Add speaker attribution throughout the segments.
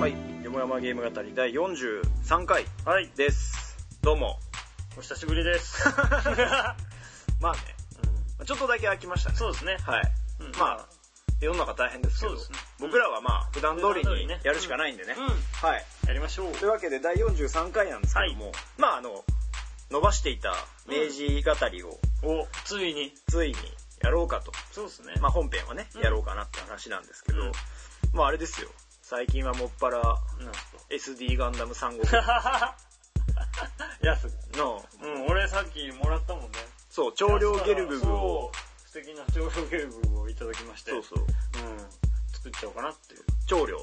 Speaker 1: はい、よもやまゲーム語り第43回
Speaker 2: はい、
Speaker 1: です。どうも。
Speaker 2: お久しぶりです。
Speaker 1: まあね、まあちょっとだけ空きましたね。
Speaker 2: そうですね。
Speaker 1: はい。
Speaker 2: うん
Speaker 1: まあ、世の中大変ですけど、
Speaker 2: そうですね
Speaker 1: 僕らはまあ、普段通り
Speaker 2: 普段通り
Speaker 1: に
Speaker 2: ね
Speaker 1: やるしかないんでね。
Speaker 2: う
Speaker 1: はい。
Speaker 2: ん、やりましょう。
Speaker 1: というわけで第43回なんですけども、まああの、伸ばしていた明治語りを
Speaker 2: お、ついに。
Speaker 1: ついにやろうかと。
Speaker 2: そうですね。
Speaker 1: まあ本編はね
Speaker 2: う、ん
Speaker 1: やろうかなって話なんですけど、
Speaker 2: うん
Speaker 1: まああれですよ。最近はもっぱら
Speaker 2: なんす
Speaker 1: SD ガンダム3号
Speaker 2: か。やす。
Speaker 1: の、
Speaker 2: うん、俺さっきもらったもんね。
Speaker 1: そう、調量ゲルググを
Speaker 2: そ、う。素敵な調量ゲルググをいただきまして。
Speaker 1: そうそう、
Speaker 2: うん。作っちゃおうかなっていう。
Speaker 1: 調量。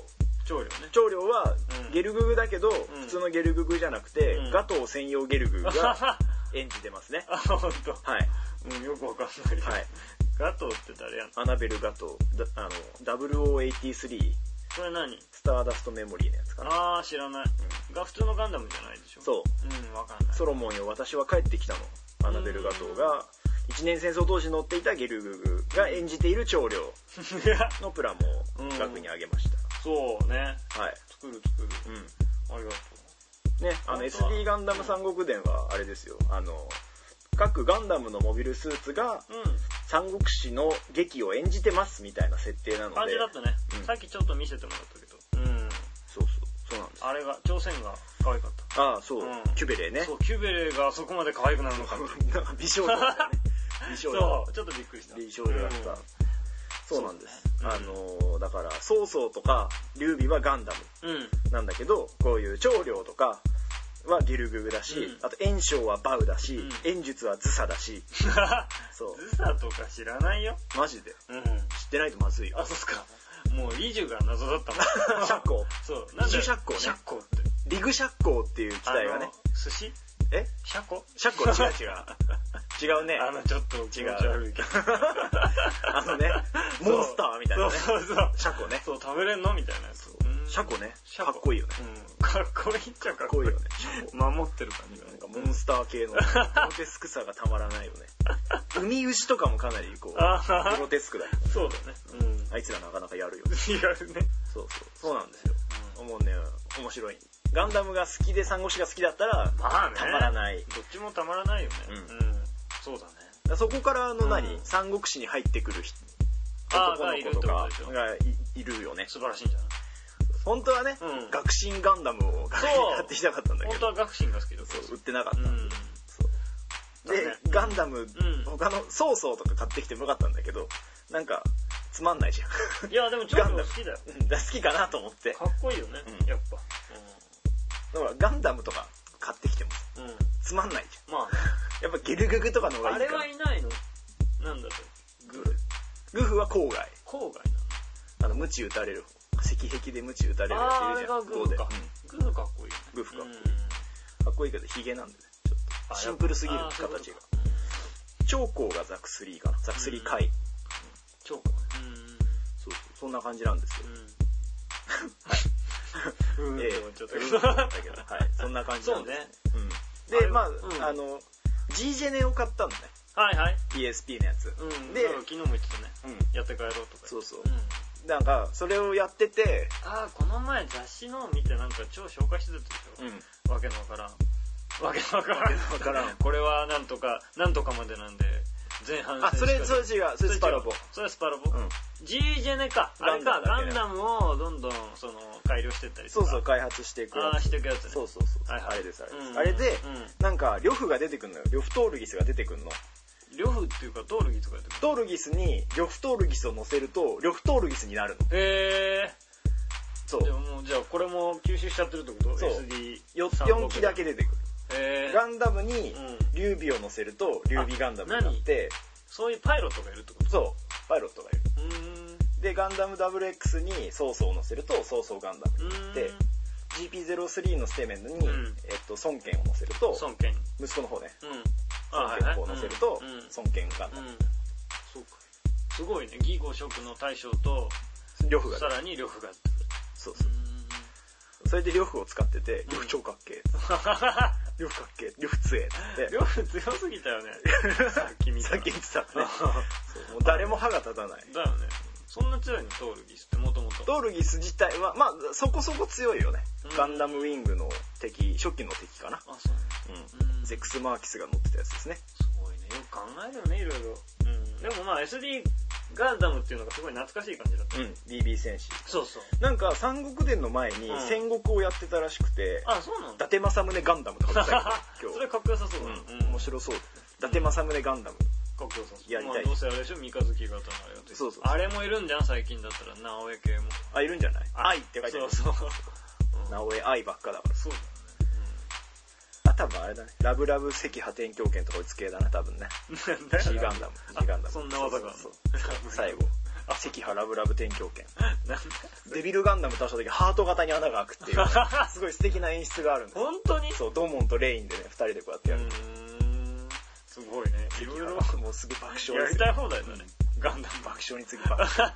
Speaker 2: 調量ね。
Speaker 1: 調量は
Speaker 2: うん
Speaker 1: ゲルググだけど、
Speaker 2: ん
Speaker 1: 普通のゲルググじゃなくて、
Speaker 2: うん
Speaker 1: ガトー専用ゲルググ が
Speaker 2: あ、
Speaker 1: 演じてますね。
Speaker 2: ほんと。
Speaker 1: はい。
Speaker 2: うん、よくわかんないけど。
Speaker 1: はい。
Speaker 2: ガトーって誰やん
Speaker 1: アナベルガトー、だあの、0083、
Speaker 2: それ何
Speaker 1: スターダストメモリーのやつかな。
Speaker 2: あー、知らない。が普通のガンダムじゃないでしょ。
Speaker 1: そう。
Speaker 2: うん、わかんない。
Speaker 1: ソロモンよ、私は帰ってきたの。アナベルガトーが、一年戦争当時乗っていたゲルググが演じている長領
Speaker 2: いや
Speaker 1: のプラモを額にあげまし
Speaker 2: そうね。
Speaker 1: た。はい。
Speaker 2: 作る作る。
Speaker 1: うん。
Speaker 2: ありがと
Speaker 1: ね、あの
Speaker 2: 本当は
Speaker 1: SD ガンダム三国伝はあれですよあの各ガンダムのモビルスーツが
Speaker 2: う。うん。
Speaker 1: 三国志の劇を演じてますみたいな設定なの
Speaker 2: 感
Speaker 1: で
Speaker 2: じだったね、
Speaker 1: うん
Speaker 2: さっきちょっと見せてもらったけど。うん。
Speaker 1: そうそうそうなんです
Speaker 2: あれが、朝鮮が可愛かっ
Speaker 1: ああそう、
Speaker 2: うん
Speaker 1: キュベレー
Speaker 2: た。
Speaker 1: ね
Speaker 2: そう、キュベレがあそこまで可愛くなるのかって。
Speaker 1: なんか美少女だったね美少女だ
Speaker 2: そう、ちょっとびっくりした。
Speaker 1: 美少女だった、
Speaker 2: うん
Speaker 1: そうなんです、
Speaker 2: そう
Speaker 1: あ
Speaker 2: ね
Speaker 1: のーだから曹操とか劉備はガンダム
Speaker 2: うん。
Speaker 1: なんだけどこういう長領とかはゲルググだし、
Speaker 2: うん
Speaker 1: あと炎章はバウだし、
Speaker 2: うん
Speaker 1: 炎術はズサだしそう
Speaker 2: ズサとか知らないよ。
Speaker 1: マジで
Speaker 2: うん。
Speaker 1: 知ってないとまずいよ。
Speaker 2: あ、そうっすか。もう、リジュが謎だったも ん
Speaker 1: 釈光
Speaker 2: そう。なんで
Speaker 1: リジュ釈光ね
Speaker 2: 釈光って。
Speaker 1: リグシャッコーっていう機体がね
Speaker 2: あの。寿司
Speaker 1: え
Speaker 2: シャコ
Speaker 1: シャッコー違う違 う違うね
Speaker 2: あの、ちょっと気持ち悪いけど。
Speaker 1: あの ねモンスターみたいなね
Speaker 2: そうそうそう。
Speaker 1: シャコね
Speaker 2: そう、食べれんのみたいなやつ。うん
Speaker 1: シャコね
Speaker 2: シャ
Speaker 1: か
Speaker 2: コ
Speaker 1: っこいいよね
Speaker 2: うん。かっこいいっちゃか
Speaker 1: か
Speaker 2: っ
Speaker 1: っこ
Speaker 2: こ
Speaker 1: い
Speaker 2: い
Speaker 1: い
Speaker 2: い
Speaker 1: よ
Speaker 2: よ
Speaker 1: ね
Speaker 2: ね。
Speaker 1: シャコ
Speaker 2: 守ってる感じが
Speaker 1: なんかモンスター系の グロテスクさがたまらないよね海牛とかもかなりこう
Speaker 2: あはは
Speaker 1: グロテスクだよ
Speaker 2: そうだね。うん。
Speaker 1: あいつらなかなかやるよ
Speaker 2: 違うね。
Speaker 1: そうそうそうなんですよもうね面白いガンダムが好きでサンゴシが好きだったら
Speaker 2: まあね。
Speaker 1: たまらない
Speaker 2: どっちもたまらないよね。
Speaker 1: うん
Speaker 2: そうだね。
Speaker 1: そこからあの何、
Speaker 2: うん
Speaker 1: 三国志に入ってくる人
Speaker 2: あー
Speaker 1: 男の子と
Speaker 2: が
Speaker 1: か
Speaker 2: いるってことでしょ
Speaker 1: がいいるよね
Speaker 2: 素晴らしいんじゃない
Speaker 1: 本当はね、
Speaker 2: うん
Speaker 1: 学進ガンダムを買ってきたかったんだけ
Speaker 2: 本当
Speaker 1: ど
Speaker 2: は学信が好きだ
Speaker 1: そう売
Speaker 2: う
Speaker 1: ってなかった、
Speaker 2: ん。
Speaker 1: そうで、
Speaker 2: だね
Speaker 1: ガンダム、
Speaker 2: ん
Speaker 1: 他のソーソーとか買ってきてもよかったんだけどなんかつまんないじゃん
Speaker 2: いや、でもちょっと好きだよ。
Speaker 1: うん だから好きかなと思って
Speaker 2: かっこいいよね
Speaker 1: う。ん
Speaker 2: やっぱ。
Speaker 1: だからガンダムとか買ってきても
Speaker 2: うん。うん。
Speaker 1: つまんないじ
Speaker 2: まあね。
Speaker 1: ゃんやっぱゲルググとかの方がい
Speaker 2: あ
Speaker 1: い
Speaker 2: れ
Speaker 1: から
Speaker 2: はいないのなんだろう。グー。
Speaker 1: グフは郊外
Speaker 2: 郊外
Speaker 1: あ
Speaker 2: なの
Speaker 1: の鞭打たれる石壁で鞭打たれる
Speaker 2: あーあ
Speaker 1: ってい
Speaker 2: れ
Speaker 1: うじゃ
Speaker 2: が
Speaker 1: ん
Speaker 2: グー
Speaker 1: で、うん
Speaker 2: か
Speaker 1: か。
Speaker 2: グーかっこいいよね。
Speaker 1: グーかっこいいっこい
Speaker 2: うん
Speaker 1: いけどヒゲなんでねちょっと
Speaker 2: あ
Speaker 1: シンプルすぎる
Speaker 2: あーそういうこと
Speaker 1: 形が
Speaker 2: かうん
Speaker 1: 長江がザク3かなザク3回、
Speaker 2: 超かう
Speaker 1: そうそんな感じなんですよ、
Speaker 2: んうんうん
Speaker 1: ええ
Speaker 2: でもちょっと
Speaker 1: うんだけどはいそんな感じな
Speaker 2: そ
Speaker 1: ん
Speaker 2: う
Speaker 1: で
Speaker 2: ね
Speaker 1: すうんでまあ、
Speaker 2: うん
Speaker 1: あの G ジェネを買ったのね
Speaker 2: はいはい
Speaker 1: PSP のやつ、
Speaker 2: うん
Speaker 1: で
Speaker 2: で昨日も言ってたね
Speaker 1: うん
Speaker 2: やって帰ろうとか
Speaker 1: そうそう
Speaker 2: うん
Speaker 1: なんかそれをやってて
Speaker 2: ああこの前雑誌のを見てなんか超紹介してたでし
Speaker 1: うん
Speaker 2: ょわけのわからんわけのわからん
Speaker 1: わからん
Speaker 2: これはなんとかなんとかまでなんで前半戦
Speaker 1: あそれ
Speaker 2: し
Speaker 1: そ
Speaker 2: か
Speaker 1: れ違うそれスパロボ
Speaker 2: それスパロボ
Speaker 1: うん
Speaker 2: G ジェネかあれ
Speaker 1: ガ
Speaker 2: かガ
Speaker 1: ン
Speaker 2: ン
Speaker 1: ダ
Speaker 2: ダムをどんどんその改良してったりと
Speaker 1: そ
Speaker 2: か
Speaker 1: うそう開発していくや
Speaker 2: ああ
Speaker 1: つ
Speaker 2: していくやつね
Speaker 1: そうそうそう、
Speaker 2: はいはい
Speaker 1: あれですあれです、
Speaker 2: うん
Speaker 1: あれで、
Speaker 2: う
Speaker 1: なんか呂布が出てくるのよ呂布トールギスが出てくるの
Speaker 2: 両夫っていうかトールギとかやって
Speaker 1: トールギスに呂布トールギスを乗せると呂布トールギスになるの
Speaker 2: くるへえ
Speaker 1: そう
Speaker 2: でももうじゃあこれも吸収しちゃってるってこと
Speaker 1: そう
Speaker 2: SD
Speaker 1: 4, 4機だけ
Speaker 2: で
Speaker 1: 出てくる
Speaker 2: えー
Speaker 1: ガンダムに劉備を乗せると劉備ガンダムになって
Speaker 2: そういうパイロットがいるってこと
Speaker 1: そうパイロットがいる
Speaker 2: うーん
Speaker 1: でガンダム WX に曹操を乗せると曹操ガンダムになって
Speaker 2: う
Speaker 1: GP03 のステーメンドに、
Speaker 2: うん
Speaker 1: えっと、孫権を乗せると
Speaker 2: 孫権
Speaker 1: 息子の方ね
Speaker 2: うん
Speaker 1: 孫権の方を乗せると
Speaker 2: うんうんうん
Speaker 1: 孫権ガンダム
Speaker 2: そうかすごいね義五色の大将と
Speaker 1: 呂布が
Speaker 2: さらに呂布が
Speaker 1: そうそう
Speaker 2: うん
Speaker 1: そそれで呂布を使ってて、呂布超かっ けえ。呂布かっけえ。呂布強え。って
Speaker 2: 両夫強すぎたよね。さっき見た。
Speaker 1: さっき言ってたね。
Speaker 2: だ
Speaker 1: そうもう誰も歯が立たない。
Speaker 2: よね。そんな強いのトールギスってもともと。
Speaker 1: ドールギス自体は、まあ、そこそこ強いよね
Speaker 2: うん。
Speaker 1: ガンダムウィングの敵、初期の敵かな。
Speaker 2: あ、そうね。うん
Speaker 1: ゼックス・マーキスが乗ってたやつですね。
Speaker 2: すごいね。よく考えるよね、いろいろ。うん。でもまあ SD ガンダムっていうのがすごい懐かしい感じだった。
Speaker 1: うん。BB 戦士。
Speaker 2: そうそう。
Speaker 1: なんか、三国伝の前に
Speaker 2: うん
Speaker 1: 戦国をやってたらしくて、
Speaker 2: あ、そうなん
Speaker 1: 伊
Speaker 2: だ。
Speaker 1: 達政宗ガンダムとか やってたよ
Speaker 2: そ
Speaker 1: 今
Speaker 2: れかっこよさそうだね。
Speaker 1: 日。うん。面白そう。伊達政宗ガンダム。
Speaker 2: かっこよさそう。
Speaker 1: やりたい
Speaker 2: まあどうせあれでしょ、三日月型のあれを
Speaker 1: そうそう
Speaker 2: あれもいるんじゃん、最近だったら、直江 系も。
Speaker 1: あ、いるんじゃない
Speaker 2: あ
Speaker 1: 愛って書いてある。
Speaker 2: そうそう。うん
Speaker 1: 直江愛ばっかだから。
Speaker 2: そうだね。
Speaker 1: あ、多分あれだね。ラブラブ赤破天狂犬とかうつ系だな、多分ね。
Speaker 2: なんだ
Speaker 1: G ガンダム。G ガンダム。
Speaker 2: そんな技が
Speaker 1: そうそうそう最後。赤破ラブラブ天狂犬。
Speaker 2: なんだ
Speaker 1: デビルガンダム倒した時ハート型に穴が開くっていう、 すごい素敵な演出があるんですよ
Speaker 2: 本当に
Speaker 1: そう、ドモンとレインでね、二人でこうやって
Speaker 2: う
Speaker 1: や
Speaker 2: ー
Speaker 1: る。
Speaker 2: んすごいねいろいろ
Speaker 1: もうすぐ爆笑ですよ
Speaker 2: やりたい放題だねガンダム
Speaker 1: 爆笑に次ぎ爆笑。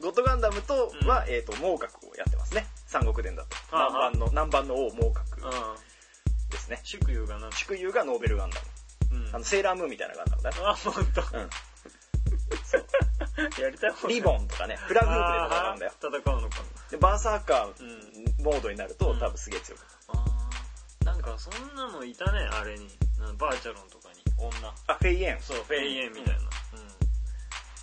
Speaker 1: ゴッドガンダムとは、
Speaker 2: う
Speaker 1: えっ、と、猛角をやってますね。三国伝だと。
Speaker 2: あ
Speaker 1: 南
Speaker 2: あ
Speaker 1: 蛮の、南蛮の王猛
Speaker 2: う
Speaker 1: 角
Speaker 2: ん
Speaker 1: ですね。
Speaker 2: 祝友がなんか
Speaker 1: 祝友がノーベルガンダム。
Speaker 2: うん
Speaker 1: あの、セーラームーンみたいなガンダムだね。
Speaker 2: あ本
Speaker 1: うん。
Speaker 2: 当やりたい放題
Speaker 1: リボンとかね、フラグープで戦うんだよ。
Speaker 2: あー戦うのか
Speaker 1: で、バーサーカー
Speaker 2: う
Speaker 1: モードになると、
Speaker 2: うん
Speaker 1: 多分すげえ強くなる。
Speaker 2: あーなんかそんなのいたねあれになんかバーチャロンとかに女
Speaker 1: あ、フェイエン。
Speaker 2: そうフェイエンみたいなうん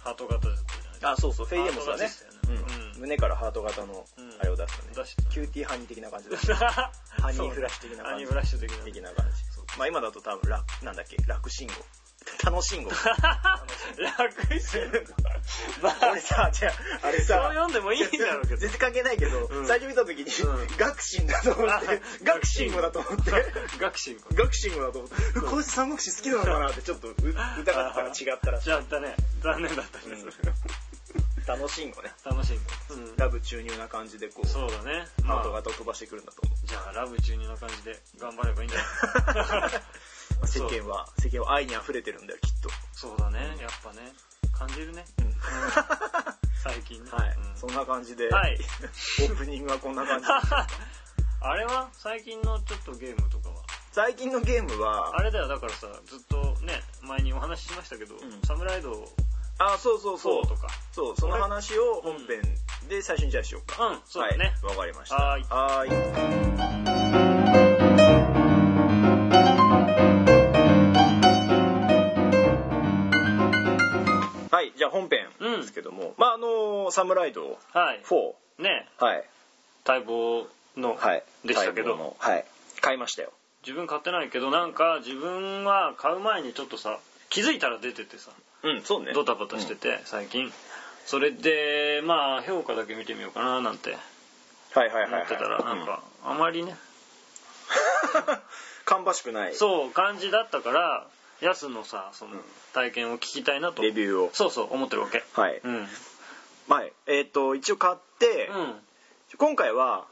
Speaker 2: ハート型だったじゃない
Speaker 1: あ、そうそう、フェイエンもそうだね
Speaker 2: ハート型でしたよね。
Speaker 1: うん。胸からハート型の
Speaker 2: うん、
Speaker 1: あれを出すとね。
Speaker 2: 出してた
Speaker 1: キューティーハニー的な感じだね。
Speaker 2: ハ
Speaker 1: ニーフラッシュ的な感じ
Speaker 2: ハニーフラッシュ的な
Speaker 1: 的な感じ。まあ今だと多分、ら、なんだっけ、楽信号。 楽 信号。
Speaker 2: 楽しいまあ
Speaker 1: 俺さ、じゃあ、あれ
Speaker 2: そう
Speaker 1: さ、
Speaker 2: 読んでもいいんだろうけど
Speaker 1: 全然関係ないけど、
Speaker 2: うん
Speaker 1: 最初見た時に、
Speaker 2: ん
Speaker 1: 学信だと思っ
Speaker 2: あ
Speaker 1: て、学信号だと思って、
Speaker 2: 学信号
Speaker 1: 学信号だと思って、こいつ三国志好きなのかなってちょっとう疑ってたら違ったらしい、
Speaker 2: じゃあだね残念だったね、
Speaker 1: 楽信号ね。
Speaker 2: 楽しいんだ、うん
Speaker 1: ラブ注入な感じでこう、
Speaker 2: そうだね
Speaker 1: ハ
Speaker 2: ま
Speaker 1: ート
Speaker 2: あ
Speaker 1: 型を飛ばしてくるんだと思う。
Speaker 2: じゃあラブ中二の感じで頑張れば いいんじゃない
Speaker 1: まあ世
Speaker 2: そう
Speaker 1: 間は、世間は愛に溢れてるんだよ、きっと。
Speaker 2: そうだねやっぱね感じるね、うん最近ね、
Speaker 1: はい。
Speaker 2: うん
Speaker 1: そんな感じで、
Speaker 2: はい
Speaker 1: オ ープニングはこんな感じ。
Speaker 2: あれは最近のちょっとゲームとかは
Speaker 1: 最近のゲームは、
Speaker 2: あれだよだからさずっとね前にお話ししましたけど、
Speaker 1: ん
Speaker 2: サムライド4
Speaker 1: あ、そうそうそう。
Speaker 2: とか
Speaker 1: そう、その話を本編で最初にじゃあしようか。
Speaker 2: うんそうだね
Speaker 1: はいわ、かりました。
Speaker 2: はーい
Speaker 1: はーい。はい、じゃあ本編
Speaker 2: うん
Speaker 1: ですけども、まああのーサムライド
Speaker 2: はい
Speaker 1: 4、
Speaker 2: ね
Speaker 1: はい、
Speaker 2: 待望の、
Speaker 1: はい、
Speaker 2: でしたけど
Speaker 1: 待望のはい、買いましたよ。
Speaker 2: 自分買ってないけどなんか自分は買う前にちょっとさ気づいたら出ててさ
Speaker 1: うん、そうね。
Speaker 2: ドタバタしてて、最近それでまあ評価だけ見てみようかななんて
Speaker 1: はいはいはい、は
Speaker 2: 思
Speaker 1: い。
Speaker 2: ってたらなん
Speaker 1: うん、
Speaker 2: かあまりね
Speaker 1: 芳しくない。
Speaker 2: そう感じだったからヤスのさその
Speaker 1: うん
Speaker 2: 体験を聞きたいなと
Speaker 1: レビューを。
Speaker 2: そうそう思ってるわけ
Speaker 1: はい。
Speaker 2: うん
Speaker 1: はい、えっ、と、一応買って、
Speaker 2: うん
Speaker 1: 今回は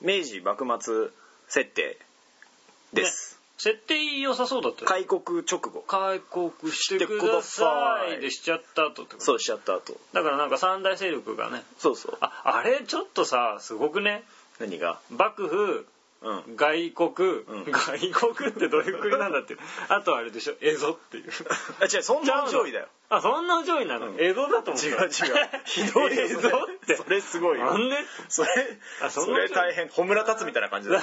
Speaker 1: 明治幕末設定です、
Speaker 2: 設定良さそうだったよ
Speaker 1: 開国直後
Speaker 2: 開国して
Speaker 1: して
Speaker 2: くださ
Speaker 1: ください
Speaker 2: いでしちゃった後ってこと
Speaker 1: そうしちゃった後
Speaker 2: だからなんか三大勢力がね
Speaker 1: そうそう
Speaker 2: ああれちょっとさすごくね
Speaker 1: 何が
Speaker 2: 幕府
Speaker 1: うん
Speaker 2: 外国、
Speaker 1: うん
Speaker 2: 外国ってどういう国なんだっていう あとあれでしょ蝦夷っていう
Speaker 1: あ違うそんな上位だよ
Speaker 2: あそんな上位なの、
Speaker 1: うん
Speaker 2: 蝦夷だと思った
Speaker 1: 違う違 うひどいよ
Speaker 2: 蝦夷って
Speaker 1: それすごいよ
Speaker 2: なんで
Speaker 1: それ
Speaker 2: あそん
Speaker 1: そ
Speaker 2: な
Speaker 1: れ大変穂村達みたいな感じだ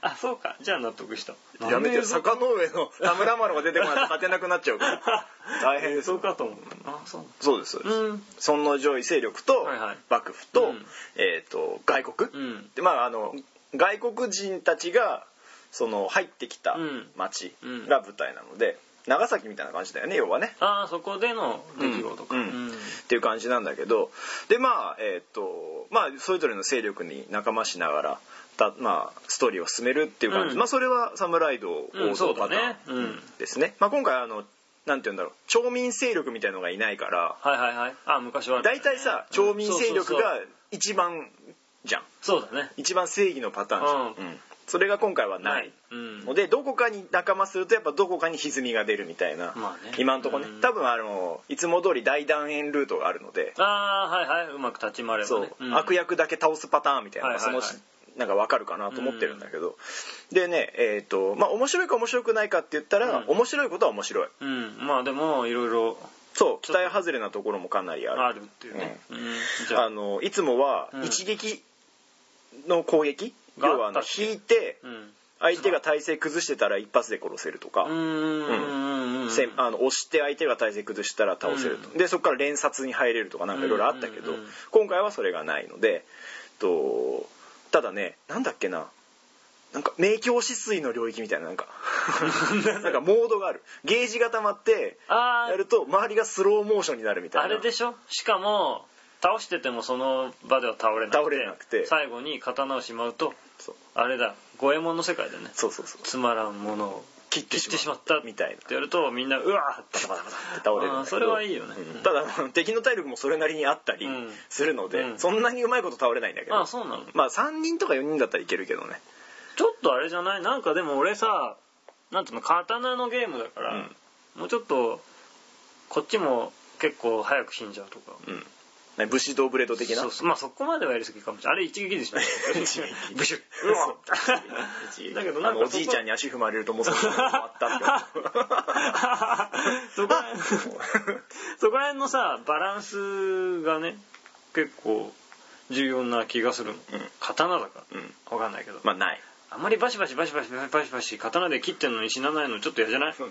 Speaker 2: あそうかじゃあ納得した
Speaker 1: やめてよ
Speaker 2: なんで蝦
Speaker 1: 坂の上の田村丸が出てこないと勝てなくなっちゃうから
Speaker 2: 夷
Speaker 1: 大変です
Speaker 2: そうかと思うあ そう
Speaker 1: そうですそうです、
Speaker 2: うん
Speaker 1: その上位勢力と
Speaker 2: はいはい
Speaker 1: 幕府と,、
Speaker 2: うん
Speaker 1: えー、と外国、
Speaker 2: うん
Speaker 1: でまああの外国人たちがその入ってきた
Speaker 2: うん
Speaker 1: 町
Speaker 2: うん
Speaker 1: が舞台なので、長崎みたいな感じだよね要はね。
Speaker 2: ああそこでの出来事か
Speaker 1: うんうんっていう感じなんだけどでまあえっ、とまあそれぞれの勢力に仲間しながらたまあストーリーを進めるっていう感じ、
Speaker 2: うん
Speaker 1: まあそれは「サムライド」王
Speaker 2: うん
Speaker 1: 道
Speaker 2: そうだ
Speaker 1: パター
Speaker 2: ね
Speaker 1: ン
Speaker 2: うん
Speaker 1: ですね。まあ、今回あのなんて言うんだろう町民勢力みたいのがいないから
Speaker 2: はいはいはいあ昔はあったね
Speaker 1: 大体さ町民勢力が一番じゃん
Speaker 2: そうそうそうそうだね
Speaker 1: 一番正義のパターンじゃん、
Speaker 2: うん
Speaker 1: うんそれが今回はない、
Speaker 2: うん
Speaker 1: のでどこかに仲間するとやっぱどこかに歪みが出るみたいな、
Speaker 2: まあね
Speaker 1: 今のところね、
Speaker 2: うん
Speaker 1: 多分あのいつも通り大断円ルートがあるので、
Speaker 2: ああはいはいうまく立ち回ればね
Speaker 1: そう、
Speaker 2: ん
Speaker 1: 悪役だけ倒すパターンみたいな、
Speaker 2: はいはいはい
Speaker 1: そのなんかわかるかなと思ってるんだけど、でねえっ、とまあ面白いか面白くないかって言ったら、
Speaker 2: うん
Speaker 1: 面白いことは面白い
Speaker 2: うんまあでもいろいろ
Speaker 1: そう期待外れなところもかなりある
Speaker 2: あるっていうね、うんじゃ
Speaker 1: あ
Speaker 2: あ
Speaker 1: のいつもは
Speaker 2: うん
Speaker 1: 一撃の攻撃、
Speaker 2: が
Speaker 1: 要はあ
Speaker 2: あ
Speaker 1: の
Speaker 2: ったっけ
Speaker 1: 引いて
Speaker 2: うん
Speaker 1: 相手が体勢崩してたら一発で殺せると
Speaker 2: う
Speaker 1: か、
Speaker 2: んうんうん
Speaker 1: せあの押して相手が体勢崩したら倒せると、
Speaker 2: うん
Speaker 1: でそこから連殺に入れるとかなんかいろいろあったけど、
Speaker 2: うんうんうん
Speaker 1: 今回はそれがないのでとただねなんだっけななんか明鏡止水の領域みたいななんか なんかモードがあるゲージが溜まって
Speaker 2: あ
Speaker 1: や
Speaker 2: ー
Speaker 1: ると周りがスローモーションになるみたいな
Speaker 2: あれでしょしかも倒しててもその場では倒れなくて
Speaker 1: 倒れなくて
Speaker 2: 最後に刀をしまうと
Speaker 1: そう
Speaker 2: あれだ五右衛門の世界でね
Speaker 1: そうそうそう
Speaker 2: つまらんものを
Speaker 1: 切って
Speaker 2: 切ってし
Speaker 1: しま
Speaker 2: ま
Speaker 1: っ
Speaker 2: った
Speaker 1: た
Speaker 2: って
Speaker 1: みたいな
Speaker 2: やるとみんなうわーって
Speaker 1: バタバタバタって倒れるんだけど
Speaker 2: あーそれはいいよね
Speaker 1: うんただあの敵の体力もそれなりにあったり
Speaker 2: うん
Speaker 1: するので、
Speaker 2: うん
Speaker 1: そんなにうまいこと倒れないんだけど
Speaker 2: あそうなの
Speaker 1: まあ3人とか4人だったらいけるけどね
Speaker 2: ちょっとあれじゃないなんかでも俺さなんていうの刀のゲームだから、
Speaker 1: うん
Speaker 2: もうちょっとこっちも結構早く死んじゃうとか
Speaker 1: うん何武士道ブレード的な
Speaker 2: そ うそうまあそこまではやりすぎかもしれないあれ一撃でしょ
Speaker 1: 一撃
Speaker 2: ブシュッ
Speaker 1: うわ
Speaker 2: だけど
Speaker 1: あ
Speaker 2: なん
Speaker 1: の
Speaker 2: か
Speaker 1: おじいちゃん
Speaker 2: に
Speaker 1: に足踏まれるともうそこで終わったって
Speaker 2: そこら辺そこら辺のさバランスがね結構重要な気がするの、
Speaker 1: うん
Speaker 2: 刀だから、
Speaker 1: うん
Speaker 2: わかんないけど、
Speaker 1: まあない
Speaker 2: あんまりバシバシバシバシバシバシバシ刀で切ってんのに死なないのちょっと嫌じゃないそう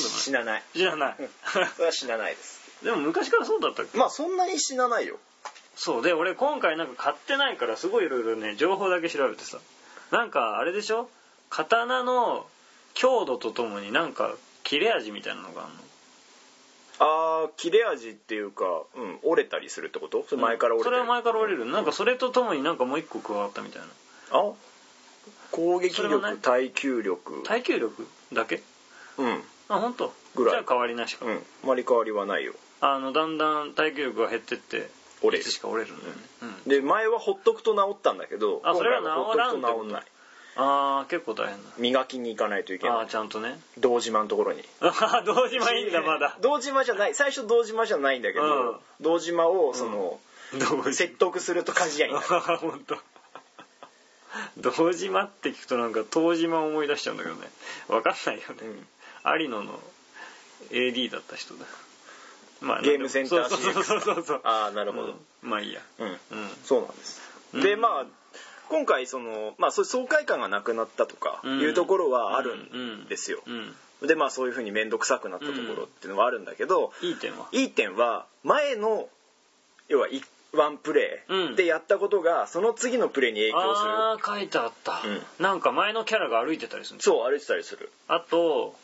Speaker 2: でもない
Speaker 1: 死なない
Speaker 2: 死なない
Speaker 1: それは死なないです
Speaker 2: でも昔からそうだったっけ
Speaker 1: まあそんなに死なないよ
Speaker 2: そうで俺今回なんか買ってないからすごいいろいろね情報だけ調べてさなんかあれでしょ刀の強度とともになんか切れ味みたいなのがあるの
Speaker 1: ああ切れ味っていうか、うん、折れたりするってことそれ前から折れて
Speaker 2: それ
Speaker 1: る、
Speaker 2: は前から折れるなんかそれとともになんかもう一個加わったみたいな
Speaker 1: あ攻撃
Speaker 2: それもな
Speaker 1: 力
Speaker 2: い
Speaker 1: 耐久力
Speaker 2: 耐久力だけ
Speaker 1: うん
Speaker 2: あ本当。
Speaker 1: ぐらい
Speaker 2: じゃあ変わりなしか、
Speaker 1: うんあまり変わりはないよ
Speaker 2: あのだんだん耐久力が減ってって
Speaker 1: 折れ
Speaker 2: い
Speaker 1: る
Speaker 2: つしか折れるんだよね、うん
Speaker 1: で前はほっとくと治ったんだけど
Speaker 2: あそれは
Speaker 1: 今回ほっとくと
Speaker 2: 治らんってこと
Speaker 1: 治んない
Speaker 2: ああ結構大変
Speaker 1: 磨きに行かないといけ
Speaker 2: だあ
Speaker 1: な
Speaker 2: あ
Speaker 1: い
Speaker 2: ちゃんとね
Speaker 1: 堂島のところに
Speaker 2: ああ堂島いいんだ まだ
Speaker 1: 堂島じゃない最初堂島じゃないんだけ
Speaker 2: うん
Speaker 1: ど堂島をその、
Speaker 2: 堂島
Speaker 1: 説得すると鍛冶屋になる
Speaker 2: ああ 本当。堂島って聞くとなんか遠島を思い出しちゃうんだけどねわかんないよね、
Speaker 1: うん
Speaker 2: 有野の AD だった人だま
Speaker 1: ゲームセンター
Speaker 2: そうそうそうそうそう
Speaker 1: ああなるほど
Speaker 2: うんまあいいや
Speaker 1: うん、
Speaker 2: うん
Speaker 1: そうなんです、
Speaker 2: うん
Speaker 1: でまあ今回その、まあ、そういう爽快感がなくなったとかいうところはあるんですよ、
Speaker 2: うんうん
Speaker 1: でまあそういうふうに面倒くさくなったところっていうのはあるんだけど、
Speaker 2: いい点はい
Speaker 1: い点は前の要はいワンプレ
Speaker 2: うん
Speaker 1: ーでやったことがその次のプレーに影響する、
Speaker 2: ああ書いてあった、
Speaker 1: う
Speaker 2: なんか前のキャラが歩いてたりするんです
Speaker 1: そう歩いてたりする
Speaker 2: あと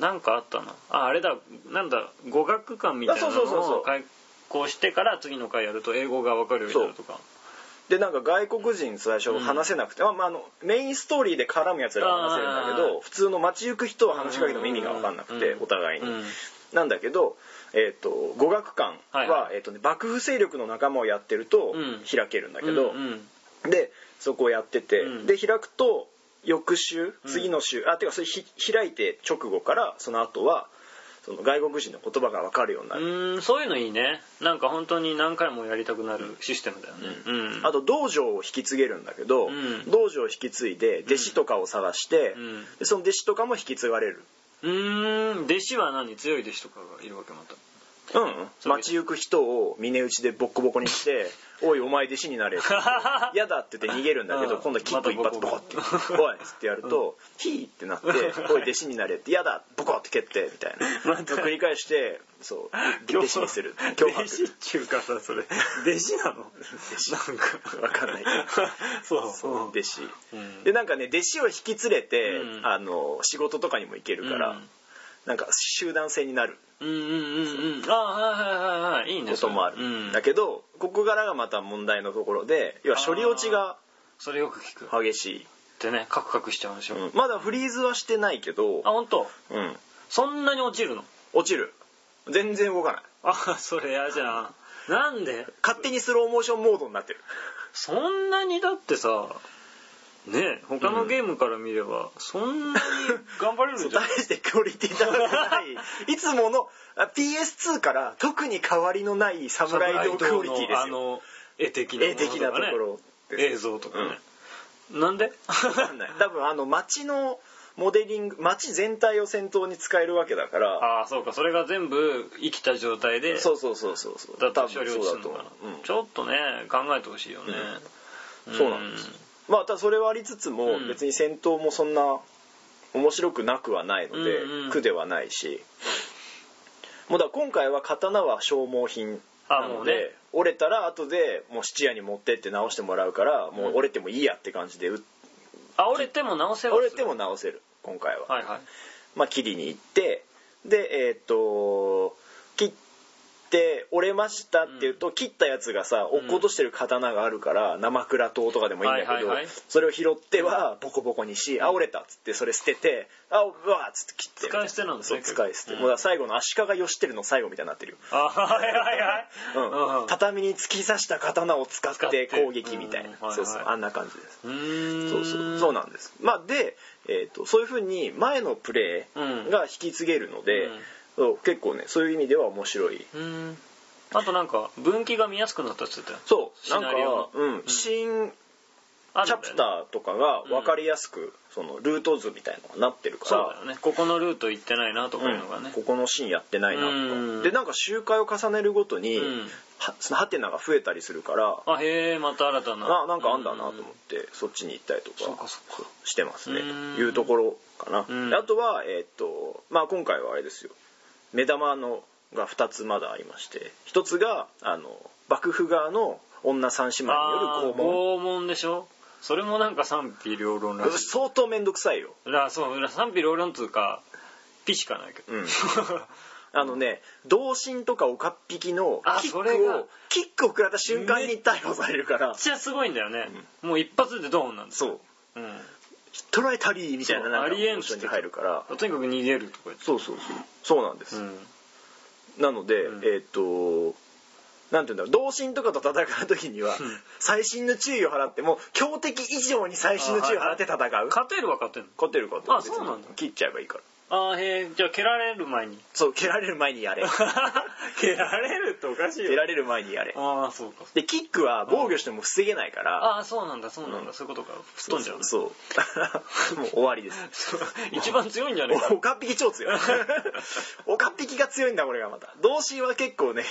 Speaker 2: なんかあったなああれだなんだ語学館みたいな
Speaker 1: あそうそうそうそ
Speaker 2: のを
Speaker 1: う
Speaker 2: 開講してから次の回やると英語が分かるようになるとか
Speaker 1: でなんか外国人最初話せなくて、まあまあ、あのメインストーリーで絡むやつらは話せるんだけ
Speaker 2: あー
Speaker 1: ど普通の街行く人は話しかけても意味が分かんなくて、
Speaker 2: うん
Speaker 1: お互いに、
Speaker 2: うん
Speaker 1: なんだけど、えー、と語学館は、
Speaker 2: はいは
Speaker 1: えーとね、幕府勢力の仲間をやってると
Speaker 2: うん
Speaker 1: 開けるんだけど、
Speaker 2: うんうん
Speaker 1: でそこをやってて、
Speaker 2: うん
Speaker 1: で開くと翌週
Speaker 2: うん
Speaker 1: 次の週、あてかそれひ開いて直後からその後はその外国人の言葉が分かるようにな
Speaker 2: う
Speaker 1: る、
Speaker 2: ーんそういうのいいねなんか本当に何回もやりたくなるシステムだよねうん
Speaker 1: あと道場を引き継げるんだけど、
Speaker 2: うん
Speaker 1: 道場を引き継いで弟子とかを探して、
Speaker 2: うん
Speaker 1: でその弟子とかも引き継がれる、
Speaker 2: うーん弟子は何強い弟子とかがいるわけまた
Speaker 1: うん街行く人を峰打ちでボッコボコにして 「おいお前弟子になれ」「嫌だ」って言って逃げるんだけど、
Speaker 2: うん
Speaker 1: 今度はキック一
Speaker 2: また
Speaker 1: 発
Speaker 2: ボ
Speaker 1: ボ
Speaker 2: コ
Speaker 1: コ
Speaker 2: ボ
Speaker 1: っ
Speaker 2: コ
Speaker 1: て「おい」っつってやると「ヒー」ってなって「おい弟子になれ」って「嫌だ」ボコって蹴ってみたい な、
Speaker 2: また
Speaker 1: 繰り返してそう 弟子にする
Speaker 2: 脅
Speaker 1: 脅
Speaker 2: 迫弟子っ
Speaker 1: 迫
Speaker 2: ちゅうかさそれ弟子なの なんか
Speaker 1: わかんない
Speaker 2: そう
Speaker 1: そう弟子、
Speaker 2: うん
Speaker 1: でなんかね弟子を引き連れて、
Speaker 2: うん
Speaker 1: あの仕事とかにも行けるから、
Speaker 2: うん
Speaker 1: なんか集団性になる
Speaker 2: うんうんうんうんああはいはいはいはいいいね
Speaker 1: こともある、
Speaker 2: それうん
Speaker 1: だけどここからがまた問題のところで要は処理落ちが
Speaker 2: それよく聞くっ
Speaker 1: 激しい、
Speaker 2: てねカクカクしちゃうんでしょ
Speaker 1: うん
Speaker 2: あ
Speaker 1: まだフリーズはしてないけど、
Speaker 2: 本当
Speaker 1: うん、
Speaker 2: そんなに落ちるの
Speaker 1: 落ちる全然動かない
Speaker 2: あそれ嫌じゃんなんで
Speaker 1: 勝手にスローモーションモードになってる
Speaker 2: そんなにだってさね他のゲームから見ればそんなに頑張れる
Speaker 1: そ
Speaker 2: ん
Speaker 1: う
Speaker 2: じゃ
Speaker 1: 大
Speaker 2: ない
Speaker 1: してクオリティ高くない いつものあ PS2 から特に変わりのない侍道クオリティです
Speaker 2: あ
Speaker 1: よ
Speaker 2: の絵的なも
Speaker 1: 絵
Speaker 2: のとか、ね、
Speaker 1: 的なところ
Speaker 2: 映像とかね、なんで
Speaker 1: わかんない 多分あの街のモデリング街全体を先頭に使えるわけだから
Speaker 2: ああそうかそれが全部生きた状態で
Speaker 1: そうそうそうそうそう
Speaker 2: だ
Speaker 1: 多
Speaker 2: と
Speaker 1: 分
Speaker 2: 処理落ち
Speaker 1: そ
Speaker 2: す
Speaker 1: う
Speaker 2: る
Speaker 1: だと
Speaker 2: の
Speaker 1: 思
Speaker 2: か
Speaker 1: う
Speaker 2: な、
Speaker 1: うん
Speaker 2: ちょっとね考えてほしいよね、
Speaker 1: うんそうなんですまあただそれはありつつも、
Speaker 2: うん
Speaker 1: 別に戦闘もそんな面白くなくはないので、
Speaker 2: うんうん
Speaker 1: 苦ではないしもうだから今回は刀は消耗品
Speaker 2: あ
Speaker 1: な
Speaker 2: も
Speaker 1: の
Speaker 2: う
Speaker 1: で、
Speaker 2: ね
Speaker 1: 折れたら後でもう質屋に持ってって直してもらうからもう折れてもいいやって感じで、う
Speaker 2: あ折れても直せはする
Speaker 1: 折れても直せる今回は、
Speaker 2: はいはい
Speaker 1: まあ切りに行ってでえーっと切って折れましたっていうと、切ったやつがさ落っことしてる刀があるから、生倉刀とかでもいいんだけど、
Speaker 2: はいはいはい
Speaker 1: それを拾ってはボコボコにし、あ折れたっつってそれ捨ててあうわっつって切って
Speaker 2: 使い捨てなんですね
Speaker 1: そう使い捨て、
Speaker 2: うん
Speaker 1: もうだから最後の足利義してるの最後みたいになってるよ
Speaker 2: あはいはいはい、
Speaker 1: うん、畳に突き刺した刀を使っ
Speaker 2: 使ってて
Speaker 1: 攻撃みたいな、
Speaker 2: うんはいはい
Speaker 1: そうそうあんな感じです
Speaker 2: うーん
Speaker 1: そうそうそうなんです。まあで、えー、とそういうふうに前のプレーが引き継げるので、
Speaker 2: うん
Speaker 1: そう結構ねそういう意味では面白い。
Speaker 2: うーんあとなんか分岐が見やすくなったって言ってたよ
Speaker 1: そうなんか
Speaker 2: シナリオの
Speaker 1: うん
Speaker 2: うん
Speaker 1: 新
Speaker 2: あ
Speaker 1: チ
Speaker 2: る
Speaker 1: ャ
Speaker 2: んだ
Speaker 1: プ
Speaker 2: よね
Speaker 1: ターとかが分かりやすく、そのルート図みたいのがなってる
Speaker 2: そう
Speaker 1: か
Speaker 2: だよねここのルート行ってないなとかいうの
Speaker 1: ら、
Speaker 2: がね
Speaker 1: ここのシーンやってないなとか、
Speaker 2: うん
Speaker 1: でなんか周回を重ねるごとに、
Speaker 2: うん
Speaker 1: はそのハテナが増えたりするから
Speaker 2: あへえまた新たな
Speaker 1: あなんかあんだなと思って、そっちに行ったりと
Speaker 2: そうかそうか
Speaker 1: してますねと
Speaker 2: うん
Speaker 1: いうところかな、
Speaker 2: うん
Speaker 1: であとはえーっとまあ今回はあれですよ目玉のが2つまだありまして1つがあの幕府側の女三姉妹に
Speaker 2: あ
Speaker 1: よ
Speaker 2: ー
Speaker 1: る拷問
Speaker 2: 拷問でしょそれもなんか賛否両論らし
Speaker 1: 相当面倒くさいよ
Speaker 2: いらそうら賛否両論っつうかピしかないけど、
Speaker 1: うんあのね同心とかおかっぴきの
Speaker 2: あ
Speaker 1: キッ
Speaker 2: それ
Speaker 1: ク
Speaker 2: が
Speaker 1: をキックを食らった瞬間に逮捕されるから
Speaker 2: めっちゃすごいんだよね、もう一発でドーンなんです
Speaker 1: そう
Speaker 2: よ、うん、
Speaker 1: トライタリーみたいな
Speaker 2: そう
Speaker 1: なんか
Speaker 2: ありえんっ
Speaker 1: モーシ
Speaker 2: つ
Speaker 1: ョ
Speaker 2: っ
Speaker 1: ン
Speaker 2: て
Speaker 1: に
Speaker 2: た
Speaker 1: 入るから
Speaker 2: とにかく逃げるとか言って
Speaker 1: そうそうそうそうなんです、
Speaker 2: うん
Speaker 1: なので、
Speaker 2: うん
Speaker 1: えーっ、となんていうんだろう同心とかと戦う時には
Speaker 2: ん
Speaker 1: 最新の注意を払っても強敵以上に最新の注意を払って戦う、勝
Speaker 2: 勝てるは勝てんの
Speaker 1: てる勝てる
Speaker 2: あそうなんだ
Speaker 1: 切っちゃえばいいから
Speaker 2: ああへえじゃあ蹴られる前に
Speaker 1: そう蹴られる前にやれ
Speaker 2: 蹴られるっておかしい
Speaker 1: 蹴られる前にやれ
Speaker 2: ああそうか
Speaker 1: でキックは防御しても防げないから
Speaker 2: ああそうなんだそうなんだ、そういうことか吹っ飛んじゃうね
Speaker 1: そう そうもう終わりです
Speaker 2: 一番強いんじゃないか
Speaker 1: おかっぴき超 強いおかっぴきが強いんだこれがまた同心は結構ね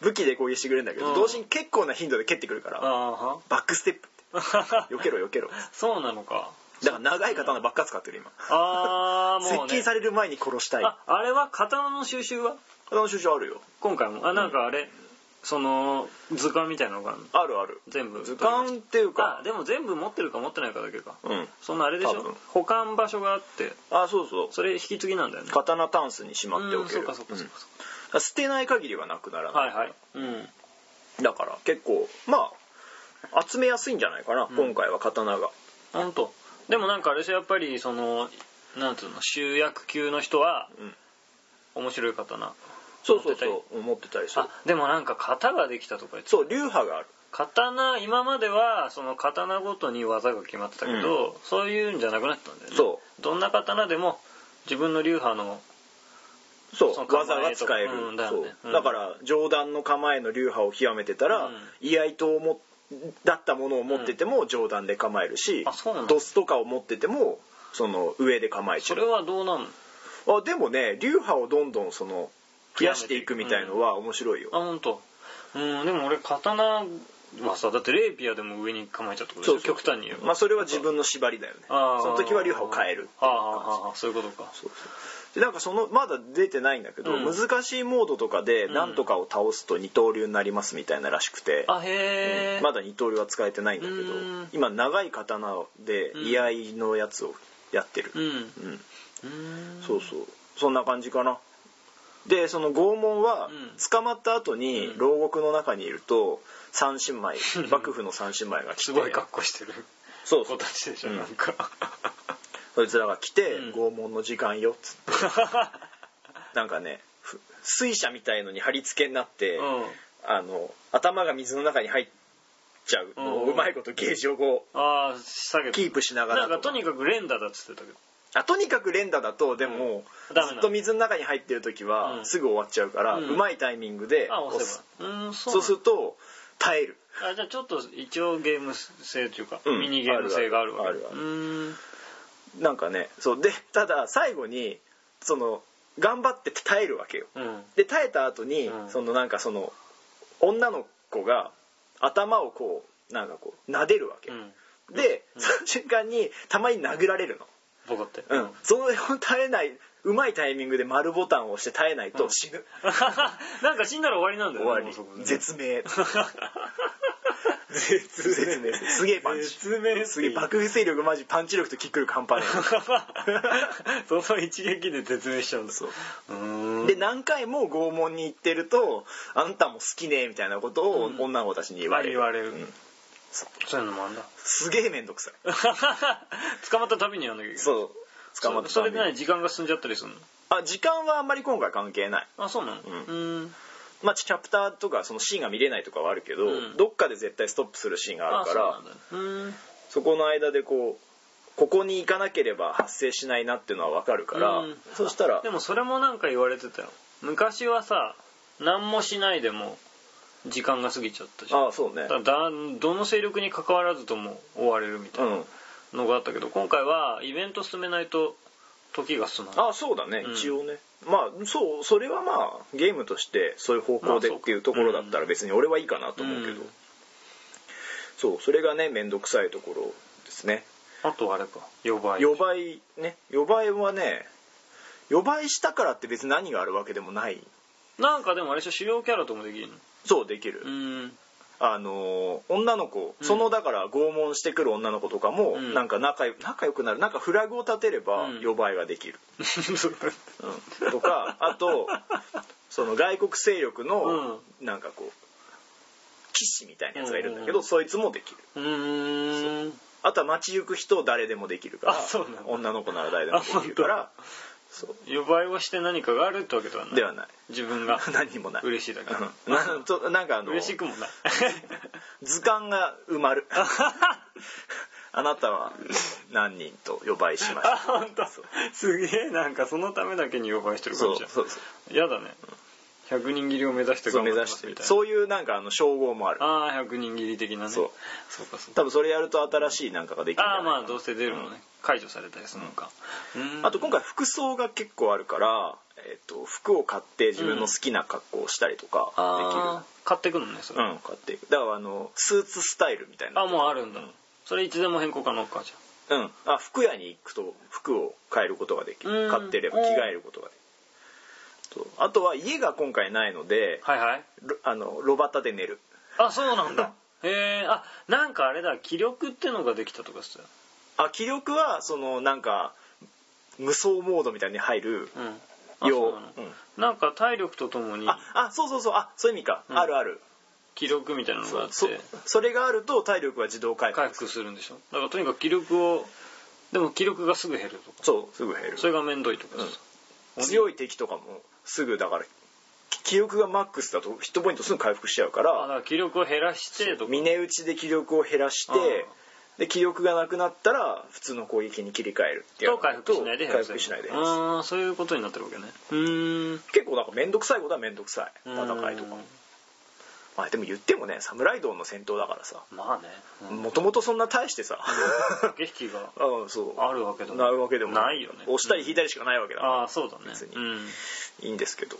Speaker 1: 武器で攻撃してくれるんだけど、
Speaker 2: うん
Speaker 1: 同心結構な頻度で蹴ってくるから
Speaker 2: あ
Speaker 1: バックステップ
Speaker 2: あ は
Speaker 1: 避けろ避けろ
Speaker 2: そうなのか
Speaker 1: だから長い刀ばっか使ってる今、
Speaker 2: ああもう、ね、
Speaker 1: 接近される前に殺したい
Speaker 2: ああれは刀の収集は
Speaker 1: 刀の収集あるよ
Speaker 2: 今回もあなんかあれ、その図鑑みたいなのがあるの
Speaker 1: あるある
Speaker 2: 全部
Speaker 1: 図鑑っていう
Speaker 2: あ
Speaker 1: か
Speaker 2: でも全部持ってるか持ってないかだけか
Speaker 1: うん
Speaker 2: そんなあれでし
Speaker 1: 多
Speaker 2: ょ
Speaker 1: 分
Speaker 2: 保管場所があって
Speaker 1: あそうそう
Speaker 2: それ引き継ぎなんだよね
Speaker 1: 刀タンスにしまってお
Speaker 2: うん
Speaker 1: ける
Speaker 2: そうかそうかそう
Speaker 1: うん
Speaker 2: か
Speaker 1: だから捨てない限りはなくならない、
Speaker 2: はいはいうん
Speaker 1: だから結構まあ集めやすいんじゃないかな、
Speaker 2: ん
Speaker 1: 今回は刀が
Speaker 2: 本当でもなんかあれでしょやっぱりそのなんつうの主役級の人は
Speaker 1: うん
Speaker 2: 面白い刀
Speaker 1: そうそう
Speaker 2: 持って
Speaker 1: そう持ってたりする
Speaker 2: あでもなんか型ができたとか言ってた
Speaker 1: そう流派がある
Speaker 2: 刀今まではその刀ごとに技が決まってたけど、そういうんじゃなくなったんだよね
Speaker 1: そ
Speaker 2: どんな刀でも自分の流派の
Speaker 1: そう
Speaker 2: その構えと
Speaker 1: 技が使える、
Speaker 2: うんだよね
Speaker 1: そううんだから上段の構えの流派を極めてたら、
Speaker 2: うん
Speaker 1: 居合刀をもだったものを持ってても上段で構えるし、
Speaker 2: あそうなんだ
Speaker 1: ドスとかを持っててもその上で構えち
Speaker 2: そ
Speaker 1: ゃ
Speaker 2: れ
Speaker 1: う
Speaker 2: はどうなん
Speaker 1: あでもね流派をどんどんその増やしていくみたいのは面白いよ、
Speaker 2: あ本当。うんでも俺刀はさだってレイピアでも上に構えちゃうってこと
Speaker 1: そう
Speaker 2: でしょ極端に言えば
Speaker 1: まあ、それは自分の縛りだよね
Speaker 2: あー
Speaker 1: その時は流派を変える
Speaker 2: あーあーあーそういうことか
Speaker 1: そうそうでなんかそのまだ出てないんだけど、
Speaker 2: うん
Speaker 1: 難しいモードとかで
Speaker 2: ん
Speaker 1: 何とかを倒すと二刀流になりますみたいならしくて、
Speaker 2: あへえ、
Speaker 1: まだ二刀流は使えてないんだけど
Speaker 2: うん
Speaker 1: 今長い刀で
Speaker 2: うん
Speaker 1: 居合のやつをやってる
Speaker 2: う、ん
Speaker 1: うん
Speaker 2: うん
Speaker 1: そうそうそんな感じかなでその拷問は
Speaker 2: うん
Speaker 1: 捕まった後に
Speaker 2: うん
Speaker 1: 牢獄の中にいると三姉妹幕府の三姉妹が来て
Speaker 2: すごい格好してる
Speaker 1: そうそ
Speaker 2: 子
Speaker 1: う
Speaker 2: たちでしょ、
Speaker 1: うん
Speaker 2: なん か
Speaker 1: そいつらが来て
Speaker 2: うん
Speaker 1: 拷問の時間よっつってなんかねふ水車みたいのに貼り付けになって、
Speaker 2: うん
Speaker 1: あの頭が水の中に入っちゃうのを
Speaker 2: うん
Speaker 1: うまいことゲージをこ
Speaker 2: ああ下げ
Speaker 1: う
Speaker 2: て
Speaker 1: キープしながら
Speaker 2: なんかとにかく連打だっつってたけど
Speaker 1: あとにかく連打だとでも、
Speaker 2: うんダメなの
Speaker 1: ずっと水の中に入ってる時
Speaker 2: う
Speaker 1: は
Speaker 2: ん
Speaker 1: すぐ終わっちゃうから、
Speaker 2: う
Speaker 1: うんまいタイミングで
Speaker 2: あ
Speaker 1: 押
Speaker 2: 押せ
Speaker 1: す
Speaker 2: ばうんそう
Speaker 1: そうす
Speaker 2: なん
Speaker 1: ると耐える
Speaker 2: だあじゃあちょっと一応ゲーム性というか、
Speaker 1: うん
Speaker 2: ミニゲーム性があるわけ
Speaker 1: あるあるある
Speaker 2: うーん
Speaker 1: なんかねそうでただ最後にその頑張って耐えるわけよ
Speaker 2: うん
Speaker 1: で耐えた後に、
Speaker 2: うん
Speaker 1: そのなんかその女の子が頭をこうなんかこう撫でるわけ、
Speaker 2: うん
Speaker 1: で、
Speaker 2: うん
Speaker 1: その瞬間にたまに殴られるの
Speaker 2: ボコって
Speaker 1: うん、その耐えないうまいタイミングで丸ボタンを押して耐えないと死ぬ、
Speaker 2: なんか死んだら終わりなんだ
Speaker 1: 終
Speaker 2: よね
Speaker 1: わ
Speaker 2: も
Speaker 1: り
Speaker 2: うそこでね
Speaker 1: 絶命 絶命すげえパンチ
Speaker 2: 絶命
Speaker 1: すげえ爆風力マジパンチ力とキック力半端ね
Speaker 2: その一撃で絶命しちゃうんだ
Speaker 1: そう
Speaker 2: うー
Speaker 1: え
Speaker 2: ん
Speaker 1: で何回も拷問に行ってると「あんたも好きね」みたいなことを
Speaker 2: うん
Speaker 1: 女の子たちに言われる、
Speaker 2: まあ言われる
Speaker 1: うん
Speaker 2: そういうのもあんだ
Speaker 1: すげえ面倒くさい
Speaker 2: 捕まったたびにやんなきゃいけない
Speaker 1: そう捕まっ
Speaker 2: そ
Speaker 1: た
Speaker 2: それで
Speaker 1: ため
Speaker 2: ね
Speaker 1: に
Speaker 2: 時間が進んじゃったりするの
Speaker 1: あ時間はあんまり今回関係ない
Speaker 2: あそうなのう
Speaker 1: うん
Speaker 2: ーん
Speaker 1: まあチャプターとかそのシーンが見れないとかはあるけど、
Speaker 2: うん
Speaker 1: どっかで絶対ストップするシーンがあるから
Speaker 2: あそうなんだうーん
Speaker 1: そこの間でこうここに行かなければ発生しないなっていうのは分かるから、
Speaker 2: うん
Speaker 1: そしたら
Speaker 2: でもそれもなんか言われてたよ昔はさ何もしないでも時間が過ぎちゃったじゃん
Speaker 1: ああそうね
Speaker 2: だだどの勢力に関わらずとも追われるみた
Speaker 1: う
Speaker 2: いなんのがあったけど今回はイベント進めないと時が進まない
Speaker 1: ああそうだね、
Speaker 2: うん
Speaker 1: 一応ねまあそうそれはまあゲームとしてそういう方向で
Speaker 2: まあそう
Speaker 1: っ
Speaker 2: か
Speaker 1: ていうところだったら別に俺はいいかなと思うけど、
Speaker 2: うん
Speaker 1: そうそれがね面倒くさいところですね
Speaker 2: あとあれか4倍
Speaker 1: 予売ね予売はね予売したからって別に何があるわけでもない
Speaker 2: なんかでもあれでしょ主要キャラともできるの
Speaker 1: そうできる、
Speaker 2: うん
Speaker 1: あのー女の子
Speaker 2: うん
Speaker 1: そのだから拷問してくる女の子とかも、
Speaker 2: うん
Speaker 1: なんか仲よ仲良くなるなんかフラグを立てれば
Speaker 2: うん
Speaker 1: 予売ができる、
Speaker 2: そう
Speaker 1: うんとかあとその外国勢力のなんかこう騎士みたいなやつがいるんだけ
Speaker 2: うんうんう
Speaker 1: ど、
Speaker 2: ん
Speaker 1: そいつもできる
Speaker 2: うーん
Speaker 1: あとは街行く人誰でもできるか
Speaker 2: あ
Speaker 1: ら
Speaker 2: そうなんだ
Speaker 1: 女の子なら誰でもできるからそう
Speaker 2: 予売をして何かがあるってわけではない
Speaker 1: ではない
Speaker 2: 自分が
Speaker 1: 何にもない
Speaker 2: 嬉しいだけ
Speaker 1: うんなんとなんかあの
Speaker 2: 嬉しく もない
Speaker 1: 図鑑が埋まる あなたは何人と呼ばいしました
Speaker 2: あ本当すげえなんかそのためだけに予売してる感
Speaker 1: そう
Speaker 2: じ
Speaker 1: そ
Speaker 2: じゃ
Speaker 1: うんそう
Speaker 2: やだね100人切りを目指して
Speaker 1: そう
Speaker 2: 頑
Speaker 1: 目
Speaker 2: 張ってま
Speaker 1: 指し
Speaker 2: す
Speaker 1: て
Speaker 2: み
Speaker 1: る
Speaker 2: たいな
Speaker 1: そういうなんかあの称号もある
Speaker 2: ああ100人切り的なね
Speaker 1: そう
Speaker 2: そうかそうか
Speaker 1: 多分それやると新しいなんかができるんじゃな
Speaker 2: ああ
Speaker 1: いかな
Speaker 2: まあどうせ出るもね、解除されたりするのか、うん
Speaker 1: あと今回服装が結構あるから、えっと服を買って自分の好きな格好をしたりとか
Speaker 2: あー買ってくるのね
Speaker 1: で
Speaker 2: そ
Speaker 1: きる
Speaker 2: れ、
Speaker 1: うん買っていくだからあのスーツスタイルみたいな
Speaker 2: あもうあるんだ、それいつでも変更可能かじゃあ
Speaker 1: うんあ服屋に行くと服を買えることができ
Speaker 2: う
Speaker 1: る
Speaker 2: ん
Speaker 1: 買ってれば着替えることができるそうあとは家が今回ないので
Speaker 2: はいはい
Speaker 1: ロあのロバタで寝る
Speaker 2: あそうなんだへえあなんかあれだ気力ってのができたとかさ
Speaker 1: あ気力はそのなんか無双モードみたいに入る
Speaker 2: うんあ
Speaker 1: よ
Speaker 2: そう
Speaker 1: う
Speaker 2: なの、
Speaker 1: うん
Speaker 2: なんか体力とともに
Speaker 1: ああそうそうそうあそういう意味か、
Speaker 2: うん
Speaker 1: あるある
Speaker 2: 気力みたいなのがあっ
Speaker 1: そ
Speaker 2: て
Speaker 1: それがあると体力は自動回復
Speaker 2: 回復するんでしょだからとにかく気力をでも気力がすぐ減るとか
Speaker 1: そうすぐ減る
Speaker 2: それが面倒いとかさ、
Speaker 1: 強い敵とかもすぐだからき気力がマックスだとヒットポイントすぐ回復しちゃうか
Speaker 2: あだからら気力を減らしてとか
Speaker 1: 峰打ちで気力を減らして
Speaker 2: あ
Speaker 1: で気力がなくなったら普通の攻撃に切り替えるってやるの
Speaker 2: と回復しないで減
Speaker 1: 回
Speaker 2: らせ
Speaker 1: 復
Speaker 2: る
Speaker 1: しないで減らす
Speaker 2: ああそういうことになってるわけねうーん
Speaker 1: 結構なんか面倒くさいことは面倒くさい戦いとか
Speaker 2: うん
Speaker 1: まあでも言ってもね侍道の戦闘だからさ
Speaker 2: まあね、うん、
Speaker 1: もともとそんな大してさ
Speaker 2: 駆け引きが
Speaker 1: ああそう
Speaker 2: あるわけでも
Speaker 1: なるわけでも
Speaker 2: ないよね
Speaker 1: 押したり引いたりしかないわけだから
Speaker 2: ああそうだね
Speaker 1: 別に
Speaker 2: うん
Speaker 1: いいんですけど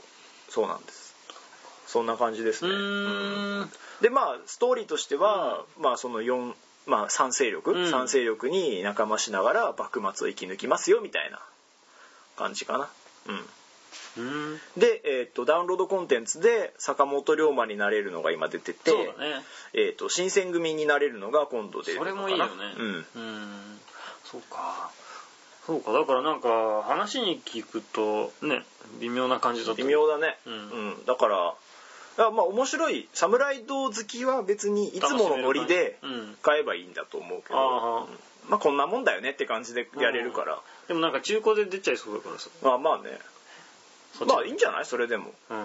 Speaker 1: そうなんですそんな感じですね
Speaker 2: うーん
Speaker 1: でまあストーリーとしては、まあその4まあ、3勢力、
Speaker 2: うん
Speaker 1: 三勢力に仲間しながら幕末を生き抜きますよみたいな感じかな、う
Speaker 2: うん
Speaker 1: ん、で、えー、とダウンロードコンテンツで坂本龍馬になれるのが今出てて、
Speaker 2: そうだね
Speaker 1: えー、と新選組になれるのが今度出る
Speaker 2: そ
Speaker 1: の
Speaker 2: れ
Speaker 1: かな
Speaker 2: もいいよね
Speaker 1: うん、
Speaker 2: んそうかそうかだからなんか話に聞くとね微妙な感じだった
Speaker 1: 微妙だね、
Speaker 2: う
Speaker 1: うんんだからあまあ面白い侍道好きは別にいつものノリで
Speaker 2: 楽しめる感じうん
Speaker 1: 買えばいいんだと思うけど、
Speaker 2: ああ
Speaker 1: うんまあこんなもんだよねって感じでやれるから、
Speaker 2: でもなんか中古で出ちゃいそうだからさ
Speaker 1: まあまあねまあいいんじゃないそれでも
Speaker 2: うん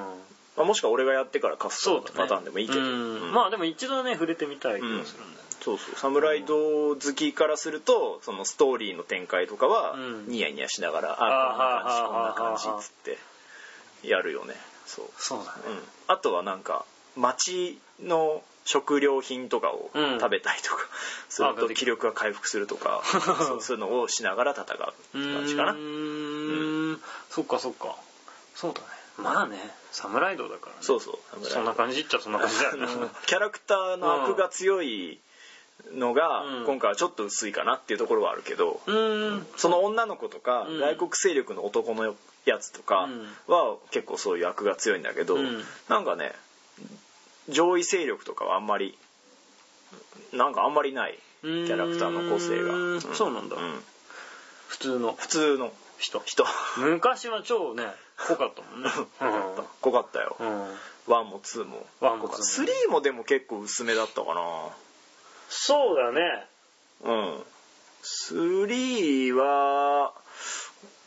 Speaker 1: まあ、もしくは俺がやってから貸す
Speaker 2: そうだ
Speaker 1: と
Speaker 2: ね
Speaker 1: パターンでもいいけど、
Speaker 2: うん
Speaker 1: うん
Speaker 2: まあでも一度ね触れてみたい気がするんだよね、
Speaker 1: そうそうサムライド好きからするとそのストーリーの展開とかは
Speaker 2: うん
Speaker 1: ニヤニヤしながら、
Speaker 2: あー
Speaker 1: あこんな感じ
Speaker 2: は
Speaker 1: こ
Speaker 2: あ
Speaker 1: んな感じっつってやるよねそう、
Speaker 2: そうだね
Speaker 1: うん、あとはなんか町の食料品とかを
Speaker 2: うん
Speaker 1: 食べたりとか、する
Speaker 2: あ出
Speaker 1: と
Speaker 2: てきた
Speaker 1: 気力が回復すると かそうそういうのをしながら戦うって感じかな
Speaker 2: うーんそっかそっかそうだねまあね侍道だからね
Speaker 1: そうそう
Speaker 2: そんな感じっちゃそんな感じだよね
Speaker 1: あのキャラクターの悪が強いのが、
Speaker 2: うん
Speaker 1: 今回はちょっと薄いかなっていうところはあるけど、
Speaker 2: うーん
Speaker 1: その女の子とか、
Speaker 2: うん
Speaker 1: 外国勢力の男のやつとかは結構そういう悪が強いんだけど、
Speaker 2: うん
Speaker 1: なんかね上位勢力とかはあんまりなんかあんまりない
Speaker 2: キ
Speaker 1: キャラクターの個性が、うん
Speaker 2: そうなんだ、
Speaker 1: うん
Speaker 2: 普通の
Speaker 1: 普通の
Speaker 2: 人
Speaker 1: 人
Speaker 2: 昔は超ね濃かったも んね
Speaker 1: 濃かったよ、
Speaker 2: うん、うん
Speaker 1: ワン1も2も
Speaker 2: ワンもツーもね
Speaker 1: 3もでも結構薄めだったかな
Speaker 2: そうだね
Speaker 1: うん。3は、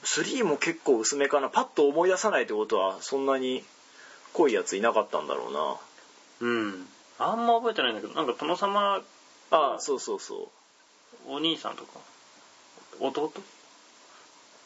Speaker 1: 3も結構薄めかな。パッと思い出さないってことは、そんなに濃いやついなかったんだろうな。
Speaker 2: うんあんま覚えてないんだけどなんか殿様
Speaker 1: あ
Speaker 2: う
Speaker 1: あ、
Speaker 2: ん
Speaker 1: そうそうそう。
Speaker 2: お兄さんとか弟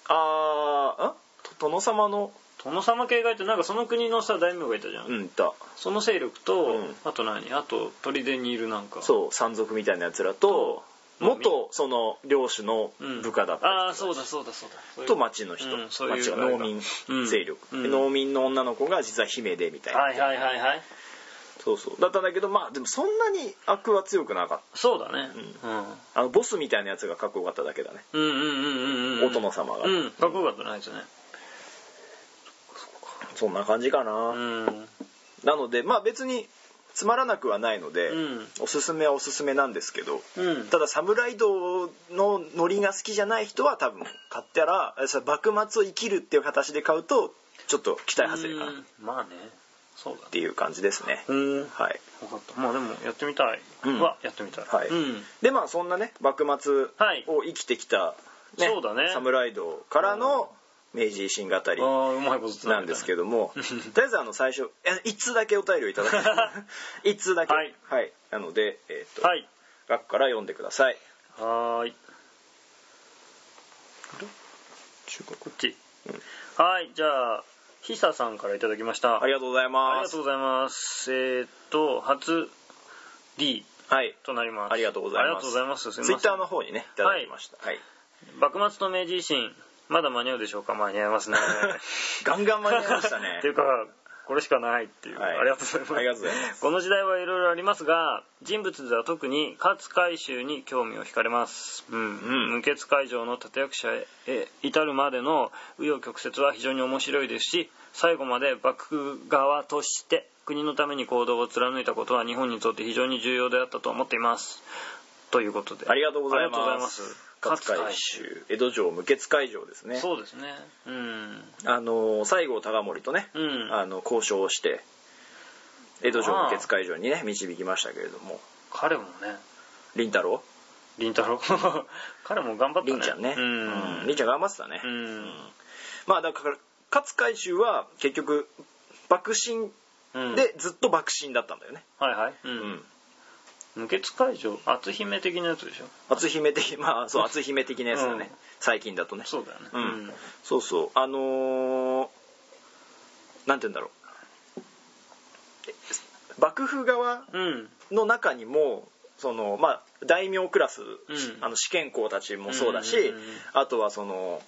Speaker 1: ああ、んと殿様の、
Speaker 2: 殿様系がいてなんかその国のさ大名がいたじゃん、
Speaker 1: うん、いた。
Speaker 2: その勢力と、
Speaker 1: うん
Speaker 2: あと何あと砦にいるなんか
Speaker 1: そう、山賊みたいなやつらと、
Speaker 2: うん
Speaker 1: 元、その、領主の
Speaker 2: うん
Speaker 1: 部下だった人
Speaker 2: ああそうだそうだそうだそういう
Speaker 1: と町の人、
Speaker 2: うん
Speaker 1: 町
Speaker 2: そういう
Speaker 1: が農民
Speaker 2: うん
Speaker 1: 勢力、で
Speaker 2: うん
Speaker 1: 農民の女の子が実は姫でみたいな、
Speaker 2: はいはいはいはい
Speaker 1: そうそうだったんだけどまあでもそんなに悪は強くなかった
Speaker 2: そうだね、
Speaker 1: う
Speaker 2: うん
Speaker 1: あのボスみたいなやつがかっこよかっただけだね、
Speaker 2: うん、うんうんうんうん
Speaker 1: お殿様が、
Speaker 2: うんかっこよかったねあいつね
Speaker 1: そんな感じかな、
Speaker 2: うん
Speaker 1: なのでまあ別につまらなくはないので、
Speaker 2: うん
Speaker 1: おすすめはおすすめなんですけど
Speaker 2: うん
Speaker 1: ただサムライドのノリが好きじゃない人は多分買ったらえそれ幕末を生きるっていう形で買うとちょっと期待外れかなっ
Speaker 2: うんまあねそうだね
Speaker 1: ていう感じですね、
Speaker 2: うん
Speaker 1: はい
Speaker 2: 分かったまあでもやってみたい
Speaker 1: うん
Speaker 2: はやってみたい
Speaker 1: はい
Speaker 2: うん
Speaker 1: でまあそんなね幕末
Speaker 2: はい
Speaker 1: を生きてきた、ね
Speaker 2: そうだね
Speaker 1: サムライドからの明治維新語り
Speaker 2: ああうまいことつ
Speaker 1: なんですけ
Speaker 2: ど
Speaker 1: ど も、とりあえずあの最初え一通だけお便りをいただきました一通だけ
Speaker 2: はい
Speaker 1: なので、えーと
Speaker 2: はい
Speaker 1: 学から読んでください
Speaker 2: はーい
Speaker 1: 中国
Speaker 2: こっちはいじゃあひささんからいただきました
Speaker 1: ありがとうござい
Speaker 2: あり
Speaker 1: ま
Speaker 2: が
Speaker 1: す
Speaker 2: とうございます。えーっと、初 D
Speaker 1: はい
Speaker 2: となります。
Speaker 1: ありがとうございます
Speaker 2: ありがとうございます。すい
Speaker 1: ツイ
Speaker 2: ません
Speaker 1: ッターの方にねいただきました、はい
Speaker 2: 幕末と明治維新、まだ間に合うでしょうか間に合いますね。
Speaker 1: ガンガ ン間に合いましたね
Speaker 2: っていうか、これしかないっていう。
Speaker 1: はい
Speaker 2: ありがとうございます。
Speaker 1: ありがとうございます
Speaker 2: この時代はいろいろありますが、人物図は特に勝海舟に興味を惹かれます。うん。
Speaker 1: うん
Speaker 2: 無血会場の立役者へ至るまでの紆余曲折は非常に面白いですし、最後まで幕府側として国のために行動を貫いたことは日本にとって非常に重要であったと思っています。ということで。
Speaker 1: ありがとうござい
Speaker 2: ありがとうござい
Speaker 1: ま
Speaker 2: ますす。
Speaker 1: 勝海舟江戸城無血会場ですね
Speaker 2: そうですね。うん。
Speaker 1: あのー西郷隆盛とね、
Speaker 2: うん
Speaker 1: あの交渉をして江戸城無血会場にね導きましたけれども
Speaker 2: 彼もね、
Speaker 1: 凛太郎
Speaker 2: 凛太郎。 彼も頑張ったね。
Speaker 1: 凛ちゃんね、
Speaker 2: う。
Speaker 1: うんん凛ちゃん頑張ってたね、
Speaker 2: うん。
Speaker 1: まあだから勝海舟は結局幕臣
Speaker 2: うん、
Speaker 1: でずっと幕臣だったんだよね、
Speaker 2: はいはい。う。
Speaker 1: うん
Speaker 2: 無血会場、篤姫的なやつでしょ。
Speaker 1: 篤姫的 まあそう篤姫的なやつだね、
Speaker 2: うん
Speaker 1: 最近だとね
Speaker 2: そうだよね。
Speaker 1: うんそうそうあのーなんて言うんだろう幕府側
Speaker 2: うん。うん。
Speaker 1: の中にもそのまあ大名クラス、あの試験校たちもそうだし、
Speaker 2: うんうんうんうん
Speaker 1: あとはその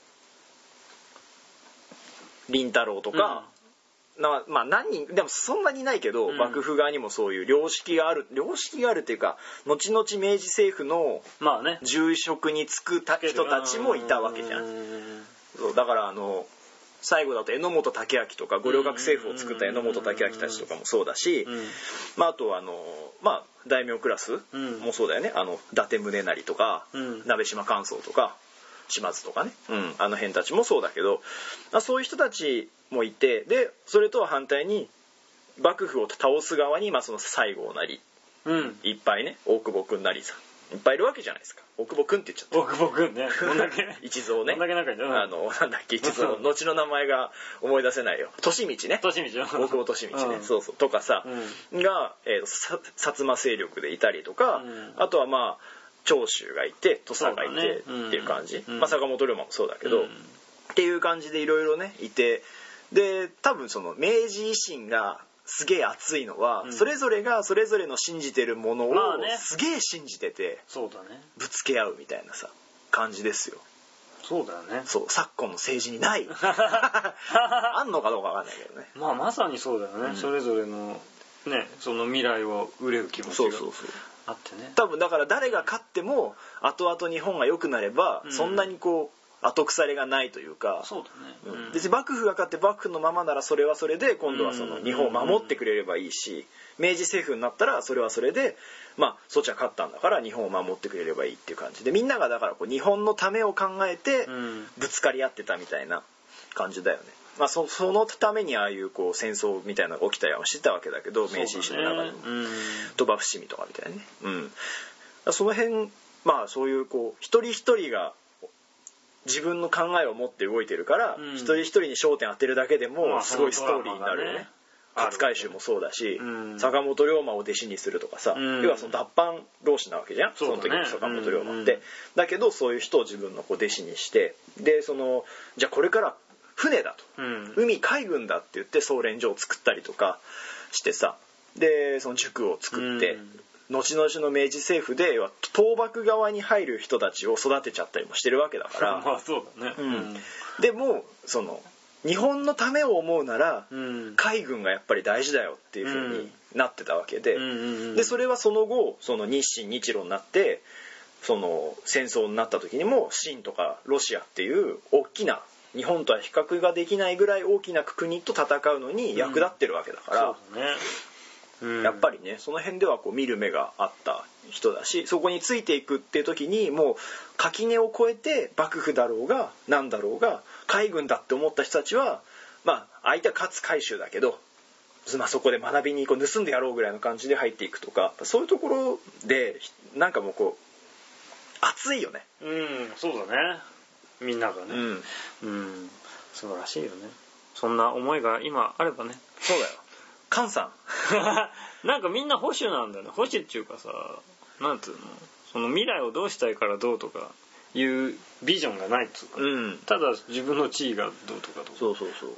Speaker 1: 凛太郎とか、なまあ何人でもそんなにないけど、
Speaker 2: うん
Speaker 1: 幕府側にもそういう良識がある良識があるっていうか後々明治政府の
Speaker 2: うん、まあね。
Speaker 1: 重職に就くた人たちもいたわけじゃ。
Speaker 2: うんん。
Speaker 1: そうだからあの最後だと榎本武明とか五稜郭政府を作った榎本武明たちとかもそうだし、
Speaker 2: うん。
Speaker 1: まあ、あとはあの、まあ、大名クラス
Speaker 2: うん
Speaker 1: もそうだよね、あの伊達宗成とか、
Speaker 2: うん
Speaker 1: 鍋島寛宗とか島津とかね、うん、あの辺たちもそうだけど、まあ、そういう人たちもいてでそれとは反対に幕府を倒す側に、まあ、その西郷なり
Speaker 2: うん。
Speaker 1: いっぱいね大久保君なりさいっぱいいるわけじゃないですか大久保くんって言っちゃった
Speaker 2: 僕 僕ねこんだけ
Speaker 1: 一蔵ね
Speaker 2: こんだけ仲いいんだよ
Speaker 1: あのなんだっけ一 蔵後の名前が思い出せないよ利道ね
Speaker 2: 年見ちゃう
Speaker 1: 大久保利道ね、
Speaker 2: うん
Speaker 1: そうそうとかさ、が、えーとさ薩摩勢力でいたりとか、
Speaker 2: うん
Speaker 1: あとはまあ長州がいて土佐がいて、
Speaker 2: そうだねうん
Speaker 1: っていう感じ、
Speaker 2: うん
Speaker 1: まあ、坂本龍馬もそうだけど、
Speaker 2: うん
Speaker 1: っていう感じでいろいろねいてで多分その明治維新がすげえ熱いのは、
Speaker 2: うん
Speaker 1: それぞれがそれぞれの信じてるものを
Speaker 2: まあね
Speaker 1: すげえ信じてて
Speaker 2: そうだね
Speaker 1: ぶつけ合うみたいなさ感じですよ
Speaker 2: そうだよね
Speaker 1: そう昨今の政治に ない あんのかどうかわかんないけどね
Speaker 2: まあまさにそうだよね、
Speaker 1: うん
Speaker 2: それぞれのねその未来を憂う気持ち
Speaker 1: そう
Speaker 2: が
Speaker 1: そうそう
Speaker 2: あってね
Speaker 1: 多分だから誰が勝っても後々日本が良くなれば、
Speaker 2: うん
Speaker 1: そんなにこう後腐れがないというか
Speaker 2: そうだね、
Speaker 1: うん別に幕府が勝って幕府のままならそれはそれで今度はその
Speaker 2: うん
Speaker 1: 日本を守ってくれればいいし明治政府になったらそれはそれでまあそっちは勝ったんだから日本を守ってくれればいいっていう感じでみんながだからこう日本のためを考えて
Speaker 2: うん
Speaker 1: ぶつかり合ってたみたいな感じだよね。まあ、そそのためにああいうこう戦争みたいなのが起きたりはしてたわけだけど明治維新の中でも。
Speaker 2: うん
Speaker 1: 鳥羽伏見とかみたいなね、うん、その辺まあそういうこう一人一人が自分の考えを持って動いてるから、
Speaker 2: うん
Speaker 1: 一人一人に焦点当てるだけで
Speaker 2: ま
Speaker 1: も
Speaker 2: あ
Speaker 1: すごいストーリーになるよね,、
Speaker 2: そのドラマがね
Speaker 1: 勝海舟もそうだし、
Speaker 2: うん
Speaker 1: 坂本龍馬を弟子にするとかさ、
Speaker 2: うん
Speaker 1: 要はその脱藩浪士なわけじゃん
Speaker 2: そう
Speaker 1: そ,、
Speaker 2: だね
Speaker 1: の時の坂本龍馬って、
Speaker 2: うん
Speaker 1: だけどそういう人を自分のこう弟子にしてでそのじゃあこれから船だと、
Speaker 2: うん
Speaker 1: 海海軍だって言って操練所を作ったりとかしてさでその塾を作って、
Speaker 2: うん
Speaker 1: 後々の明治政府で要は倒幕側に入る人たちを育てちゃったりもしてるわけだから、
Speaker 2: まあそうだね
Speaker 1: うんでもその日本のためを思うなら、
Speaker 2: うん
Speaker 1: 海軍がやっぱり大事だよっていう風になってたわけで、
Speaker 2: うんうんうん
Speaker 1: でそれはその後その日清日露になってその戦争になった時にも清とかロシアっていう大きな日本とは比較ができないぐらい大きな国と戦うのに役立ってるわけだから、
Speaker 2: そうだね、うん
Speaker 1: やっぱりねその辺ではこう見る目があった人だしそこについていくっていう時にもう垣根を越えて幕府だろうが何だろうが海軍だって思った人たちはまあ相手は勝海舟だけど、まあ、そこで学びにこう盗んでやろうぐらいの感じで入っていくとかそういうところでなんかもうこう熱いよね。
Speaker 2: うんそうだねみんながね
Speaker 1: うん、
Speaker 2: うん素晴らしいよねそんな思いが今あればね
Speaker 1: そうだよ菅さん
Speaker 2: なんかみんな保守なんだよね保守っていうかさなんつうのその未来をどうしたいからどうとかいうビジョンがないっつうか、
Speaker 1: うん
Speaker 2: ただ自分の地位がどうとかとか
Speaker 1: そうそうそう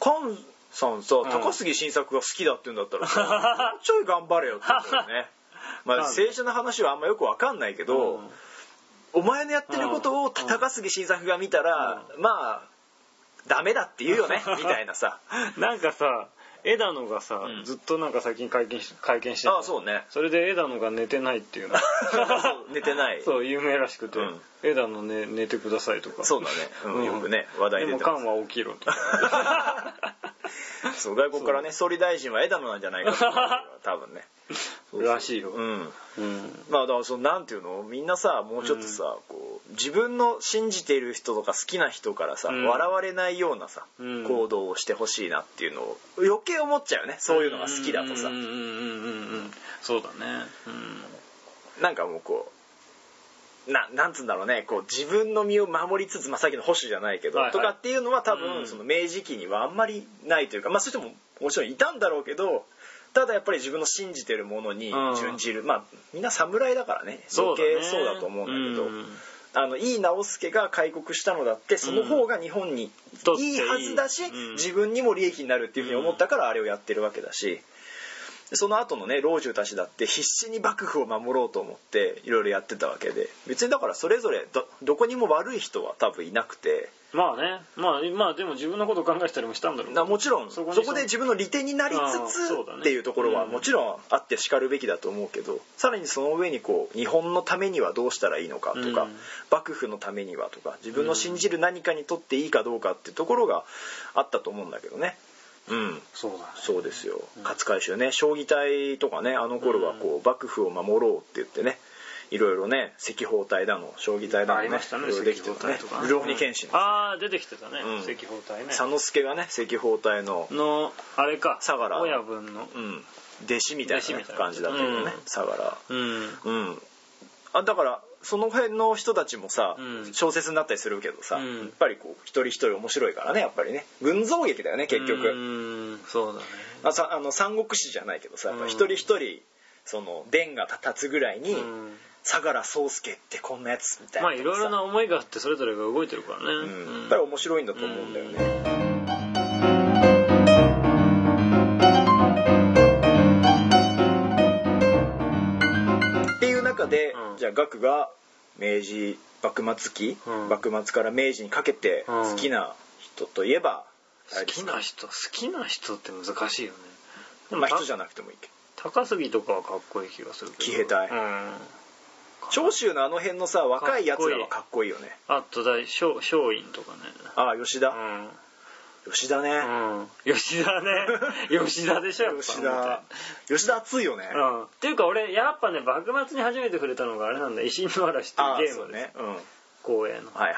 Speaker 1: 菅さんさ、
Speaker 2: ん
Speaker 1: 高杉晋作が好きだって言うんだったら さもうちょい頑張れよって思うよねまあ
Speaker 2: なんで
Speaker 1: 政治の話はあんまよくわかんないけど、
Speaker 2: うん
Speaker 1: お前のやってることを高杉晋作が見たら、まあダメだって言うよ ねみたいなさ
Speaker 2: なんかさ枝野がさ、
Speaker 1: うん
Speaker 2: ずっとなんか最近会見し会見して
Speaker 1: ああ
Speaker 2: う
Speaker 1: そう ね
Speaker 2: それで枝野が寝てないっ ていうの
Speaker 1: そう寝てない
Speaker 2: そう有名らしくて、
Speaker 1: うん
Speaker 2: 枝野、ね、寝てくださいとか
Speaker 1: そうだねうんよくね話題に
Speaker 2: で
Speaker 1: 出て
Speaker 2: も
Speaker 1: ます
Speaker 2: 缶は起きろとか
Speaker 1: そう外国からね総理大臣は枝野なんじゃないかって多分ねそうそう
Speaker 2: らしいよ、
Speaker 1: うん
Speaker 2: うん
Speaker 1: まあだからそのなんていうのみんなさもうちょっとさ、こう自分の信じている人とか好きな人からさ、
Speaker 2: うん
Speaker 1: 笑われないようなさ、
Speaker 2: うん
Speaker 1: 行動をしてほしいなっていうのを余計思っちゃうよねそういうのが好きだとさ、
Speaker 2: うんうんうんうんうんそうだね
Speaker 1: なんかもうこうななんつうんだろうねこう自分の身を守りつつ、まあ、さっきの保守じゃないけど、
Speaker 2: はいはい
Speaker 1: とかっていうのは多分、
Speaker 2: うん
Speaker 1: その明治期にはあんまりないというか、まあ、そういう人ももちろんいたんだろうけどただやっぱり自分の信じてるものに準じる、まあみんな侍だからね
Speaker 2: そ
Speaker 1: 余
Speaker 2: うだね
Speaker 1: 計そうだと思うんだけど。
Speaker 2: うん
Speaker 1: あのいい直輔が開国したのだってその方が日本に
Speaker 2: とっていい
Speaker 1: いいはずだし、
Speaker 2: うん
Speaker 1: 自分にも利益になるっていうふうに思ったからあれをやってるわけだしその後のね老中たちだって必死に幕府を守ろうと思っていろいろやってたわけで別にだからそれぞれどどこにも悪い人は多分いなくて
Speaker 2: まあねまあまあでも自分のことを考えたりもしたんだろう
Speaker 1: なもちろんそ
Speaker 2: そこ
Speaker 1: こ
Speaker 2: に
Speaker 1: で自分の利点になり
Speaker 2: あ
Speaker 1: つ
Speaker 2: ーそうだ
Speaker 1: つ
Speaker 2: ね
Speaker 1: っていうところは
Speaker 2: うん
Speaker 1: もちろんあってしかるべきだと思うけどさらにその上にこう日本のためにはどうしたらいいのかとか、
Speaker 2: うん
Speaker 1: 幕府のためにはとか自分の信じる何かにとっていいかどうかっていうところがあったと思うんだけどね。うん
Speaker 2: そうだね
Speaker 1: そうですよ勝海舟ね将棋隊とかねあの頃はこう幕府を守ろうって言ってねいろいろね赤報隊だの将棋隊だの
Speaker 2: あ
Speaker 1: ね
Speaker 2: りましたね
Speaker 1: いろいろできて
Speaker 2: 赤
Speaker 1: た
Speaker 2: 包
Speaker 1: ね
Speaker 2: 帯とか
Speaker 1: 流浪に剣心
Speaker 2: ああ出てきてたね
Speaker 1: うん
Speaker 2: 赤包帯ね
Speaker 1: 佐之助がね赤報隊の
Speaker 2: のあれか
Speaker 1: 相良
Speaker 2: 親分の
Speaker 1: うん、弟子みたいなね
Speaker 2: 弟子みたいな
Speaker 1: 感じだったけどね
Speaker 2: うん
Speaker 1: 相良
Speaker 2: うん
Speaker 1: うんあだからその辺の人たちもさ、
Speaker 2: うん
Speaker 1: 小説になったりするけどさ、
Speaker 2: うん
Speaker 1: やっぱりこう一人一人面白いからねやっぱりね群像劇だよね結局、
Speaker 2: うんそうだね
Speaker 1: あさあの三国志じゃないけどさやっぱ
Speaker 2: うん
Speaker 1: 一人一人その伝が立つぐらいに、
Speaker 2: うん
Speaker 1: 相良宗介ってこんなやつみたいな
Speaker 2: まあいろいろな思いがあってそれぞれが動いてるからね、
Speaker 1: うん、や
Speaker 2: うん
Speaker 1: っぱり面白いんだと思うんだよね、っていう中で、
Speaker 2: うん
Speaker 1: じゃあ岳が明治幕末期、
Speaker 2: うん
Speaker 1: 幕末から明治にかけて
Speaker 2: うん
Speaker 1: 好きな人といえば、あ
Speaker 2: 好
Speaker 1: れです
Speaker 2: き
Speaker 1: か
Speaker 2: な人好きな人って難しいよねでも
Speaker 1: まあ人じゃなくてもいいけど
Speaker 2: 高杉とかはかっこいい気がするけど
Speaker 1: 騎兵隊
Speaker 2: うん
Speaker 1: 長州のあの辺のさ若いやつらはかっこいいよね
Speaker 2: あとだ松松陰とかね
Speaker 1: ああ吉田、吉田ね、
Speaker 2: うん、うん、吉 田ね 吉田でしょやっぱ
Speaker 1: 吉田吉田熱いよね、
Speaker 2: うん、っていうか俺やっぱね幕末に初めて触れたのがあれなんだ石井の嵐って
Speaker 1: ああ
Speaker 2: いうゲー
Speaker 1: そ
Speaker 2: ム
Speaker 1: う
Speaker 2: です、
Speaker 1: ねうんはい
Speaker 2: 公演の
Speaker 1: はい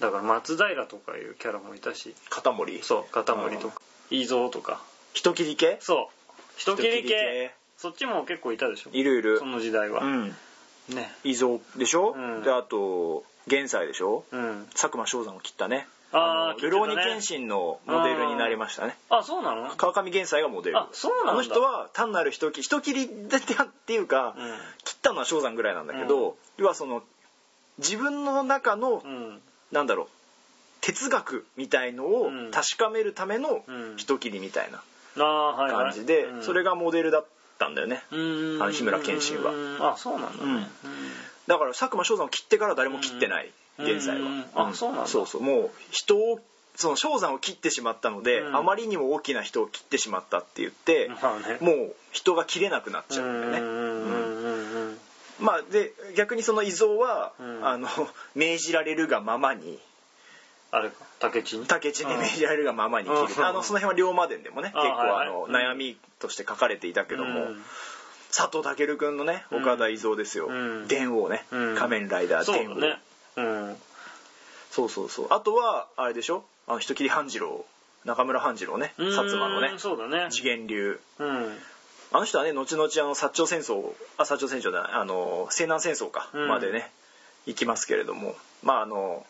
Speaker 2: だから松平とかいうキャラもいたし
Speaker 1: 片森
Speaker 2: そう片森とか伊蔵とか
Speaker 1: 人切り系
Speaker 2: そう人斬り系そっちも結構いたでしょ
Speaker 1: いるいる
Speaker 2: その時代は、
Speaker 1: うん
Speaker 2: ね
Speaker 1: 伊蔵でしょ、
Speaker 2: うん
Speaker 1: であと現在でしょ
Speaker 2: うん
Speaker 1: 佐久間翔山を切ったねの
Speaker 2: あー切
Speaker 1: ル
Speaker 2: ってたね
Speaker 1: ローニケンシンのモデルになりましたね
Speaker 2: あそうなの
Speaker 1: 川上源斎がモデル
Speaker 2: あそうなんだ
Speaker 1: あの人は単なる人切り人切りでってっていうか、
Speaker 2: うん
Speaker 1: 切ったのは翔山ぐらいなんだけど、
Speaker 2: うん
Speaker 1: 要はその自分の中の、
Speaker 2: うん
Speaker 1: なんだろう哲学みたいの
Speaker 2: う
Speaker 1: を
Speaker 2: ん
Speaker 1: 確かめるための
Speaker 2: うん
Speaker 1: 人切りみたいな
Speaker 2: あーはい、はい、
Speaker 1: 感じで、
Speaker 2: うん
Speaker 1: それがモデルだったんだよね、
Speaker 2: うん
Speaker 1: あの日村謙信は
Speaker 2: うんあそうなんだね、
Speaker 1: だから佐久間翔山を切ってから誰も切ってない、
Speaker 2: うん
Speaker 1: 現在は、
Speaker 2: うんあそうなんだ
Speaker 1: そうそうもう人をその翔山を切ってしまったので、
Speaker 2: うん
Speaker 1: あまりにも大きな人を切ってしまったって言って、
Speaker 2: まあね
Speaker 1: もう人が切れなくなっちゃうんだよね、
Speaker 2: うんうんうんうんうん
Speaker 1: まあで逆にその遺蔵は、
Speaker 2: うん
Speaker 1: あの 命じられるがままに
Speaker 2: あれか竹地に
Speaker 1: 竹地に命じられるがままに切る、
Speaker 2: うん
Speaker 1: あのその辺は龍馬伝でもね
Speaker 2: あ
Speaker 1: 結構あ
Speaker 2: はい
Speaker 1: の、
Speaker 2: はいうん
Speaker 1: 悩みとして書かれていたけども、
Speaker 2: うん
Speaker 1: 佐藤健君のね
Speaker 2: うん
Speaker 1: 岡田伊蔵ですよ、
Speaker 2: うん
Speaker 1: 伝王ね、
Speaker 2: うん
Speaker 1: 仮面ライダー
Speaker 2: そう
Speaker 1: 伝王
Speaker 2: だねうん
Speaker 1: そうそうそうあとはあれでしょあの人切り半次郎中村半次郎ね薩摩のね
Speaker 2: うんそうだね
Speaker 1: 次元流
Speaker 2: うん
Speaker 1: あの人はね後々あの薩長戦争あ薩長戦争じゃないあの西南戦争か、
Speaker 2: うん
Speaker 1: までね行きますけれどもまああの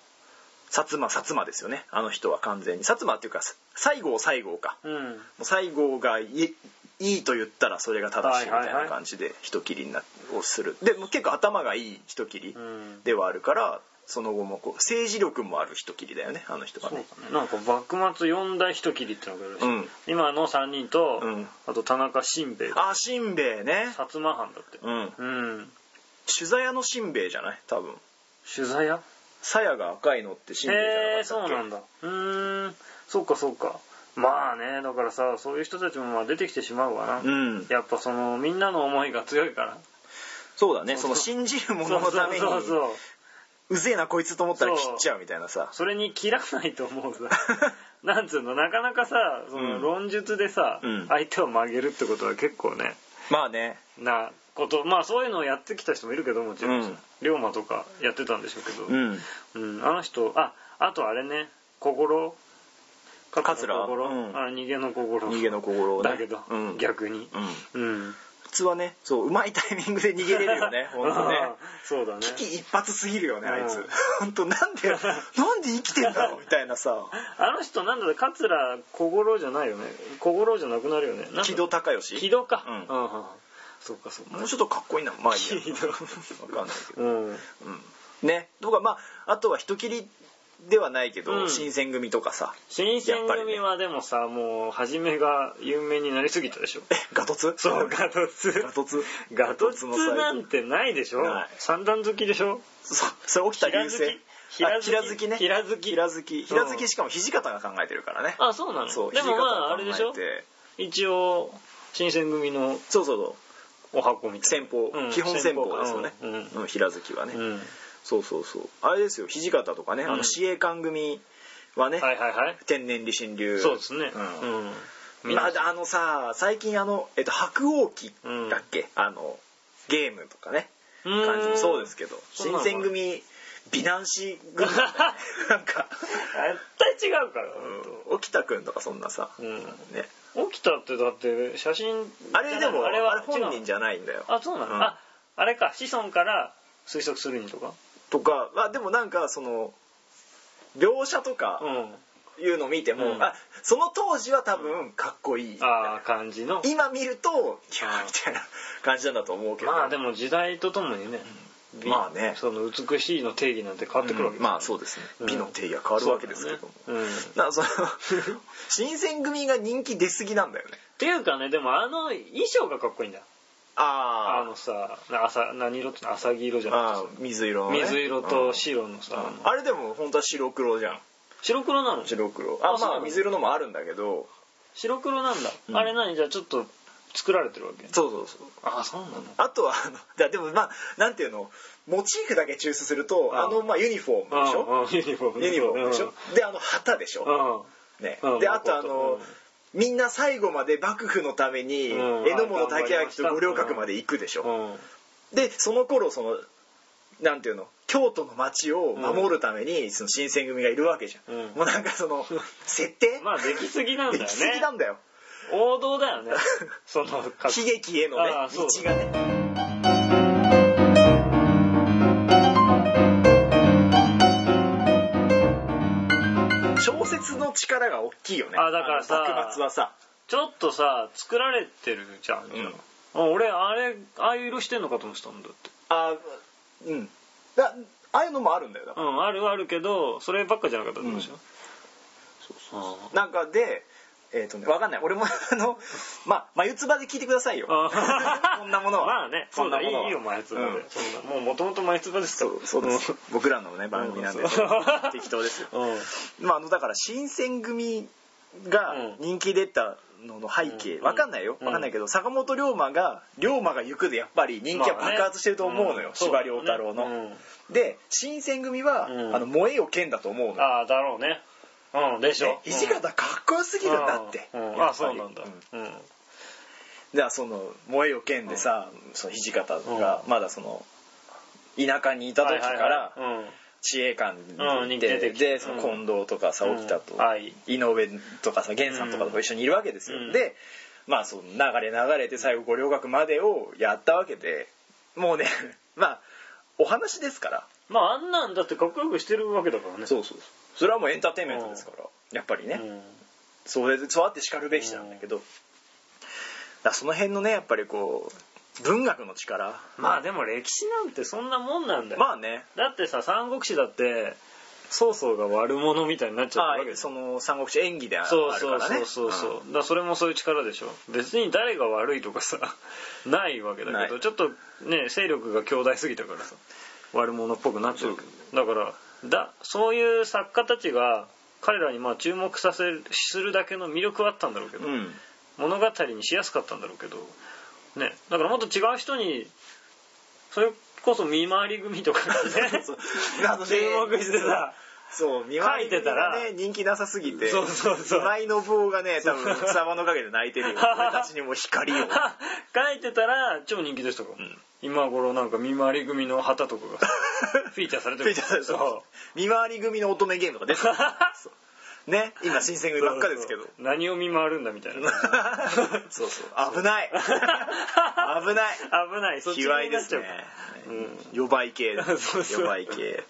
Speaker 1: 薩摩薩摩ですよねあの人は完全に薩摩っていうか西郷西郷か
Speaker 2: うん
Speaker 1: もう西郷がいいいいと言ったらそれが正しいみ
Speaker 2: はいはいはい
Speaker 1: たいな感じで人切りになをするでもう結構頭がいい人切り
Speaker 2: うん
Speaker 1: ではあるからその後もこう政治力もある人切りだよねあの人は
Speaker 2: そう
Speaker 1: ね
Speaker 2: だねなんか幕末四大人切りってのがいるらし
Speaker 1: う
Speaker 2: い
Speaker 1: ん
Speaker 2: 今の三人と、
Speaker 1: うん
Speaker 2: あと田中新兵衛薩
Speaker 1: あしんべヱね
Speaker 2: 摩藩だって
Speaker 1: うん
Speaker 2: うん
Speaker 1: 取材屋のしんべヱじゃない多分
Speaker 2: 取材屋
Speaker 1: 鞘が赤いのってしんべヱ
Speaker 2: へえ
Speaker 1: じゃなかったっ
Speaker 2: そう
Speaker 1: け
Speaker 2: なんだうーんそうかそうかまあねだからさそういう人たちもまあ出てきてしまうわな、
Speaker 1: うん
Speaker 2: やっぱそのみんなの思いが強いから
Speaker 1: そうだね
Speaker 2: そ
Speaker 1: そうの
Speaker 2: そう
Speaker 1: 信じる者のために
Speaker 2: そうそうそうそう
Speaker 1: うぜえなこいつと思ったら切っちゃうみたいなさ
Speaker 2: それに切らないと思うさ なんつうのなかなかさその
Speaker 1: うん
Speaker 2: 論述でさ、
Speaker 1: うん
Speaker 2: 相手を曲げるってことは結構ね
Speaker 1: まあね
Speaker 2: なことまあそういうのをやってきた人もいるけどもちろんさ、
Speaker 1: うん
Speaker 2: 龍馬とかやってたんでしょう
Speaker 1: う
Speaker 2: けど、
Speaker 1: ん
Speaker 2: うんあの人ああとあれね心
Speaker 1: 桂
Speaker 2: の心、
Speaker 1: うん
Speaker 2: あ逃げの心
Speaker 1: 逃げの心をね
Speaker 2: だけど、
Speaker 1: うん
Speaker 2: 逆に
Speaker 1: うん
Speaker 2: うん
Speaker 1: 普通はねそううまいタイミングで逃げれる よね本当ね
Speaker 2: あーそうだね
Speaker 1: 危機一髪すぎるよねあいつ、
Speaker 2: うん
Speaker 1: 本当なんでなんで生きてんだろうみたいなさ
Speaker 2: あの人なんだろう桂小五郎じゃないよね小五郎じゃなくなるよねなんだ
Speaker 1: 木戸孝義
Speaker 2: 軌道か。
Speaker 1: うん
Speaker 2: うんうんそうかそうか
Speaker 1: もう。ちょっとかっこいいなまあいい
Speaker 2: 木
Speaker 1: や
Speaker 2: 戸
Speaker 1: 分かんないけど、
Speaker 2: うん。
Speaker 1: うん、ねとかまああとは人切りではないけど、
Speaker 2: うん
Speaker 1: 新選組とかさ
Speaker 2: 新選
Speaker 1: やっぱり
Speaker 2: 組
Speaker 1: ね
Speaker 2: はでもさ、もう初めが有名になりすぎたでしょ。
Speaker 1: えガトツ
Speaker 2: そうガトツ。
Speaker 1: ガトツ
Speaker 2: ガトツ
Speaker 1: の際
Speaker 2: なんてないでしょ
Speaker 1: ない。
Speaker 2: 三段好きでしょ。
Speaker 1: そうそれ起きた理由性
Speaker 2: 平
Speaker 1: あ
Speaker 2: 月
Speaker 1: 平月ね
Speaker 2: 平月
Speaker 1: 平月平月しかも土方が考えてるからね
Speaker 2: あ、そうなの。
Speaker 1: そう
Speaker 2: でもまああ
Speaker 1: 土方
Speaker 2: れで
Speaker 1: が
Speaker 2: し
Speaker 1: 考
Speaker 2: ょ
Speaker 1: え。て
Speaker 2: 一応新選組の
Speaker 1: そうそうそう
Speaker 2: お箱みたい
Speaker 1: 先
Speaker 2: な。
Speaker 1: 方、
Speaker 2: うん
Speaker 1: 基本戦法ですよね、
Speaker 2: うんうん
Speaker 1: うん平月はね、
Speaker 2: うん。
Speaker 1: そうそうそうあれですよ土方とかね、あ
Speaker 2: うん
Speaker 1: の自衛官組はね、
Speaker 2: はいはいはい。
Speaker 1: 天然理心流
Speaker 2: そうですね。
Speaker 1: う
Speaker 2: うんん。みん
Speaker 1: ま
Speaker 2: な
Speaker 1: あ、あのさ最近あの、えっと、白鸚記だっけ、あのゲームとかね感じもそうです
Speaker 2: け
Speaker 1: けど
Speaker 2: そうな
Speaker 1: 新選
Speaker 2: の
Speaker 1: 組美男子組 なんか
Speaker 2: 絶対違うから。本当
Speaker 1: 沖田君とかそんなさ、
Speaker 2: うん
Speaker 1: ね、
Speaker 2: 起きたってだって写真
Speaker 1: あれでもあれ
Speaker 2: は
Speaker 1: 本人
Speaker 2: ゃ
Speaker 1: じゃないんだよ
Speaker 2: あそうなの、
Speaker 1: うん
Speaker 2: ああれか子孫から推測するにとか
Speaker 1: とかまあでもなんかその描写とか
Speaker 2: うん
Speaker 1: いうのを見ても、
Speaker 2: うん
Speaker 1: あその当時は多分かっこいい、
Speaker 2: ああ感じの
Speaker 1: 今見るといや
Speaker 2: あー
Speaker 1: みたいな感じなんだと思うけど
Speaker 2: まあでも時代とともにね、美
Speaker 1: まあね
Speaker 2: その美しいの定義なんて変わってくるわけ、
Speaker 1: うんまあそうですね、
Speaker 2: うん
Speaker 1: 美の定義が変わるわけですけども、
Speaker 2: そうだよねう
Speaker 1: だ
Speaker 2: ん
Speaker 1: からその新選組が人気出すぎなんだよね
Speaker 2: っていうかねでもあの衣装がかっこいいんだよあ
Speaker 1: あー
Speaker 2: のさな朝何色っての浅木色じゃな
Speaker 1: あ
Speaker 2: くて
Speaker 1: ー水色の、
Speaker 2: さ
Speaker 1: ね、
Speaker 2: 水色と
Speaker 1: 白、
Speaker 2: 白のさ、
Speaker 1: うんあれでも本当は白黒じゃん
Speaker 2: 白黒なの
Speaker 1: 白黒
Speaker 2: あ
Speaker 1: あ
Speaker 2: そうな
Speaker 1: まあ
Speaker 2: の
Speaker 1: 水色のもあるんだけど
Speaker 2: 白黒なんだ、
Speaker 1: うん
Speaker 2: あれ何じゃあちょっと作られてるわけ
Speaker 1: そうそうそう
Speaker 2: ああそうなの
Speaker 1: あとはあのだでもまあなんていうのモチーフだけ抽出すると
Speaker 2: あ
Speaker 1: あ
Speaker 2: ー
Speaker 1: のまあユニフォームでしょ
Speaker 2: うんうんユニフォーム
Speaker 1: ユニフォームでしょ、であの旗でし
Speaker 2: う
Speaker 1: ょ、
Speaker 2: んうん
Speaker 1: ね
Speaker 2: うん
Speaker 1: であとあ
Speaker 2: う
Speaker 1: の
Speaker 2: ん、
Speaker 1: みんな最後まで幕府のために
Speaker 2: うん
Speaker 1: 榎本武明と五稜郭まで行くでしょ、
Speaker 2: うん
Speaker 1: でその頃そのなんていうの京都の町を守るためにその新選組がいるわけじゃん、
Speaker 2: うん
Speaker 1: もうなんかそ の設定、
Speaker 2: まあできすぎなんだよね
Speaker 1: できすぎなんだよ
Speaker 2: 王道だ よねその格
Speaker 1: 悲劇へのね
Speaker 2: ああ
Speaker 1: 道
Speaker 2: そう
Speaker 1: がね小説の力が大きいよね
Speaker 2: あだからさ
Speaker 1: あの幕末はさ
Speaker 2: ちょっとさ作られてるじゃん、
Speaker 1: うん
Speaker 2: あ俺あれああいう色してんのかと思ってたんだって
Speaker 1: あうんだああいうのもあるんだよだから
Speaker 2: うんあるはあるけどそればっかじゃなかったってことでしょ、あ
Speaker 1: なんかで、えっとね、わかんない俺も あのまあ眉唾で聞いてくださいよ
Speaker 2: あ
Speaker 1: こんなものは
Speaker 2: まあね
Speaker 1: こ
Speaker 2: そうんだ
Speaker 1: ないものはい
Speaker 2: よ前つばで、
Speaker 1: うん
Speaker 2: そうだもうもともと前つばですか
Speaker 1: そ
Speaker 2: ら
Speaker 1: うそうです僕らのね番組なんで
Speaker 2: うんそう
Speaker 1: 適当ですよ
Speaker 2: うん
Speaker 1: まああのだから新選組が人気出たのの背景
Speaker 2: うん
Speaker 1: わかんないよ
Speaker 2: うん
Speaker 1: わかんないけど坂本龍馬が龍馬が行くでやっぱり人気は爆発してると思うのよ司馬遼太郎の
Speaker 2: うん
Speaker 1: で新選組は
Speaker 2: うん
Speaker 1: あの燃えよ剣だと思うのよ
Speaker 2: ああだろうねうんでしょ
Speaker 1: ね土方かっこよすぎるんだって
Speaker 2: うんうん
Speaker 1: や
Speaker 2: あ
Speaker 1: っぱ
Speaker 2: そう
Speaker 1: り
Speaker 2: なんだうん
Speaker 1: じゃあその「燃えよ剣」でさ、その土方がまだその田舎にいた時から
Speaker 2: はいはいはいうん
Speaker 1: 知恵館
Speaker 2: うん
Speaker 1: に
Speaker 2: に
Speaker 1: 出
Speaker 2: 出
Speaker 1: て、
Speaker 2: てきて
Speaker 1: でその近藤とかさ
Speaker 2: うん
Speaker 1: 沖田と、
Speaker 2: はい
Speaker 1: 井上とかさ源さんとかと一緒にいるわけですよ、
Speaker 2: うん
Speaker 1: でまあその流れ流れて最後五稜郭までをやったわけでもうね まあお話ですから
Speaker 2: まああんなんだってかっこよくしてるわけだからね
Speaker 1: うそうそれはもうエンターテインメントですから、やっぱりね、
Speaker 2: うん
Speaker 1: そうそうあってしかるべきなんだけど、だからその辺のねやっぱりこう文学の力
Speaker 2: まあでも歴史なんてそんなもんなんだよ、
Speaker 1: まあね
Speaker 2: だってさ三国志だって曹操が悪者みたいになっちゃったわ
Speaker 1: あ
Speaker 2: けで
Speaker 1: その三国志演技であるか
Speaker 2: そう
Speaker 1: らね
Speaker 2: そうそうそうそう、だからそれもそういう力でしょ別に誰が悪いとかさ ないわけだ
Speaker 1: な
Speaker 2: けど
Speaker 1: い
Speaker 2: ちょっとね勢力が強大すぎたからさ悪者っぽくなっちゃうけどだからだそういう作家たちが彼らにまあ注目させるするだけの魅力はあったんだろうけど、
Speaker 1: うん、うん
Speaker 2: 物語にしやすかったんだろうけどねだからもっと違う人にそれこそ見回り組とかがね
Speaker 1: そう
Speaker 2: 注目してさ
Speaker 1: そう見
Speaker 2: 書いてたら
Speaker 1: 回り組がね人気なさすぎて
Speaker 2: そうそうそう
Speaker 1: 今井信夫がね多分草葉の陰で泣いてるよ 俺たちにも光を
Speaker 2: 書いてたら超人気でしたから、
Speaker 1: ん
Speaker 2: 今頃なんか見回り組の旗と かがフィーチャーされてる
Speaker 1: 見た
Speaker 2: そう
Speaker 1: 見回り組の乙女ゲームとか出 てたそうね今新選組ばっかですけど
Speaker 2: そうそう何を見回るんだみたいな
Speaker 1: そうそう危 ない危ない
Speaker 2: 危ないそっちに
Speaker 1: 卑猥で
Speaker 2: なっ
Speaker 1: す
Speaker 2: ちゃう
Speaker 1: ね
Speaker 2: から、
Speaker 1: 予売系
Speaker 2: そうそう
Speaker 1: 予売系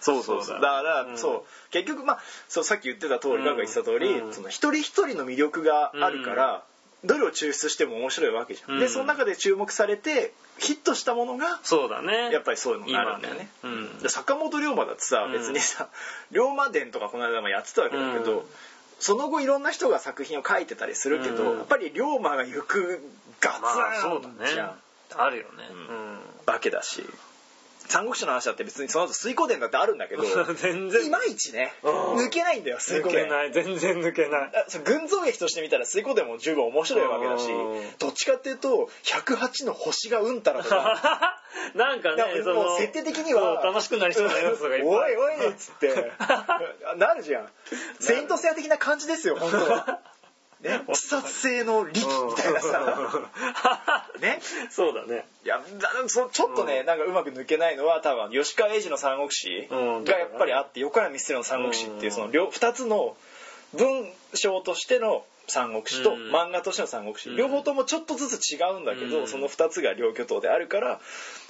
Speaker 1: そうそうそう
Speaker 2: そう
Speaker 1: だ
Speaker 2: だ
Speaker 1: から、
Speaker 2: うん
Speaker 1: そう結局まあそうさっき言ってた通り、
Speaker 2: うん
Speaker 1: ガクが言ってた通り、
Speaker 2: うん
Speaker 1: その一人一人の魅力があるから、どれを抽出しても面白いわけじゃん、
Speaker 2: うん
Speaker 1: でその中で注目されてヒットしたものが
Speaker 2: そうだね
Speaker 1: やっぱりそういうのがあるんだよね
Speaker 2: 今ねうん
Speaker 1: で坂本龍馬だってさ
Speaker 2: うん
Speaker 1: 別にさ、龍馬伝とかこの間もやってたわけだけど、
Speaker 2: うん
Speaker 1: その後いろんな人が作品を書いてたりするけど、
Speaker 2: うん
Speaker 1: やっぱり龍馬が行くガツン
Speaker 2: まあそうだ
Speaker 1: じゃ
Speaker 2: ね
Speaker 1: ん
Speaker 2: あるよね
Speaker 1: わけだし三国志の話だって別にその後水光伝だってあるんだけど
Speaker 2: 全
Speaker 1: い
Speaker 2: 然
Speaker 1: まいちね
Speaker 2: うん
Speaker 1: 抜けないんだよ水
Speaker 2: 抜
Speaker 1: 光
Speaker 2: け
Speaker 1: 伝
Speaker 2: ない全然抜 けない
Speaker 1: あそう群像劇として見たら水光伝も十分面白いわけだし
Speaker 2: うん
Speaker 1: どっちかっていうと108の星がうんたらとか
Speaker 2: なん かね
Speaker 1: だから
Speaker 2: そ
Speaker 1: も
Speaker 2: の
Speaker 1: う設定的には
Speaker 2: そう楽しくなりそうな要素がいっぱい
Speaker 1: おいおいっつって なるじゃんセイントセア的な感じですよ本当 はね自殺性の力
Speaker 2: うん
Speaker 1: みたいなさ ね
Speaker 2: そうだね
Speaker 1: いやだそちょっとね、
Speaker 2: うん
Speaker 1: なんかうまく抜けないのは多分吉川英治の三国志
Speaker 2: うん
Speaker 1: がやっぱりあって横山ミステルの三国志っていう
Speaker 2: うん
Speaker 1: その両2つの文章としての三国志と
Speaker 2: うん
Speaker 1: 漫画としての三国志、
Speaker 2: うん
Speaker 1: 両方ともちょっとずつ違うんだけど、
Speaker 2: うん
Speaker 1: その2つが両巨頭であるから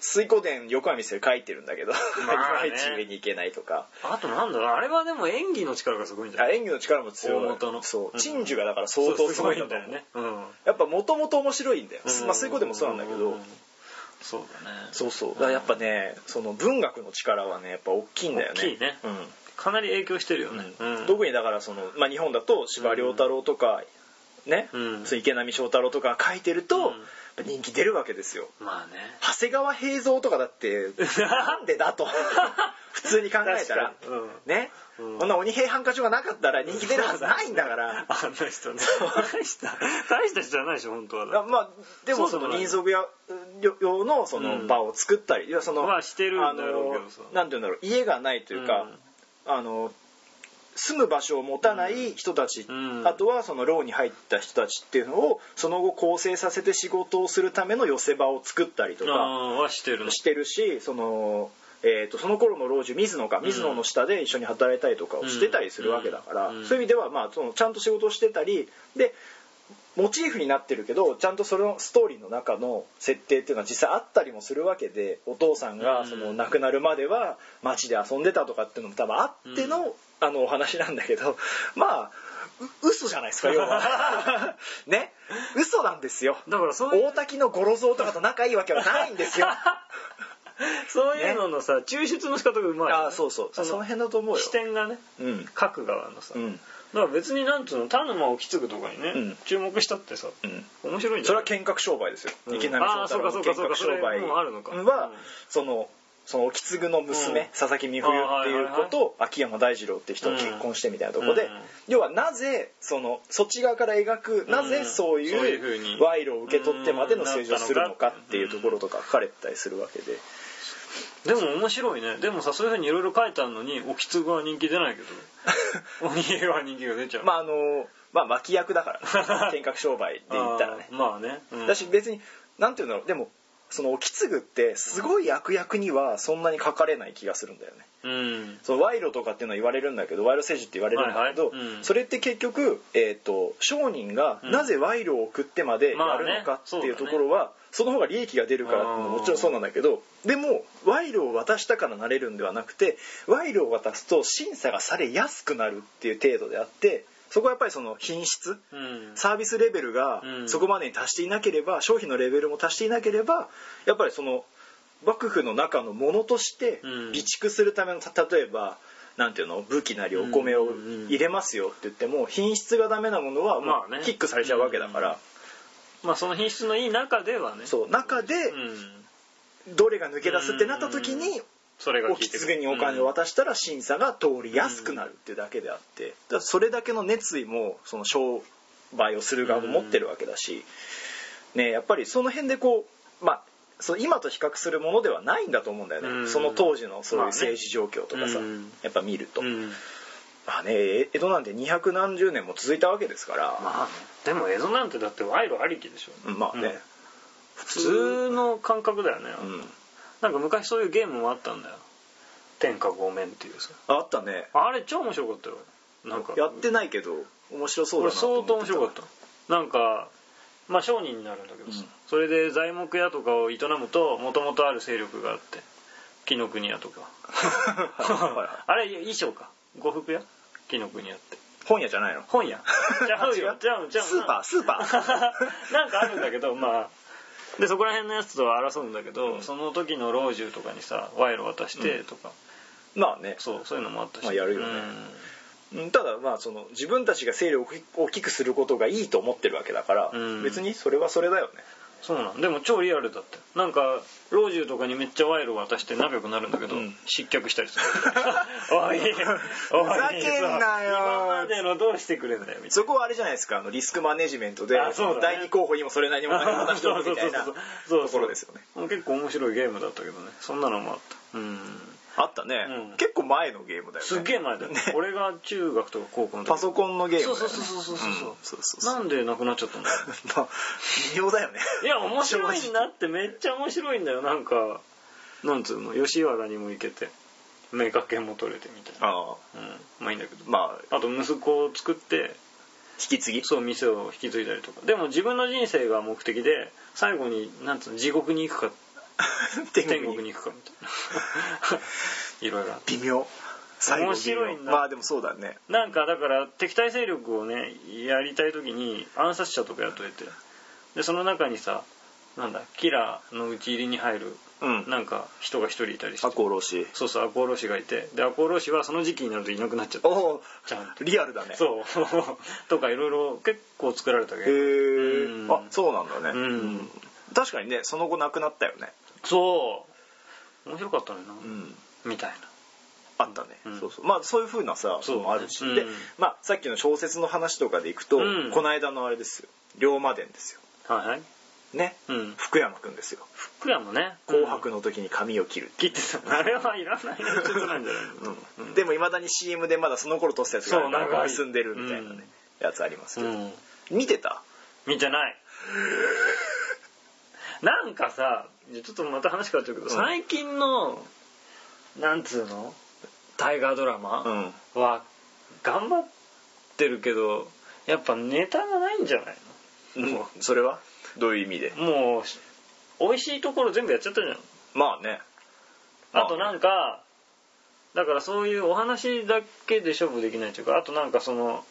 Speaker 1: 水光伝横浜店で書いてるんだけど、
Speaker 2: まあ ね
Speaker 1: いまいち上に行けないとか
Speaker 2: あとなんだろうあれはでも演技の力がすごいんじゃ
Speaker 1: あ
Speaker 2: ない
Speaker 1: 演技の力も強い
Speaker 2: 大元の
Speaker 1: そううん鎮守がだから相当すごいんだ
Speaker 2: そう
Speaker 1: と思う
Speaker 2: ね、うん、
Speaker 1: やっぱもともと面白いんだよ、まあ、水光伝もそうなんだけど、
Speaker 2: うそうだね
Speaker 1: そうそうだからやっぱねその文学の力はねやっぱ大きいんだよね
Speaker 2: 大きいね
Speaker 1: うん
Speaker 2: かなり影響してるよね、うん
Speaker 1: 特にだからその、まあ、日本だと司馬遼太郎とか、ね、
Speaker 2: うん
Speaker 1: そう池波正太郎とか書いてると、
Speaker 2: うん
Speaker 1: やっぱ人気出るわけですよ
Speaker 2: まあね
Speaker 1: 長谷川平蔵とかだって なんでだと 普通に考えたら
Speaker 2: 確かにうん
Speaker 1: ね、
Speaker 2: うん
Speaker 1: こんな鬼平犯科帳がなかったら人気出るはずないんだから
Speaker 2: あの人ね大した大した人じゃないでしょ本当は
Speaker 1: あまあでもそ
Speaker 2: そ
Speaker 1: う
Speaker 2: でも
Speaker 1: の
Speaker 2: ない
Speaker 1: 人足や用のその場を作ったり、いやその、
Speaker 2: まあしてるんだろうけどさ
Speaker 1: あのなんて言うんだろう家がないというか、あの住む場所を持たない人たち、
Speaker 2: うん
Speaker 1: あとはその牢に入った人たちっていうのをその後構成させて仕事をするための寄せ場を作ったりと
Speaker 2: うん、
Speaker 1: か
Speaker 2: あーはしてるの
Speaker 1: してるしその、えー、とその頃の老中水野か水野の下で一緒に働いたりとかをしてたりするわけだから、
Speaker 2: うんうん
Speaker 1: そういう意味では、まあ、そのちゃんと仕事をしてたりでモチーフになってるけどちゃんとそのストーリーの中の設定っていうのは実際あったりもするわけでお父さん
Speaker 2: う
Speaker 1: が
Speaker 2: ん
Speaker 1: その亡くなるまでは街で遊んでたとかっていうのも多分あっての,、
Speaker 2: う
Speaker 1: あのお話なんだけど まあう嘘じゃないですか要 はね嘘なんですよ
Speaker 2: だからそういう
Speaker 1: 大滝の五郎蔵とかと仲いいわけはないん ですよ
Speaker 2: そういうののさ、抽出の仕方がうまいよね、
Speaker 1: ああそうそうそ
Speaker 2: の
Speaker 1: の辺だと思うよ
Speaker 2: 視点がね
Speaker 1: うん
Speaker 2: 書く側のさ、
Speaker 1: う
Speaker 2: だ
Speaker 1: ん
Speaker 2: から別になんつうの田沼意次とかにね、
Speaker 1: うん
Speaker 2: 注目したってさ
Speaker 1: うん
Speaker 2: 面白いんじ
Speaker 1: そ
Speaker 2: ゃ
Speaker 1: れ
Speaker 2: な
Speaker 1: はい見学商売ですよ、
Speaker 2: うん
Speaker 1: 池波正太郎
Speaker 2: あ
Speaker 1: の
Speaker 2: ーそう
Speaker 1: 見
Speaker 2: かそう
Speaker 1: 学
Speaker 2: か
Speaker 1: 商
Speaker 2: そうかそ
Speaker 1: 売
Speaker 2: れもうあるのか
Speaker 1: は、
Speaker 2: うん
Speaker 1: そのその沖継の娘、
Speaker 2: うん
Speaker 1: 佐々木美冬っていう子
Speaker 2: あーはいはい
Speaker 1: と秋山大二郎って人が結婚してみたいなとこで、
Speaker 2: うん
Speaker 1: 要はなぜそのそっち側から描くなぜそうい
Speaker 2: そういうふう
Speaker 1: う
Speaker 2: に
Speaker 1: 賄賂を受け取ってまでの政治をするのかっていうところとか書かれてたりするわけ で、
Speaker 2: でも面白いねでもさそういうふうにいろいろ書いてあるのに興津は人気出ないけ ど鬼平は人気が出ちゃう
Speaker 1: まああのまあ脇役だから、 ね、見学商売で言ったらね
Speaker 2: あーまあね、うん
Speaker 1: だし別になんていうんだろうでもその沖継ってすごい悪役にはそんなに書かれない気がするんだよね
Speaker 2: うん
Speaker 1: その賄賂とかっていうのは言われるんだけど賄賂政治って言われるんだけど、
Speaker 2: はいはいうん
Speaker 1: それって結局、えー、と商人が
Speaker 2: うん
Speaker 1: なぜ賄賂を送ってまでや
Speaker 2: まあね
Speaker 1: るのかっていう
Speaker 2: そ
Speaker 1: と
Speaker 2: うだね
Speaker 1: ころは、その方が利益が出るからっていうのももちろんそうなんだけどでも賄賂を渡したからなれるんではなくて賄賂を渡すと審査がされやすくなるっていう程度であってそこはやっぱりその品質、
Speaker 2: うん
Speaker 1: サービスレベルが
Speaker 2: うん
Speaker 1: そこまでに達していなければ、商品のレベルも達していなければやっぱりその幕府の中のものとして
Speaker 2: うん
Speaker 1: 備蓄するためのた例えばなんていうの武器なりお米を入れますよって言っても品質がダメなものはも
Speaker 2: まあね
Speaker 1: うキックされちゃうわけだから、
Speaker 2: まあその品質のいい中ではね
Speaker 1: そう中で
Speaker 2: うん
Speaker 1: どれが抜け出すってなった時に
Speaker 2: それが効い
Speaker 1: お
Speaker 2: てくる
Speaker 1: 次にお金を渡したら審査が通りやすくなるっていうだけであってだからそれだけの熱意もその商売をする側も持ってるわけだし、ね、やっぱりその辺でこう、まあ、そう今と比較するものではないんだと思うんだよね、
Speaker 2: うん
Speaker 1: その当時のそういう政治状況とかさ、
Speaker 2: まあねうん
Speaker 1: やっぱ見ると、
Speaker 2: うん
Speaker 1: まあねえ江戸なんて二百何十年も続いたわけですから、ま
Speaker 2: まあねでも江戸なんてだって賄賂ありきでしょ
Speaker 1: あ、まあね、
Speaker 2: うん普通の感覚だよね、
Speaker 1: うん
Speaker 2: なんか昔そういうゲームもあったんだよ天下御免っていうさ
Speaker 1: あったね
Speaker 2: あれ超面白かったよなんか
Speaker 1: やってないけど面白そうだ
Speaker 2: 俺
Speaker 1: なと思
Speaker 2: 相
Speaker 1: って
Speaker 2: 当面白かったなんかまあ商人になるんだけどさ、
Speaker 1: うん
Speaker 2: それで材木屋とかを営むともともとある勢力があって紀の国屋とか
Speaker 1: はいはい
Speaker 2: あれ衣装か呉服屋紀の国屋って
Speaker 1: 本屋じゃないの
Speaker 2: 本 屋ちゃうよちゃうちゃう
Speaker 1: スーパースーパー
Speaker 2: なんかあるんだけどまあでそこら辺のやつとは争うんだけど、
Speaker 1: うん
Speaker 2: その時の老中とかにさ賄賂渡してとか、
Speaker 1: まあね
Speaker 2: そうそういうのもあったし、
Speaker 1: まあやるよねうんただまあその自分たちが勢力を大きくすることがいいと思ってるわけだから、
Speaker 2: うん
Speaker 1: 別にそれはそれだよね
Speaker 2: そうなんでも超リアルだったよなんか老中とかにめっちゃ賄賂渡して仲良くなるんだけど、
Speaker 1: うん
Speaker 2: 失脚したり するおいおい
Speaker 1: ふざけんなよ
Speaker 2: 今までのどうしてくれんだよみたい
Speaker 1: そこはあれじゃないですかあのリスクマネジメントで、
Speaker 2: あそうだね
Speaker 1: 第二候補にもそれなりにお金を
Speaker 2: な
Speaker 1: 出しておくみたいな と
Speaker 2: そうそうそうそう
Speaker 1: ころですよね
Speaker 2: もう結構面白いゲームだったけどねそんなのもあったうん
Speaker 1: あったね、
Speaker 2: うん
Speaker 1: 結構前のゲームだよね
Speaker 2: すっげえ前だよ、
Speaker 1: ね
Speaker 2: 俺が中学とか高校の時
Speaker 1: パソコンのゲームだよね
Speaker 2: そうそうそうそうそうそう
Speaker 1: うんそうそう
Speaker 2: な
Speaker 1: そうん
Speaker 2: でなくなっちゃったんだろう
Speaker 1: まあ微妙だよね
Speaker 2: いや面白い
Speaker 1: 正
Speaker 2: ん
Speaker 1: 直
Speaker 2: だってめっちゃ面白いんだよなんかなんつうの吉原にも行けて名家犬も取れてみたいな
Speaker 1: ああ
Speaker 2: うんまあいいんだけど、
Speaker 1: まあ
Speaker 2: あと息子を作って
Speaker 1: 引き継ぎ
Speaker 2: そう店を引き継いだりとかでも自分の人生が目的で最後になんつうの地獄に行くか
Speaker 1: 天
Speaker 2: 天
Speaker 1: 国
Speaker 2: 国
Speaker 1: に
Speaker 2: に行くかみたい ないろいろあって
Speaker 1: 微妙最後
Speaker 2: 面白
Speaker 1: 微
Speaker 2: いな
Speaker 1: 妙まあでもそうだね
Speaker 2: なんかだから敵対勢力をねやりたい時に暗殺者とか雇えてでその中にさなんだキラーの討ち入りに入る
Speaker 1: うん
Speaker 2: なんか人が一人いたりして
Speaker 1: 赤おろし
Speaker 2: そうそうアコーロシがいてでアコーロシはその時期になるといなくなっちゃった
Speaker 1: おお
Speaker 2: ちゃんと
Speaker 1: リアルだね
Speaker 2: そう とかいろいろ結構作られたけ
Speaker 1: へえ
Speaker 2: うん
Speaker 1: あそうなんだね
Speaker 2: うん
Speaker 1: うん確かにねその後なくなったよね
Speaker 2: そう面白かったのよな、
Speaker 1: うん
Speaker 2: みたい
Speaker 1: あったね、
Speaker 2: うん
Speaker 1: そうそうまあそういう風なさ
Speaker 2: そう
Speaker 1: もあるし、
Speaker 2: うん
Speaker 1: でまあさっきの小説の話とかでいくと、
Speaker 2: うん
Speaker 1: この間のあれですよ龍馬伝ですよ
Speaker 2: なはいはい
Speaker 1: ね、
Speaker 2: うん
Speaker 1: 福山くんですよ
Speaker 2: 福山ね
Speaker 1: 「紅白」
Speaker 2: の
Speaker 1: の時に髪を切る、
Speaker 2: 切ってさあれはいらないことなんじゃないの
Speaker 1: うん
Speaker 2: うん
Speaker 1: でもいまだに CM でまだその頃撮ったやつ
Speaker 2: そう
Speaker 1: が
Speaker 2: 長い
Speaker 1: 進んでるみたいなね、やつありますけど、
Speaker 2: うん
Speaker 1: 見て た
Speaker 2: 見てないなんかさちょっとまた話変わっちゃうけど、
Speaker 1: ん
Speaker 2: 最近のなんつうの大河ドラ
Speaker 1: う
Speaker 2: マ
Speaker 1: ん
Speaker 2: は頑張ってるけどやっぱネタがないんじゃない
Speaker 1: うんそれはどういう意味で
Speaker 2: のもう美味しいところ全部やっちゃったじゃん
Speaker 1: まあね
Speaker 2: あとなんかだからそういうお話だけで勝負できないというかあとなんかその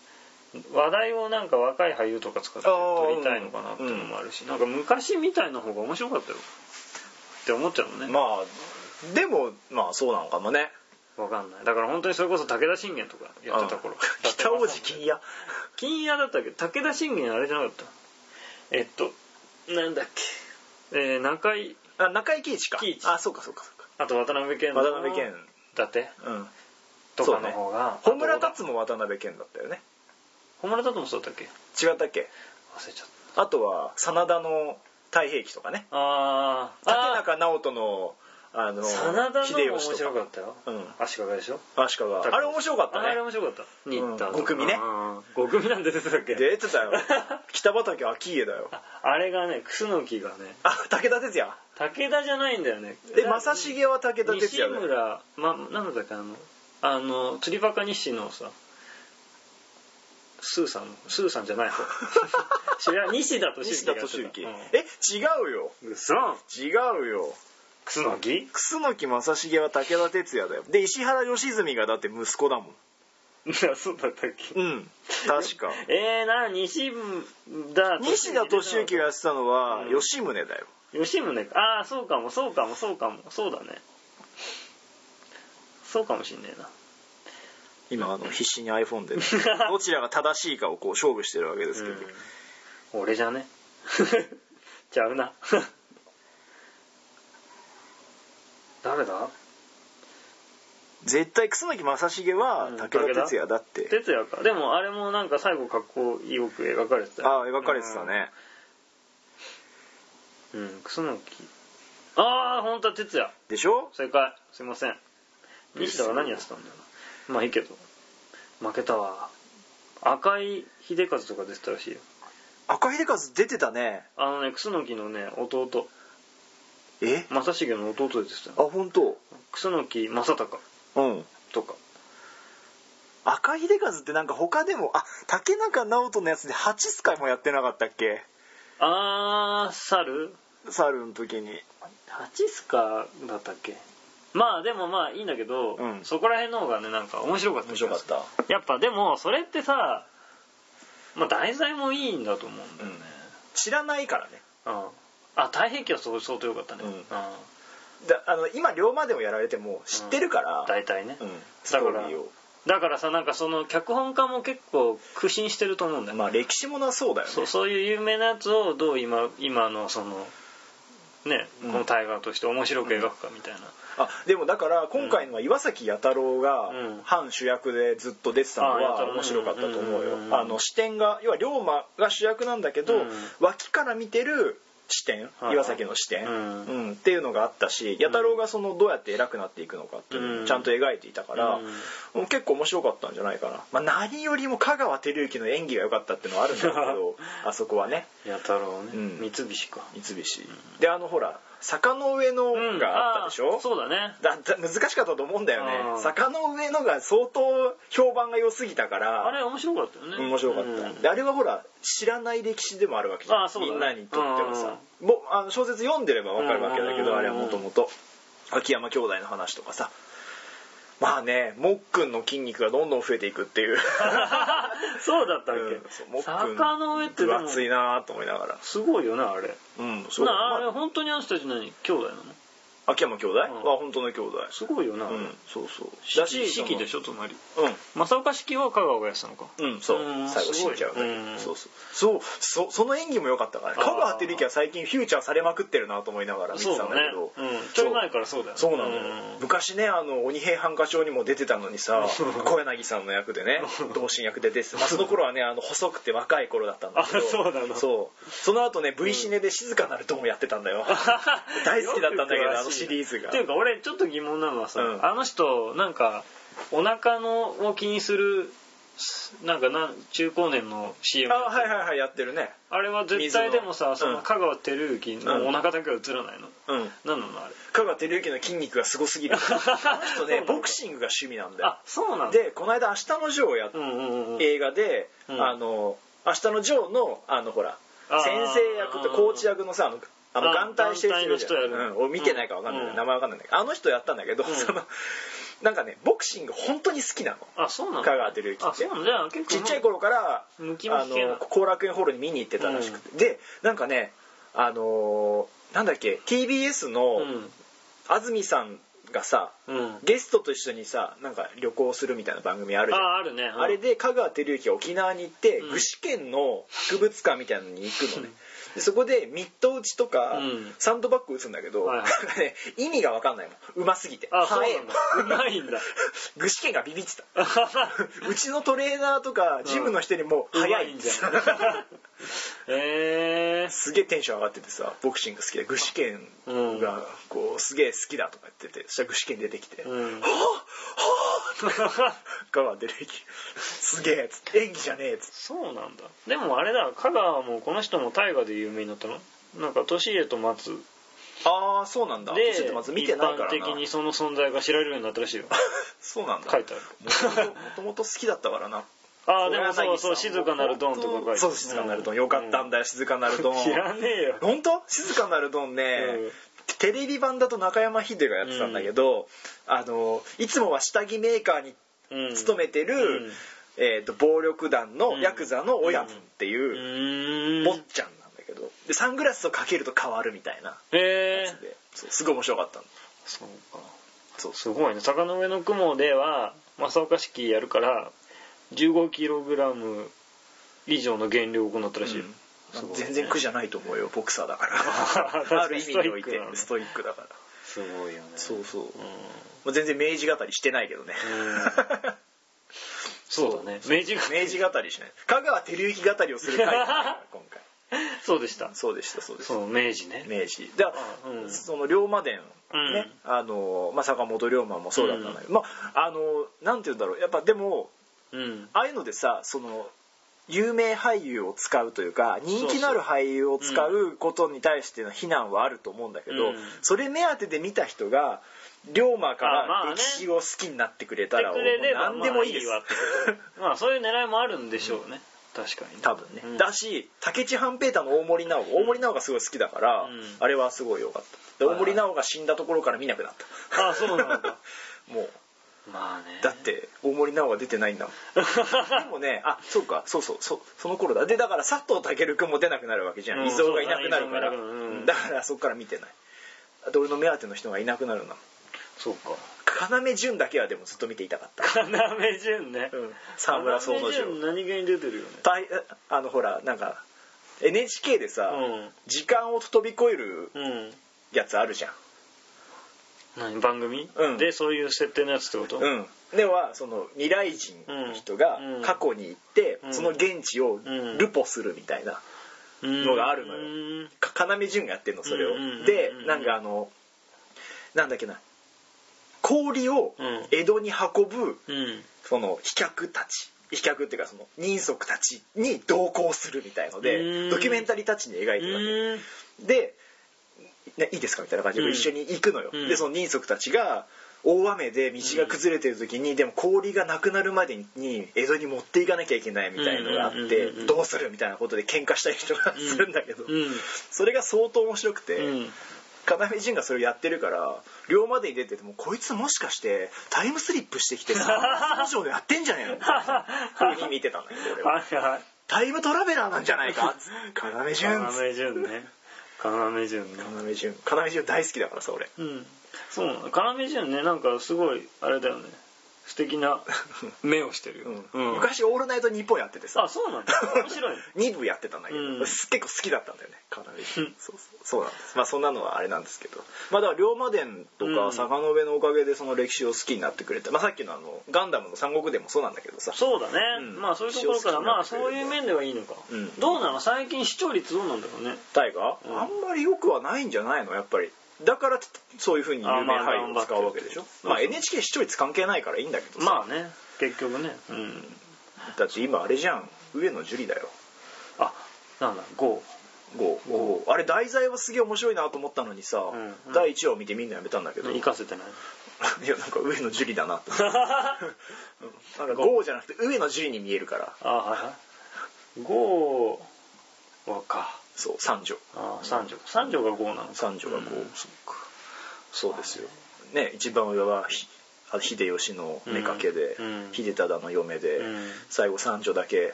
Speaker 2: 話題をなんか若い俳優とか使って
Speaker 1: あー
Speaker 2: 撮りたいのかなっていうのもあるし、なんか昔みたいな方が面白かったよって思っちゃうのね、
Speaker 1: まあでもまあそうなのかもね
Speaker 2: わかんないだから本当にそれこそ武田信玄とかやってた
Speaker 1: う
Speaker 2: 頃
Speaker 1: ん 北王子金や
Speaker 2: 金屋だったっけど武田信玄あれじゃなかったえっとなんだっけ、えー中井
Speaker 1: あ中井貴一か
Speaker 2: 貴一
Speaker 1: あそうかそうかそうか
Speaker 2: あと渡辺謙の
Speaker 1: 渡辺謙
Speaker 2: 伊達
Speaker 1: うん
Speaker 2: とかの方が、
Speaker 1: 本村達も渡辺謙だったよね
Speaker 2: 本村達もそうだったっけ
Speaker 1: 違ったっけ
Speaker 2: 忘れちゃった
Speaker 1: あとは真田の太平記とかね
Speaker 2: あー
Speaker 1: 竹
Speaker 2: あ
Speaker 1: 中直人のあの
Speaker 2: ー真田のも面
Speaker 1: 秀吉と
Speaker 2: 白かったよ、
Speaker 1: うん
Speaker 2: 足利でしょ
Speaker 1: か足利あれ面白かった
Speaker 2: あれ
Speaker 1: ね
Speaker 2: 面白かった新田とか
Speaker 1: うん五組ね
Speaker 2: うん五組なんて出てたっけ
Speaker 1: 出てたよ北畠顕家だよ
Speaker 2: あれがね楠木がね
Speaker 1: あ武田鉄矢
Speaker 2: 武田じゃないんだよね
Speaker 1: で正成は武田鉄矢
Speaker 2: 西
Speaker 1: だよ
Speaker 2: 村、ま、なんだっけあのあの釣りバカ日誌のさスーさんのスーさんじゃない 方知ら西田敏
Speaker 1: 西
Speaker 2: 行が
Speaker 1: 田
Speaker 2: やっ
Speaker 1: 敏
Speaker 2: てた
Speaker 1: 行
Speaker 2: うん
Speaker 1: え違うよ
Speaker 2: うそ
Speaker 1: 違うよ
Speaker 2: 楠木
Speaker 1: 楠木正成は武田鉄矢だよで石原良純がだって息子だもん
Speaker 2: そうだったっけ
Speaker 1: うん確 か
Speaker 2: えー、な西田
Speaker 1: 西田敏行がやってたのは
Speaker 2: うん
Speaker 1: 吉宗だよ
Speaker 2: 吉宗かああそうかもそうかもそうかもそうだねそうかもしんねえな
Speaker 1: 今あの必死に iPhone でねどちらが正しいかをこう勝負してるわけですけど、
Speaker 2: うん俺じゃね ちゃうな 誰だ
Speaker 1: 絶対楠木正成は
Speaker 2: うん
Speaker 1: 武田鉄矢だって、
Speaker 2: 哲也かでもあれもなんか最後かっこよく描かれてた
Speaker 1: あ
Speaker 2: よ
Speaker 1: あ描かれてたね、
Speaker 2: うんうん楠木ああ本当は哲也
Speaker 1: でしょ
Speaker 2: 正解すいません西田が何やってたんだよなまあいいけど負けたわ赤井秀和とか出てたらしいよ
Speaker 1: 赤秀和出てたね
Speaker 2: あのね楠木のね弟
Speaker 1: え
Speaker 2: 正成の弟で出て
Speaker 1: あ
Speaker 2: たよ
Speaker 1: 本当
Speaker 2: 楠木正隆
Speaker 1: うん
Speaker 2: とか
Speaker 1: 赤秀和ってなんか他でもあ竹中直人のやつで八スカイもやってなかったっけ
Speaker 2: あー猿
Speaker 1: 猿の時に
Speaker 2: ハチスカだったっけまあでもまあいいんだけど、
Speaker 1: うん
Speaker 2: そこら辺の方がねなんか面白かった
Speaker 1: 面白かった
Speaker 2: やっぱでもそれってさまあ題材もいいんだと思うんだよね、
Speaker 1: 知らないからね
Speaker 2: うんあ太平記はそう相当良かったね、
Speaker 1: うん
Speaker 2: うん
Speaker 1: だあの今龍馬でもやられても知ってるから、
Speaker 2: 大体ね、
Speaker 1: うんスト
Speaker 2: だか
Speaker 1: ー
Speaker 2: ら
Speaker 1: リーを
Speaker 2: だからさなんかその脚本家も結構苦心してると思うんだよ、
Speaker 1: まあ歴史ものはそうだよね
Speaker 2: そうそういう有名なやつをどう今今のそのね
Speaker 1: うん
Speaker 2: この大河として面白く描くかみたいな、
Speaker 1: あでもだから今回のは岩崎弥太郎が
Speaker 2: うん
Speaker 1: 反主役でずっと出てたの
Speaker 2: あ弥太
Speaker 1: は
Speaker 2: 郎
Speaker 1: 面白かったと思う
Speaker 2: うん
Speaker 1: よ
Speaker 2: うんうん
Speaker 1: あの視点が要は龍馬が主役なんだけど、
Speaker 2: うん
Speaker 1: 脇から見てる視点
Speaker 2: いはい
Speaker 1: 岩崎の視点、
Speaker 2: うん
Speaker 1: うんっていうのがあったし弥太郎がそのどうやって偉くなっていくのかっていうの
Speaker 2: う
Speaker 1: を
Speaker 2: ん
Speaker 1: ちゃんと描いていたから、
Speaker 2: うん
Speaker 1: うん結構面白かったんじゃないかな、まあ、何よりも香川照之の演技が良かったっていうの はあるんだけどあそこはね
Speaker 2: やたろうね、
Speaker 1: うん
Speaker 2: 三菱か
Speaker 1: 三菱であのほら坂の上の
Speaker 2: うん
Speaker 1: があったでしょ、
Speaker 2: あーそうだね
Speaker 1: だだ難しかったと思うんだよ
Speaker 2: うん
Speaker 1: ね坂の上のが相当評判が良すぎたから
Speaker 2: あれ面白かったよね
Speaker 1: 面白かった、
Speaker 2: うん
Speaker 1: であれはほら知らない歴史でもあるわけじゃん
Speaker 2: あそうだね
Speaker 1: みんなにとってはさもうあの小説読んでればわかるわけだけ
Speaker 2: うん
Speaker 1: どあれはもともと秋山兄弟の話とかさまあねもっくんの筋肉がどんどん増えていくって いう
Speaker 2: そうだったっ
Speaker 1: うんそう
Speaker 2: け、
Speaker 1: もっくん
Speaker 2: 坂の上ってで
Speaker 1: 分
Speaker 2: も
Speaker 1: 厚いなと思いながら
Speaker 2: すごいよねあれ
Speaker 1: うんそう、
Speaker 2: なあれ
Speaker 1: ま
Speaker 2: 本当にあの人たち何兄弟なの
Speaker 1: あ、秋山兄弟は
Speaker 2: うん
Speaker 1: 本当の兄弟
Speaker 2: すごいよなあれ、
Speaker 1: うんそうそう
Speaker 2: だし
Speaker 1: その
Speaker 2: 式でしょつまり
Speaker 1: うん
Speaker 2: 正岡式は香川がやってたのか
Speaker 1: うん、そう
Speaker 2: うん
Speaker 1: 最後死んじゃうんだけ
Speaker 2: すごい
Speaker 1: どそうそうそうそその演技も良かったからね
Speaker 2: あー
Speaker 1: 香川照之は最近フューチャーされまくってるなと思いながら見て
Speaker 2: そう
Speaker 1: た
Speaker 2: だ
Speaker 1: んだ
Speaker 2: ね
Speaker 1: けど、
Speaker 2: うんちょい前からそうだよね
Speaker 1: そうなのよ
Speaker 2: うん
Speaker 1: 昔ねあの鬼平犯科帳にも出てたのにさ小柳さんの役で ね同心役で出てて、まあ、その頃はねあの細くて若い頃だったんだけど
Speaker 2: あそうなの
Speaker 1: そうその後ね V シネで静かなるドンやってたんだよ 大好きだったんだけどあのシリーズが
Speaker 2: っていうか俺ちょっと疑問なのはさ、
Speaker 1: うん
Speaker 2: あの人なんかお腹のを気にするなんかなん中高年の CM
Speaker 1: あはいはいはいやってるね
Speaker 2: あれは絶対でもさ
Speaker 1: 水
Speaker 2: そ
Speaker 1: の
Speaker 2: の香川照之のお腹だけは映らないの、
Speaker 1: うん
Speaker 2: なん、なのあれ
Speaker 1: 香川照之の筋肉がすごすぎ るあの人
Speaker 2: そうな
Speaker 1: ね
Speaker 2: んだ
Speaker 1: ボクシングが趣味なんだよ
Speaker 2: あそうなんだ
Speaker 1: でこの間「明日のジョー」をやっ
Speaker 2: うんうんうんうん
Speaker 1: 映画で、
Speaker 2: うん
Speaker 1: あの「明日のジョーの」あのほら
Speaker 2: あー
Speaker 1: 先生役とコーチ役のさあのあの
Speaker 2: あ
Speaker 1: 眼帯してる人いるじゃん
Speaker 2: 眼帯の人やる
Speaker 1: うん、俺見てないから分かんない、
Speaker 2: うん
Speaker 1: 名前分かんないんだけどあの人やったんだけど、
Speaker 2: ん
Speaker 1: そのなんかねボクシング本当に好きなの
Speaker 2: あそうなんだ
Speaker 1: 香川照之
Speaker 2: あ
Speaker 1: っ
Speaker 2: そう
Speaker 1: て
Speaker 2: なんだじゃあ結構
Speaker 1: ちっちゃい頃から
Speaker 2: ムキムキ系な
Speaker 1: あの後楽園ホールに見に行ってたらしくて、でなんかねあのーなんだっけ TBS の安住さんがさ、
Speaker 2: うん、うん、
Speaker 1: ゲストと一緒にさなんか旅行するみたいな番組あるじゃん
Speaker 2: ああるね、うん
Speaker 1: あれ で香川照之が沖縄に行って、
Speaker 2: うん
Speaker 1: 具志堅の博物館みたいなのに行くのねでそこでミット打ちとか、
Speaker 2: うん
Speaker 1: サンドバッグ打つんだけど、
Speaker 2: はいはい
Speaker 1: なんかね 意味が分かんないもんうますぎて
Speaker 2: あそう
Speaker 1: 早い
Speaker 2: なんだうまいんだ
Speaker 1: 具志堅がビビってたうちのトレーナーとかジムの人にも早い
Speaker 2: うんまいん
Speaker 1: です、
Speaker 2: だえ え
Speaker 1: すげえテンション上がっててさボクシング好きで具志堅がこうすげえ好きだとか言っててそしたら具志堅出てきて「
Speaker 2: う
Speaker 1: は
Speaker 2: ん
Speaker 1: あ はあ!」香川照之すげえ」つって演技じゃねえ」つって
Speaker 2: そうなんだでもあれだ香川もこの人も大河で有名になったのなんか年家と松
Speaker 1: ああそうなんだ
Speaker 2: で
Speaker 1: ちょっとまず見てないからな
Speaker 2: 一般的にその存在が知られるようになったらしいよ
Speaker 1: そうなんだ
Speaker 2: 書いてあ る
Speaker 1: もともと好きだったからな
Speaker 2: ああでもそうそ
Speaker 1: 小柳
Speaker 2: う
Speaker 1: さん
Speaker 2: 静かなるドンとか書いてある
Speaker 1: そう静かなるドンよかったんだよ静かなるドン
Speaker 2: 知らねえよ
Speaker 1: 本当静かなるドンね、
Speaker 2: うん
Speaker 1: テレビ版だと中山秀がやってたんだけど、あのいつもは下着メーカーに
Speaker 2: うん
Speaker 1: 勤めてる、
Speaker 2: うん
Speaker 1: えー、と暴力団のヤクザの親分って
Speaker 2: う
Speaker 1: いう、
Speaker 2: ーん
Speaker 1: 坊っちゃんなんだけどでサングラスをかけると変わるみたいな
Speaker 2: へえ
Speaker 1: やつで、そうすごい面白かったの
Speaker 2: そうか
Speaker 1: そう
Speaker 2: すごいね坂の上の雲では正岡式やるから15キログラム以上の減量を行ったらしいよ、
Speaker 1: あの
Speaker 2: すごいね
Speaker 1: 全然苦じゃないと思うよボクサーだか
Speaker 2: 確かに
Speaker 1: らある意味において
Speaker 2: ス
Speaker 1: ス
Speaker 2: ト
Speaker 1: トイックだから
Speaker 2: すごいよね
Speaker 1: そうそう、
Speaker 2: うん
Speaker 1: まあ全然明治語りしてないけどね、
Speaker 2: そうだね明治が
Speaker 1: 明治語りしない香川照之語りをする回だ から今回
Speaker 2: そうでした
Speaker 1: そうでしたそうでした
Speaker 2: そう明治ね
Speaker 1: 明治だ
Speaker 2: あうん
Speaker 1: その龍馬伝
Speaker 2: うん
Speaker 1: ね、あのまあ、坂本龍馬もそうだったんだけど、まああのなんて言うんだろうやっぱでも
Speaker 2: うん
Speaker 1: ああいうのでさその有名俳優を使うというか人気のある俳優を使うことに対しての非難はあると思うんだけど、
Speaker 2: うん
Speaker 1: それ目当てで見た人が龍馬か
Speaker 2: あまあね
Speaker 1: ら歴史を好きになってくれたら
Speaker 2: してくれれば
Speaker 1: もう何でもいいです、
Speaker 2: まあいいわってまあそういう狙いもあるんでしょうね、確かにね
Speaker 1: 多分ね、
Speaker 2: うん
Speaker 1: だし武智半平太の大森直大森直がすごい好きだから、
Speaker 2: うん
Speaker 1: あれはすごい良かったで
Speaker 2: はい
Speaker 1: 大森直が死んだところから見なくなった
Speaker 2: ああそうなんだ
Speaker 1: もう
Speaker 2: まあね
Speaker 1: だって大森直は出てないんだもんでもねあそうかそうそうそうその頃だでだから佐藤健君も出なくなるわけじゃん、
Speaker 2: うん
Speaker 1: 伊蔵がいなくなるから、
Speaker 2: そうだね伊蔵がいなくなるうん
Speaker 1: うんだからそこから見てないあと俺の目当ての人がいなくなるな
Speaker 2: そうか
Speaker 1: 要潤だけはでもずっと見ていたかった
Speaker 2: 要潤ね、
Speaker 1: うん沢村宗之
Speaker 2: 要
Speaker 1: 丞
Speaker 2: 潤何気に出てるよね
Speaker 1: たいあのほらなんか NHK でさ、
Speaker 2: うん
Speaker 1: 時間を飛び越える
Speaker 2: うん
Speaker 1: やつあるじゃん
Speaker 2: 何番組、
Speaker 1: うん
Speaker 2: でそういう設定のやつってこと、
Speaker 1: うん、ではその未来人の人が
Speaker 2: うん
Speaker 1: 過去に行って、
Speaker 2: うん
Speaker 1: その現地を
Speaker 2: うん
Speaker 1: ルポするみたいな、
Speaker 2: うん
Speaker 1: のがあるのよ
Speaker 2: うん
Speaker 1: か要潤がやってんのそれを、
Speaker 2: うんうんうんうん
Speaker 1: でなんかあのなんだっけな氷を
Speaker 2: うん
Speaker 1: 江戸に運ぶ、
Speaker 2: うん
Speaker 1: その飛脚たち飛脚っていうかその人足たちに同行するみたいので、
Speaker 2: うん
Speaker 1: ドキュメンタリーたちに描いてるわけ、
Speaker 2: うん
Speaker 1: でねいいですかみたいな感じ
Speaker 2: う
Speaker 1: で
Speaker 2: ん
Speaker 1: 一緒に行くのよ、
Speaker 2: うん
Speaker 1: でその人足たちが大雨で道が崩れてる時に、でも氷がなくなるまでに江戸に持っていかなきゃいけないみたいのがあって、
Speaker 2: うんうんうんうん
Speaker 1: どうするみたいなことで喧嘩したりとかするんだけど、
Speaker 2: うん
Speaker 1: それが相当面白くて、
Speaker 2: うん
Speaker 1: 要潤がそれをやってるから龍馬でに出ててもこいつもしかしてタイムスリップしてき てさ以上でやってんじゃねえのみたいな風に見てたんだけど俺 は
Speaker 2: はいはい
Speaker 1: タイムトラベラーなんじゃない か要潤
Speaker 2: 要潤ね要潤ね
Speaker 1: 要潤要潤大好きだからさ俺
Speaker 2: うんそうなの要潤ねなんかすごいあれだよね素 敵な目をしてるよ、
Speaker 1: うん
Speaker 2: うん
Speaker 1: 昔「オールナイトニッポン」やっててさ
Speaker 2: あそうなんだ 面白い
Speaker 1: 2部やってたんだけど、
Speaker 2: うん
Speaker 1: 結構好きだったんだよねかなり
Speaker 2: う
Speaker 1: そうんそうそうなんですまあそんなのはあれなんですけどまあだから龍馬伝と
Speaker 2: う
Speaker 1: か
Speaker 2: ん
Speaker 1: 坂の上のおかげでその歴史を好きになってくれて、まあさっきのあのガンダムの三国でもそうなんだけどさ
Speaker 2: そうだね、
Speaker 1: うん
Speaker 2: まあそういうところか
Speaker 1: 塩好き
Speaker 2: ら
Speaker 1: になってくれる
Speaker 2: まあそういう面ではいいのか、
Speaker 1: うん
Speaker 2: どうなの最近視聴率どうなんだろうね
Speaker 1: 大河、
Speaker 2: うん
Speaker 1: あんまり良くはないんじゃないのやっぱりだからそういうふうに有名俳優を使うわけでしょ
Speaker 2: あ
Speaker 1: ま
Speaker 2: まあ頑張ってる
Speaker 1: あ NHK 視聴率関係ないからいいんだけどさ、
Speaker 2: まあね結局ねうん
Speaker 1: だって今あれじゃん上野樹里だよ
Speaker 2: あなんだ5
Speaker 1: 5あれ題材はすげえ面白いなと思ったのにさ、
Speaker 2: んうん
Speaker 1: 第1話を見てみんなやめたんだけど、
Speaker 2: 生かせ てない
Speaker 1: いやなんか上野樹里だなってなんか
Speaker 2: ゴ
Speaker 1: ゴーじゃなくて上野樹里に見えるから
Speaker 2: あはいはい5はか
Speaker 1: そう三女
Speaker 2: あ三条三条が5なのか
Speaker 1: 三女がこう、
Speaker 2: うん
Speaker 1: そそうです よね一番上はひあ秀吉の妾で、
Speaker 2: うんうん
Speaker 1: 秀忠の嫁で、
Speaker 2: うん
Speaker 1: 最後三女だけ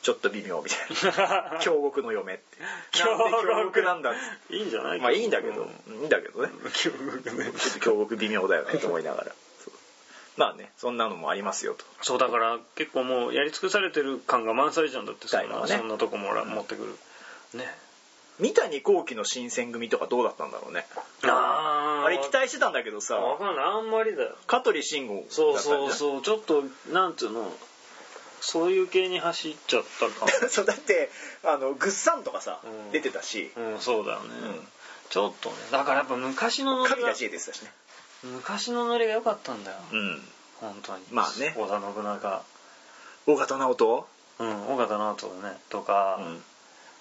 Speaker 1: ちょっと微妙みた いな京極の嫁って
Speaker 2: 京極
Speaker 1: なんで京極なんだっつって
Speaker 2: いいんじゃない
Speaker 1: まあいいんだけど、いいんだけどね
Speaker 2: 京極ね
Speaker 1: ちょっと京極微妙だよねと思いながらそうまあねそんなのもありますよと
Speaker 2: そうだから結構もうやり尽くされてる感が満載じゃんだってそん
Speaker 1: 大
Speaker 2: な,、
Speaker 1: 河はね
Speaker 2: そんなとこもら持ってくるね
Speaker 1: 三谷幸喜の新選組とかどうだったんだろうね
Speaker 2: あー
Speaker 1: あれ期待してたんだけどさ
Speaker 2: わかんないあんまりだよ
Speaker 1: 香取慎吾だったんじゃ
Speaker 2: そ
Speaker 1: な
Speaker 2: う
Speaker 1: い
Speaker 2: そうそうちょっとなんつうのそういう系に走っちゃったか
Speaker 1: そうだってあのグッサンとかさ、
Speaker 2: うん
Speaker 1: 出てたし
Speaker 2: うんそうだよね、
Speaker 1: ん
Speaker 2: ちょっとねだからやっぱ昔のノリ
Speaker 1: 神
Speaker 2: が
Speaker 1: 田知恵でしたしね
Speaker 2: 昔のノリが良かったんだよ、
Speaker 1: うん
Speaker 2: 本当に
Speaker 1: まあね
Speaker 2: 織田信長
Speaker 1: 大方直人
Speaker 2: うん尾形直人ねとか、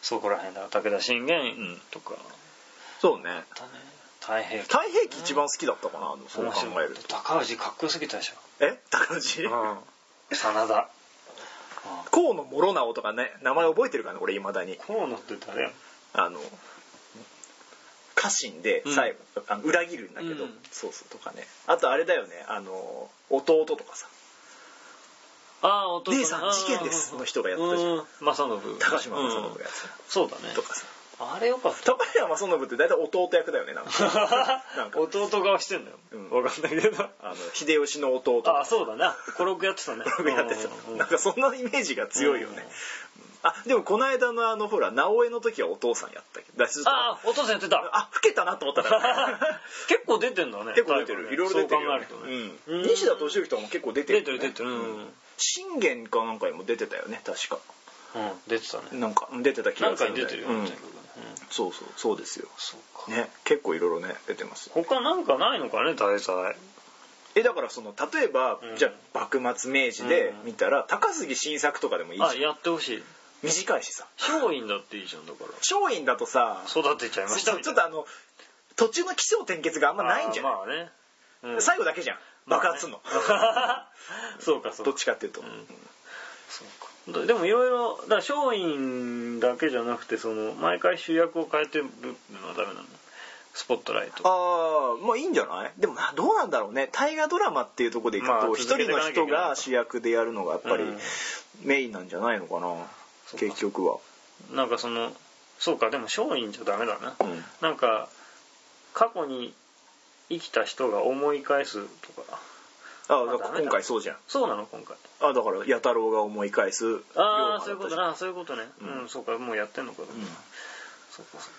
Speaker 2: そこら辺だよ武田信玄
Speaker 1: うん
Speaker 2: とか、
Speaker 1: そうね
Speaker 2: だね太平記
Speaker 1: 太平記一番好きだったかな、でもそう考えると
Speaker 2: 高橋かっこよすぎたでしょ
Speaker 1: え高氏、
Speaker 2: うん真田
Speaker 1: 河野諸直とかね名前覚えてるかな俺いまだに
Speaker 2: 河野って誰
Speaker 1: あの家臣で最後、あの裏切るんだけど、
Speaker 2: うん
Speaker 1: そうそうとかねあとあれだよねあの弟とかさ
Speaker 2: ああ弟
Speaker 1: 姉さん事件ですの人がやってたじゃん
Speaker 2: ん正信
Speaker 1: 高島正信
Speaker 2: うん
Speaker 1: のやつ、
Speaker 2: そうだね
Speaker 1: とかさ
Speaker 2: あれよかった
Speaker 1: 高島正信って大体弟役だよねなん かなんか
Speaker 2: 弟側してんだよ、
Speaker 1: うん
Speaker 2: わかんないけど
Speaker 1: あの秀吉の弟
Speaker 2: ああそうだなコロクやってたね
Speaker 1: ブログやってた
Speaker 2: う ん
Speaker 1: なんかそんなイメージが強いよね
Speaker 2: うん
Speaker 1: あでもこの間のあのほら直江の時はお父さんやったけどだし
Speaker 2: ああお父さんやってた
Speaker 1: あ老けたなと思ったからね
Speaker 2: 結構出てんだね
Speaker 1: 結構出てるいろいろ出てるよね
Speaker 2: そう考えるとね
Speaker 1: うん
Speaker 2: うん
Speaker 1: 西田敏行とかも結構出てる
Speaker 2: 出
Speaker 1: よ
Speaker 2: て
Speaker 1: ね
Speaker 2: る出てるうん
Speaker 1: うん信玄かなんかにも出てたよね確か
Speaker 2: うん出てたね
Speaker 1: なんかうん出てた気
Speaker 2: なん
Speaker 1: がす
Speaker 2: か
Speaker 1: る
Speaker 2: に
Speaker 1: んだ
Speaker 2: 出
Speaker 1: よ
Speaker 2: てるよ
Speaker 1: うん
Speaker 2: ね、全国ねうん
Speaker 1: そうそうそうですよ
Speaker 2: そうか
Speaker 1: ね結構いろいろね出てます
Speaker 2: 他なんかないのかね題材
Speaker 1: えだからその例えば
Speaker 2: うん
Speaker 1: じゃあ幕末明治で見たら高杉晋作とかでもいい
Speaker 2: あ
Speaker 1: し
Speaker 2: やってほしい
Speaker 1: 短いしさ
Speaker 2: 松陰だっていいじゃんだから
Speaker 1: 松陰だとさ
Speaker 2: 育てちゃいま
Speaker 1: そう
Speaker 2: した
Speaker 1: そう
Speaker 2: み
Speaker 1: ち
Speaker 2: た
Speaker 1: ょっ
Speaker 2: いな
Speaker 1: とあの途中の起承転結があんまないんじゃない、
Speaker 2: あーまあね、うん
Speaker 1: 最後だけじゃん
Speaker 2: まあね
Speaker 1: 爆発すんの、
Speaker 2: そうかそうか
Speaker 1: どっちかっていうと、
Speaker 2: んそうかででもいろいろだから松陰だけじゃなくてその毎回主役を変えてるのはダメなのスポットライト
Speaker 1: ああまあいいんじゃないでもなどうなんだろうね大河ドラマっていうところでいく
Speaker 2: まあ
Speaker 1: と
Speaker 2: 続
Speaker 1: 一、
Speaker 2: けてい
Speaker 1: 人の
Speaker 2: かなきゃいけない
Speaker 1: 人が主役でやるのがやっぱり
Speaker 2: うん
Speaker 1: メインなんじゃないのかな、
Speaker 2: そうか
Speaker 1: 結局は
Speaker 2: なんかそのそうかでも松陰じゃダメだな、
Speaker 1: うん
Speaker 2: なんか過去に生きた人が思い返すとか
Speaker 1: ああ
Speaker 2: ま
Speaker 1: だ
Speaker 2: あ
Speaker 1: から
Speaker 2: ダメだ
Speaker 1: 今回そうじゃん
Speaker 2: そうなの今回
Speaker 1: あだから弥太郎が思い返す
Speaker 2: あ
Speaker 1: 龍馬だった
Speaker 2: あそういうこと
Speaker 1: じゃん
Speaker 2: なそういうことねう
Speaker 1: うん
Speaker 2: ん、そうかもうやってんのか、そうかそ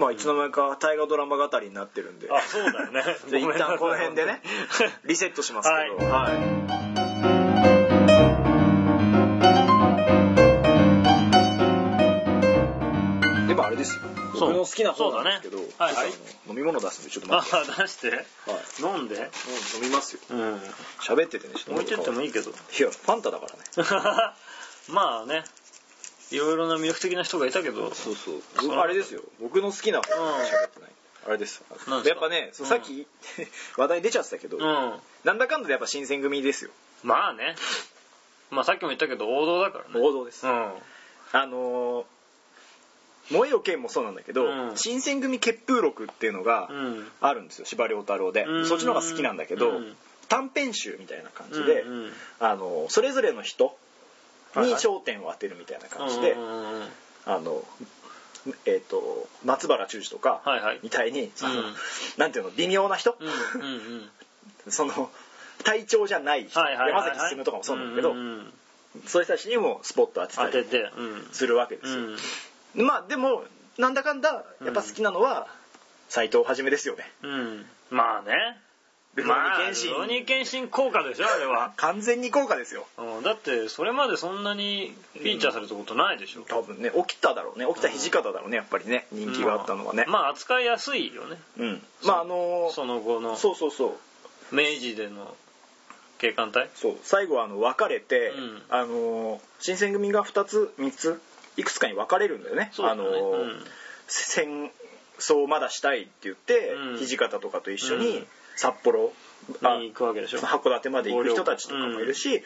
Speaker 1: まあいつの間にか大河ドラマ語りになってるんで、
Speaker 2: うかあそうだよね
Speaker 1: じゃあ一旦この辺で ねリセットしますけど、はいでもあれですよ
Speaker 2: そう
Speaker 1: 僕の好きな方なんですけど、
Speaker 2: そうだねはいはい
Speaker 1: ちょっとあの飲み物出すんでちょっと
Speaker 2: あ
Speaker 1: 待って、
Speaker 2: 出して
Speaker 1: はい
Speaker 2: 飲んで
Speaker 1: うん飲みますよ
Speaker 2: うん
Speaker 1: 喋っててねちょっと
Speaker 2: 置いてってもいいけど
Speaker 1: いやファンタだからね
Speaker 2: まあねいろいろな魅力的な人がいたけど
Speaker 1: そうそう
Speaker 2: そう
Speaker 1: 僕あれですよ僕の好きな方
Speaker 2: うん
Speaker 1: しか喋ってないあれです
Speaker 2: なんです
Speaker 1: や
Speaker 2: か
Speaker 1: っぱね、そう
Speaker 2: うん
Speaker 1: さっき 話題出ちゃってたけど、
Speaker 2: うん
Speaker 1: なんだかんだでやっぱ新選組ですよ
Speaker 2: まあねまあさっきも言ったけど王道だからね
Speaker 1: 王道です、
Speaker 2: うん
Speaker 1: あのー燃えよ剣もそうなんだけど、
Speaker 2: うん
Speaker 1: 新選組血風録っていうのが
Speaker 2: うん
Speaker 1: あるんですよ司馬遼太郎で、
Speaker 2: うん
Speaker 1: そっちの方が好きなんだけど、
Speaker 2: うん
Speaker 1: 短編集みたいな感じで、
Speaker 2: うんうん
Speaker 1: あのーそれぞれの人
Speaker 2: はい
Speaker 1: に
Speaker 2: はい
Speaker 1: 焦点を当てるみたいな感じで、
Speaker 2: うんうんうんうん
Speaker 1: あのえー、と松原忠司とか
Speaker 2: はいはい
Speaker 1: みたいに、その
Speaker 2: うん
Speaker 1: なんていうの微妙な人、
Speaker 2: うんうんうん
Speaker 1: その隊長じゃない人、
Speaker 2: はいはいはいはい
Speaker 1: 山崎進とかもそうなんだけど、
Speaker 2: うんうん
Speaker 1: そういう人たちにもスポット当てた
Speaker 2: 当て
Speaker 1: り
Speaker 2: てうん
Speaker 1: するわけですよ、まあでもなんだかんだやっぱ好きなのは斎藤はじめですよね
Speaker 2: うんうんまあね
Speaker 1: ルロ
Speaker 2: まあ
Speaker 1: ニケンシン
Speaker 2: ルロニケンシン効果でしょあれ は
Speaker 1: 完全に効果ですよ
Speaker 2: うんだってそれまでそんなにフィーチャーされたことないでしょ
Speaker 1: 多分ね起きただろうね起きた土方だろうねやっぱりね人気があったのはね、
Speaker 2: まあまあ扱いやすいよね
Speaker 1: うんまああのー
Speaker 2: その後の
Speaker 1: そうそうそう
Speaker 2: 明治での警官隊
Speaker 1: そう最後はあの別れて、
Speaker 2: うん
Speaker 1: あのー新選組が2つ3ついくつかに分かれるんだよね
Speaker 2: そうだね
Speaker 1: あのー
Speaker 2: うん
Speaker 1: 戦争をまだしたいって言って、
Speaker 2: うん
Speaker 1: 土方とかと一緒
Speaker 2: う
Speaker 1: に
Speaker 2: ん
Speaker 1: 札幌、あ
Speaker 2: に行くわけでしょ
Speaker 1: 函館まで行く人たちとかもいるし、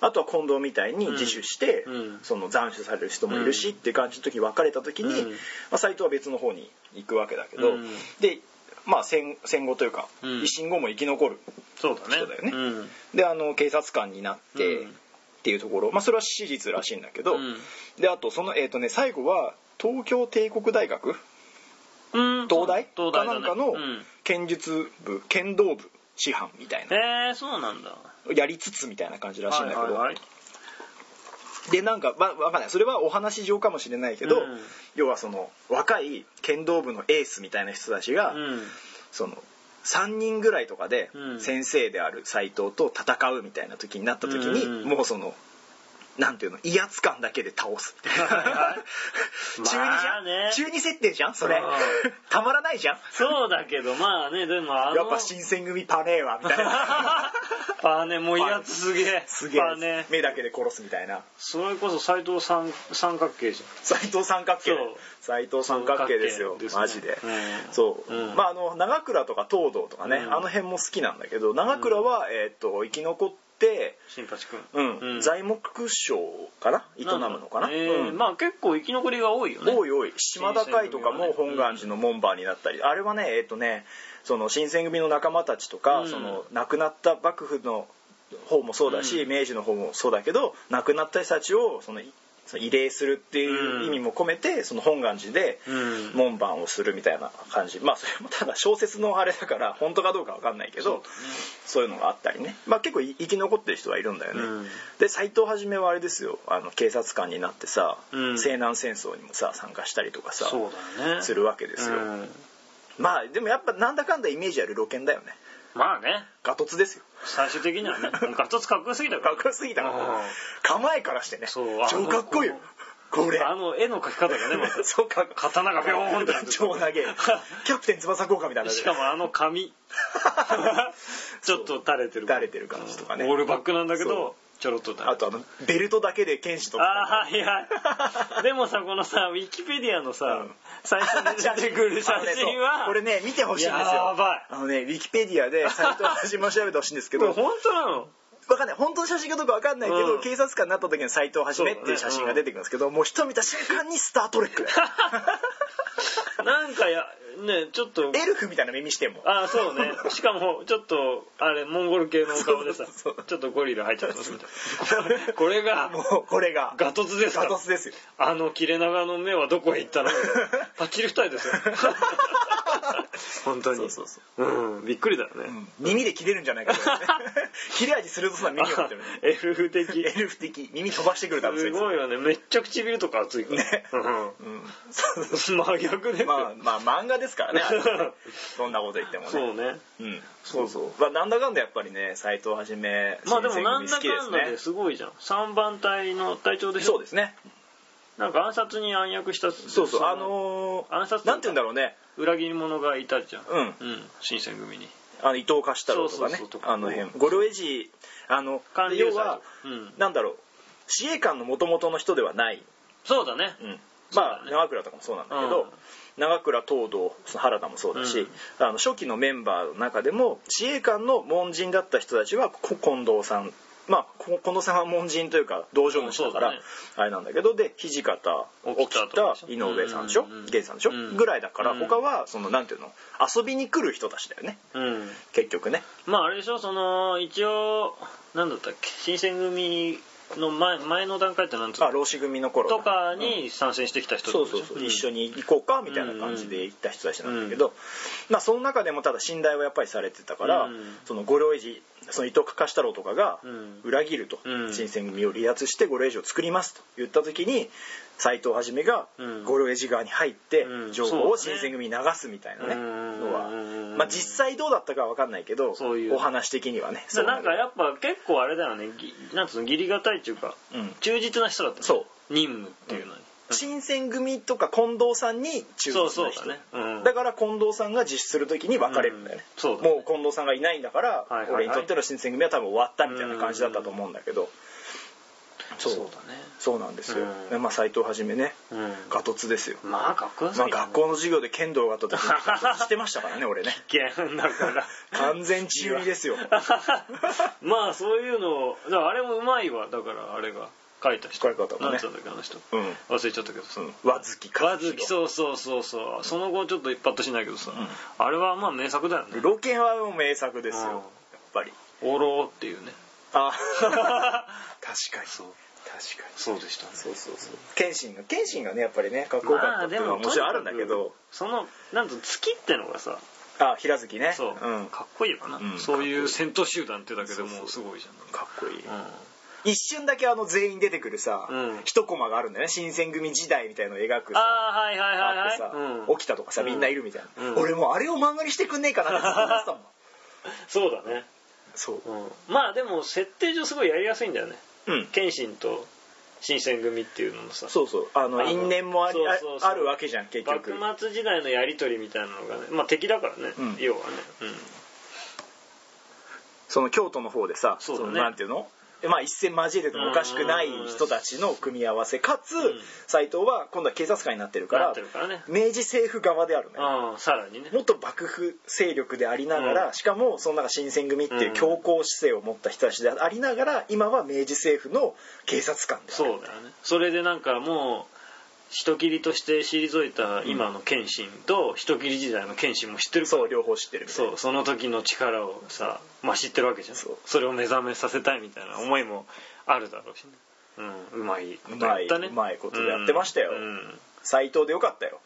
Speaker 1: あとは近藤みたいに自首して、
Speaker 2: うん
Speaker 1: その斬首される人もいるし、
Speaker 2: うん
Speaker 1: っていう感じの時に別れた時に、
Speaker 2: うん
Speaker 1: まあ、斎藤は別の方に行くわけだけど、
Speaker 2: うん
Speaker 1: で、まあ、戦戦後というか、
Speaker 2: うん
Speaker 1: 維新後も生き残る
Speaker 2: そうだね
Speaker 1: そうだよね
Speaker 2: うん
Speaker 1: であの警察官になって、
Speaker 2: うん
Speaker 1: っていうところ、まあ、それは史実らしいんだけど、
Speaker 2: うん
Speaker 1: であとその、えーとね、最後は東京帝国大学
Speaker 2: うん
Speaker 1: 東大
Speaker 2: 東
Speaker 1: か
Speaker 2: 大だ
Speaker 1: な
Speaker 2: ね
Speaker 1: んかの
Speaker 2: うん
Speaker 1: 剣術部剣道部師範みたいな
Speaker 2: えーそうなんだ
Speaker 1: やりつつみたいな感じらしいんだけど、
Speaker 2: はいはいはい
Speaker 1: でなんかわわかんないそれはお話上かもしれないけど、
Speaker 2: うん
Speaker 1: 要はその若い剣道部のエースみたいな人たちが、
Speaker 2: うん
Speaker 1: その3人ぐらいとかで
Speaker 2: うん
Speaker 1: 先生である斎藤と戦うみたいな時になった時に、
Speaker 2: うん
Speaker 1: もうその。なんていうの威圧感だけで倒すみたいな
Speaker 2: はいはい
Speaker 1: 中二 じゃん、
Speaker 2: まあね
Speaker 1: 中二設定じゃんそれ
Speaker 2: うん
Speaker 1: たまらないじゃん
Speaker 2: そうだけどまあねでもあの
Speaker 1: やっぱ新選組パネーはみたいな
Speaker 2: パーネもう威圧すげえ
Speaker 1: すげえ
Speaker 2: パーネ
Speaker 1: 目だけで殺すみたいな
Speaker 2: それこそ斎藤さん三角形じ
Speaker 1: 斎藤三角形
Speaker 2: そう
Speaker 1: 斎藤三角形ですよ
Speaker 2: 三角形ですね
Speaker 1: マジで、
Speaker 2: うん
Speaker 1: そう、
Speaker 2: うん
Speaker 1: まああの長倉とか東堂とかね、
Speaker 2: うん
Speaker 1: あの辺も好きなんだけど長倉は、えーっと生き残って
Speaker 2: ゃん新八君
Speaker 1: うん、材木商かな営むのかな
Speaker 2: えー
Speaker 1: うん
Speaker 2: まあ結構生き残りが多いよね
Speaker 1: 多い多い島田会とかも本願寺の門番になったり、あれはねえっ、とねその新選組の仲間たちとか、
Speaker 2: うん
Speaker 1: その亡くなった幕府の方もそうだし、
Speaker 2: うん
Speaker 1: 明治の方もそうだけど亡くなった人たちをそのいその慰霊するっていう意味も込めて、その本願寺で
Speaker 2: うん
Speaker 1: 門番をするみたいな感じ、まあそれもただ小説のあれだから本当かどうかわかんないけどそう,、いうのがあったりね、まあ、結構い生き残ってる人はいるんだよね、
Speaker 2: うん
Speaker 1: で斎藤はじめはあれですよあの警察官になってさ、
Speaker 2: うん
Speaker 1: 西南戦争にもさ参加したりとかさ
Speaker 2: そうだよね
Speaker 1: するわけですよ、
Speaker 2: うん
Speaker 1: まあでもやっぱなんだかんだイメージあるロケンだよね
Speaker 2: まあね
Speaker 1: ガトツですよ
Speaker 2: 最終的に はねガトツかっこよすぎたか
Speaker 1: からっこよすぎたから
Speaker 2: うん
Speaker 1: 構えからしてね
Speaker 2: そう
Speaker 1: 超かっこいいよこれ
Speaker 2: あの絵の描き方がねま た
Speaker 1: そうか
Speaker 2: 刀がビョーンってなって る
Speaker 1: 超長 いキャプテン翼効果みたいな
Speaker 2: しかもあの 髪ちょっと垂れてる
Speaker 1: 垂れてる感じとかね
Speaker 2: オールバックなんだけ
Speaker 1: そ
Speaker 2: どちょろっと垂れてる
Speaker 1: あとあのベルトだけで剣士とか
Speaker 2: あーはい はいでもさこのさウィキペディアのさ、
Speaker 1: うん
Speaker 2: 最初に出てくる写真
Speaker 1: あのねそう
Speaker 2: は
Speaker 1: これね見てほしいんですよ
Speaker 2: やばい
Speaker 1: あのねウィキペディアで斎藤はじめを調べてほしいんですけ
Speaker 2: こ
Speaker 1: ど
Speaker 2: れ本当なの
Speaker 1: わかんない本当の写真かどうかわかんないけど、
Speaker 2: うん
Speaker 1: 警察官になった時の斎藤はじめっていう写真が出てくるんですけど、もう人見た瞬間にスター・トレックだよ
Speaker 2: なんかやねちょっと
Speaker 1: エルフみたいな耳してんもん
Speaker 2: ああそうねしかもちょっとあれモンゴル系のお顔でさ
Speaker 1: そうそうそう
Speaker 2: ちょっとゴリラ入っちゃって ますみたいなこれが
Speaker 1: もうこれが
Speaker 2: ガトツですか
Speaker 1: ガトツですよ
Speaker 2: あの切れ長の目はどこへ行ったの パッチリ二重ですよ本当に
Speaker 1: そうそう
Speaker 2: うん、びっくりだよね、
Speaker 1: 耳で切れるんじゃないかと思って切れ味鋭そうな耳を持ってるね
Speaker 2: エルフ的
Speaker 1: エルフ的耳飛ばしてくる多分そ
Speaker 2: す
Speaker 1: いつ
Speaker 2: ごいよねめっちゃ唇とか熱いから
Speaker 1: ね
Speaker 2: う、
Speaker 1: うん そうそうん
Speaker 2: 真逆ですよ、
Speaker 1: まあまあ漫画ですからねあれは ねそんなこと言ってもね
Speaker 2: そうね
Speaker 1: うん、そうそう、まあ、なんだかんだやっぱりね斎藤はじめ
Speaker 2: まあでもなん
Speaker 1: 新選
Speaker 2: だ
Speaker 1: 組
Speaker 2: かんだですごいじゃん三番隊の隊長でしょ
Speaker 1: そうですね
Speaker 2: なんか暗殺に暗躍した
Speaker 1: そうそう
Speaker 2: の
Speaker 1: あのー
Speaker 2: 暗殺
Speaker 1: なんて言うんだろうね
Speaker 2: 裏切り者がいたじゃん
Speaker 1: うん
Speaker 2: 新選組に
Speaker 1: あの伊藤貸太郎とかね
Speaker 2: そうそうそうとか
Speaker 1: あの辺ゴロエジあの
Speaker 2: 管理栄
Speaker 1: 要
Speaker 2: 治
Speaker 1: は、
Speaker 2: うん
Speaker 1: なんだろう自衛官の元々の人ではない
Speaker 2: そうだね
Speaker 1: うん
Speaker 2: そうだね
Speaker 1: まあ、長倉とかもそうなんだけど、
Speaker 2: うん
Speaker 1: 長倉東堂その原田もそうだし、あの初期のメンバーの中でも自衛官の門人だった人たちはこ近藤さんまあこ近藤さんは門人というか道場主だから、
Speaker 2: うんそうだね
Speaker 1: あれなんだけどで土方
Speaker 2: 沖
Speaker 1: 沖
Speaker 2: 田
Speaker 1: 田
Speaker 2: とかでしょ
Speaker 1: 井上さんでしょ
Speaker 2: うんうんうん
Speaker 1: 源さんでしょ、
Speaker 2: うん
Speaker 1: ぐらいだから、
Speaker 2: うん
Speaker 1: 他はそのなんていうの遊びに来る人たちだよね
Speaker 2: うん
Speaker 1: 結局ね
Speaker 2: まああれでしょその一応なんだったっけ新選組の前前の段階ってなんつう
Speaker 1: あ
Speaker 2: の
Speaker 1: 老子組の頃
Speaker 2: とかに参戦してきた人
Speaker 1: そうそうそう、一緒
Speaker 2: に
Speaker 1: に行こうかみたいな感じで行った人たちなんだけど、まあその中でもただ信頼はやっぱりされてたから、
Speaker 2: うん
Speaker 1: その五郎治その伊藤嘉太郎とかが
Speaker 2: うん
Speaker 1: 裏切ると、
Speaker 2: うん
Speaker 1: 新選組を離脱して五郎治を作りますと言った時に斎藤はじめが
Speaker 2: うん
Speaker 1: 五郎治側に入って
Speaker 2: うん
Speaker 1: 情報を新選組に流すみたいなね、
Speaker 2: うん
Speaker 1: のは
Speaker 2: うん、
Speaker 1: まあ、実際どうだったかは分かんないけど
Speaker 2: そういう
Speaker 1: お話的にはね
Speaker 2: だからなんか
Speaker 1: や
Speaker 2: やっぱ結構あれだよねぎなんつうの義理がたいっていうか
Speaker 1: うん
Speaker 2: 忠実な人だったね
Speaker 1: そう
Speaker 2: 任務っていうのに、
Speaker 1: 新選組とか近藤さんに忠
Speaker 2: そう
Speaker 1: 実
Speaker 2: そ
Speaker 1: な
Speaker 2: う
Speaker 1: 人
Speaker 2: だね、うん、
Speaker 1: だから近藤さんが実施する時に別れるんだよね、
Speaker 2: うんそうだね
Speaker 1: もう近藤さんがいないんだから、
Speaker 2: いはいはい
Speaker 1: 俺にとっての新選組は多分終わったみたいな感じだったと思うんだけど、そう
Speaker 2: そう
Speaker 1: そうなんですよ、
Speaker 2: うん
Speaker 1: でまあ斎藤はじめね
Speaker 2: だね、
Speaker 1: ガトツですよ、
Speaker 2: うん、まあかっこよす
Speaker 1: まあ、
Speaker 2: ぎ
Speaker 1: 学校の授業で剣道があった時にガトツしてましたから ね俺ね
Speaker 2: 験だから
Speaker 1: 完全中二ですよ
Speaker 2: まあそういうのをだからあれもうまいわだからあれが書いた人
Speaker 1: 書いた方がね
Speaker 2: なんつうんだっけあの人
Speaker 1: うん、うん、
Speaker 2: 忘れちゃったけどさ、
Speaker 1: 和月和
Speaker 2: 和月そうそうそうそうその後ちょっと一発しないけどさ、
Speaker 1: う
Speaker 2: あれはまあ名作だよね
Speaker 1: ロケはもう名作ですよ、
Speaker 2: うん
Speaker 1: やっぱり
Speaker 2: 「オロー」っていうね
Speaker 1: あ確かに
Speaker 2: そう
Speaker 1: 確かに
Speaker 2: そうでしたね
Speaker 1: そうそうそう謙信が謙信がねやっぱりねかっこよかったっていうのはもちろんあるんだけど、
Speaker 2: そのなんと月ってのがさ
Speaker 1: あ平月ね
Speaker 2: そう、
Speaker 1: ん、か
Speaker 2: かっこいいよな、
Speaker 1: うん
Speaker 2: そういう戦闘集団ってだけで
Speaker 1: そうそ
Speaker 2: も
Speaker 1: う
Speaker 2: すごいじゃん
Speaker 1: っこいい、
Speaker 2: うん
Speaker 1: 一瞬だけあの全員出てくるさ、
Speaker 2: うん
Speaker 1: 一コマがあるんだよね新選組時代みたいのを描く
Speaker 2: あ
Speaker 1: さ
Speaker 2: あはいはいはい
Speaker 1: あ
Speaker 2: は
Speaker 1: っ
Speaker 2: い
Speaker 1: てさ、
Speaker 2: うん
Speaker 1: 起きたとかさみんないるみたいな、
Speaker 2: うん
Speaker 1: 俺もうあれを漫画にしてくんねえかなってずっと思ってたもん
Speaker 2: そうだね、
Speaker 1: そう
Speaker 2: うん、まあでも設定上すごいやりやすいんだよね
Speaker 1: うん
Speaker 2: 謙信と新選組っていうのもさ
Speaker 1: そうそうあの
Speaker 2: あの
Speaker 1: 因縁もありあ
Speaker 2: そうそうそう
Speaker 1: あるわけじゃん結局
Speaker 2: 幕末時代のやり取りみたいなのがねまあ敵だからね、
Speaker 1: うん
Speaker 2: 要はね、
Speaker 1: その京都の方でさ
Speaker 2: そうだね
Speaker 1: のなんていうのまあ一戦交えててもおかしくない人たちの組み合わせかつ
Speaker 2: ん
Speaker 1: 斎藤は今度は警察官になってる
Speaker 2: う
Speaker 1: か
Speaker 2: ん、な
Speaker 1: ら
Speaker 2: ってるからね
Speaker 1: 明治政府側であるね
Speaker 2: うんさらにね
Speaker 1: 元幕府勢力でありながら、
Speaker 2: うん
Speaker 1: しかもその中新選組っていう強硬姿勢を持った人たちでありながら今は明治政府の警察官であ
Speaker 2: そう
Speaker 1: る
Speaker 2: だよねそれでなんかもう人斬りとして退いた今の謙信と人斬り時代の謙信も知ってるから
Speaker 1: そう両方知ってるみたいな
Speaker 2: そうその時の力をさ、まあ、知ってるわけじゃん
Speaker 1: そう
Speaker 2: れを目覚めさせたいみたいな思いもあるだろうしねうんうまいことやったね
Speaker 1: うまいことやってましたよ斎藤でよかったよ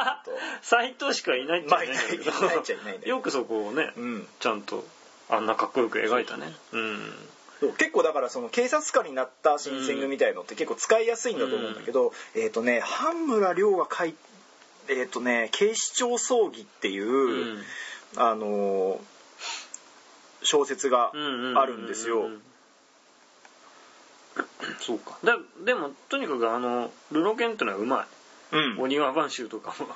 Speaker 2: 斎、斉藤しかいないっちゃいないんだけど
Speaker 1: まあいないいないっちゃいないんだけど
Speaker 2: よくそこをね、
Speaker 1: うん
Speaker 2: ちゃんとあんなかっこよく描いたねうん
Speaker 1: そう結構だからその警察官になった新選組みたいのって結構使いやすいんだと思うんだけど、えっ、とね半村亮が書いえっ、とね警視庁葬儀っていう、
Speaker 2: うん
Speaker 1: あのー小説があるんですよ、
Speaker 2: ううそうかだでもとにかくあのルロケンってのはうま
Speaker 1: うん
Speaker 2: い、お庭番衆とかも、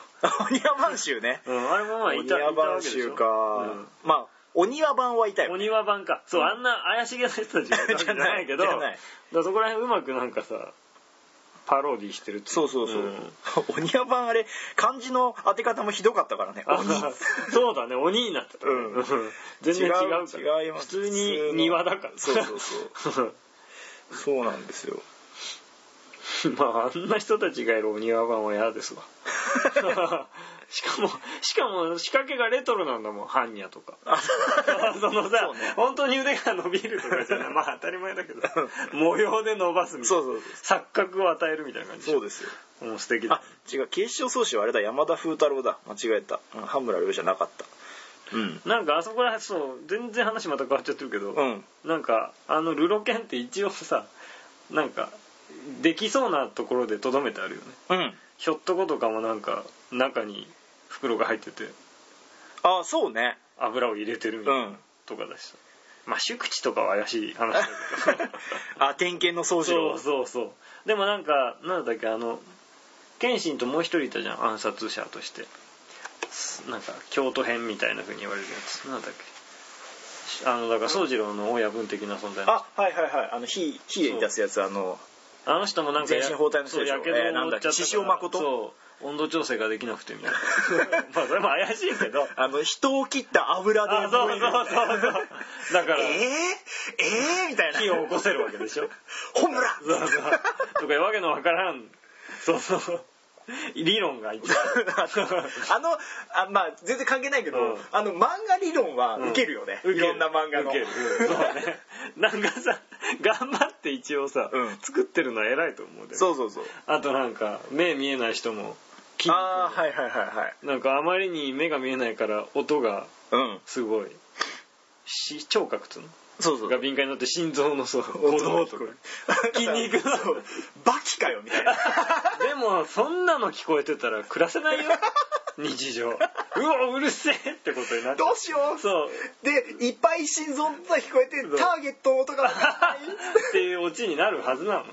Speaker 1: 鬼庭番衆ね。
Speaker 2: うん、あれもまあい
Speaker 1: 鬼
Speaker 2: た
Speaker 1: 庭番
Speaker 2: い
Speaker 1: 衆
Speaker 2: たわ
Speaker 1: か。まあ、鬼庭版はいた
Speaker 2: けでしょ、うん、お
Speaker 1: よ。
Speaker 2: 庭番かそう、あんな怪しげな人たちがいたわけじゃないけど
Speaker 1: じゃ
Speaker 2: だか
Speaker 1: ない
Speaker 2: らそこら辺うまくなんかさパロディしてるってい
Speaker 1: そうそうそう。
Speaker 2: ん
Speaker 1: 鬼庭版あれ、漢字の当て方もひどかったからね。
Speaker 2: あ
Speaker 1: 鬼。
Speaker 2: そうだね鬼になってたね、
Speaker 1: うん
Speaker 2: 全然違うから
Speaker 1: 違う違いま
Speaker 2: 普
Speaker 1: す
Speaker 2: 通
Speaker 1: 普通
Speaker 2: に
Speaker 1: の
Speaker 2: 庭だから
Speaker 1: そうそう そそうなんですよ。
Speaker 2: まああんな人たちがいるお庭番は嫌ですわ しかもしかも仕掛けがレトロなんだもん般若とかそのさ
Speaker 1: そうね
Speaker 2: 本当に腕が伸びるとかじ ゃないまあ当たり前だけど模様で伸ばすみたいな
Speaker 1: そうそう
Speaker 2: 錯覚を与えるみたいな感じ
Speaker 1: そう
Speaker 2: で
Speaker 1: ですよ。
Speaker 2: すもう素敵だ
Speaker 1: あ、違う。警視庁総司はあれだ、山田風太郎だ。間違えた。うん、半村亮じゃなかった。うん。
Speaker 2: なんかあそこらそう全然話また変わっちゃってるけど、
Speaker 1: うん。
Speaker 2: なんかあのルロケンって一応さなんかできそうなところでとどめてあるよね
Speaker 1: うん。
Speaker 2: ひょっとことかもなんか中に袋が入ってて
Speaker 1: あ、そうね。
Speaker 2: 油を入れてるみたいなとかだしさ、まあ宿地とかは怪しい話だ けど
Speaker 1: あ、点検の総司
Speaker 2: そう
Speaker 1: 郎。
Speaker 2: そうそうでもなんかなんだっけあの謙信ともう一人いたじゃん暗殺者としてすなんか京都編みたいな風に言われるやつなんだっけあのだから宗次郎の親分的な存在の人
Speaker 1: あ、はいはいはい。あの、火、火で出すやつ、あの、
Speaker 2: あの人もなんかや
Speaker 1: 全身包帯の人でしょ
Speaker 2: そうやけどを負
Speaker 1: え
Speaker 2: っちゃった
Speaker 1: ーなんだっけ
Speaker 2: から
Speaker 1: 獅子王誠
Speaker 2: そう温度調整ができなくてみ たいなまあそれも怪しいけど
Speaker 1: あの人を切った油で
Speaker 2: あそうそうそうそう
Speaker 1: 燃えるみたいな
Speaker 2: だから
Speaker 1: えー、えー、みたいな
Speaker 2: 火を起こせるわけでしょ
Speaker 1: ホムラ
Speaker 2: そうそうとかわけのわからんそうそう理論がいっぱい
Speaker 1: あのあまあ全然関係ないけど、
Speaker 2: うん
Speaker 1: あの漫画理論は受けるよね、
Speaker 2: うん
Speaker 1: いろんな漫画の
Speaker 2: ウケるうんそうねなんかさ頑張って一応さ、
Speaker 1: うん
Speaker 2: 作ってるのは偉いと思う で
Speaker 1: そうそうそう
Speaker 2: あとなんか目見えない人も筋肉
Speaker 1: ああはいはいはいはい
Speaker 2: なんかあまりに目が見えないから音が
Speaker 1: うん
Speaker 2: すごいし聴覚っつうの
Speaker 1: そうそう
Speaker 2: が敏感になって心臓のそう鼓動とか筋肉の
Speaker 1: そうバキかよみた いな
Speaker 2: でもそんなの聞こえてたら暮らせ ないよ日常うおうるせえってことになっちゃ
Speaker 1: どうしよう
Speaker 2: そう
Speaker 1: でいっぱい心臓の音が聞こえて
Speaker 2: そう
Speaker 1: ターゲットの音が
Speaker 2: っていうオチになるはずなの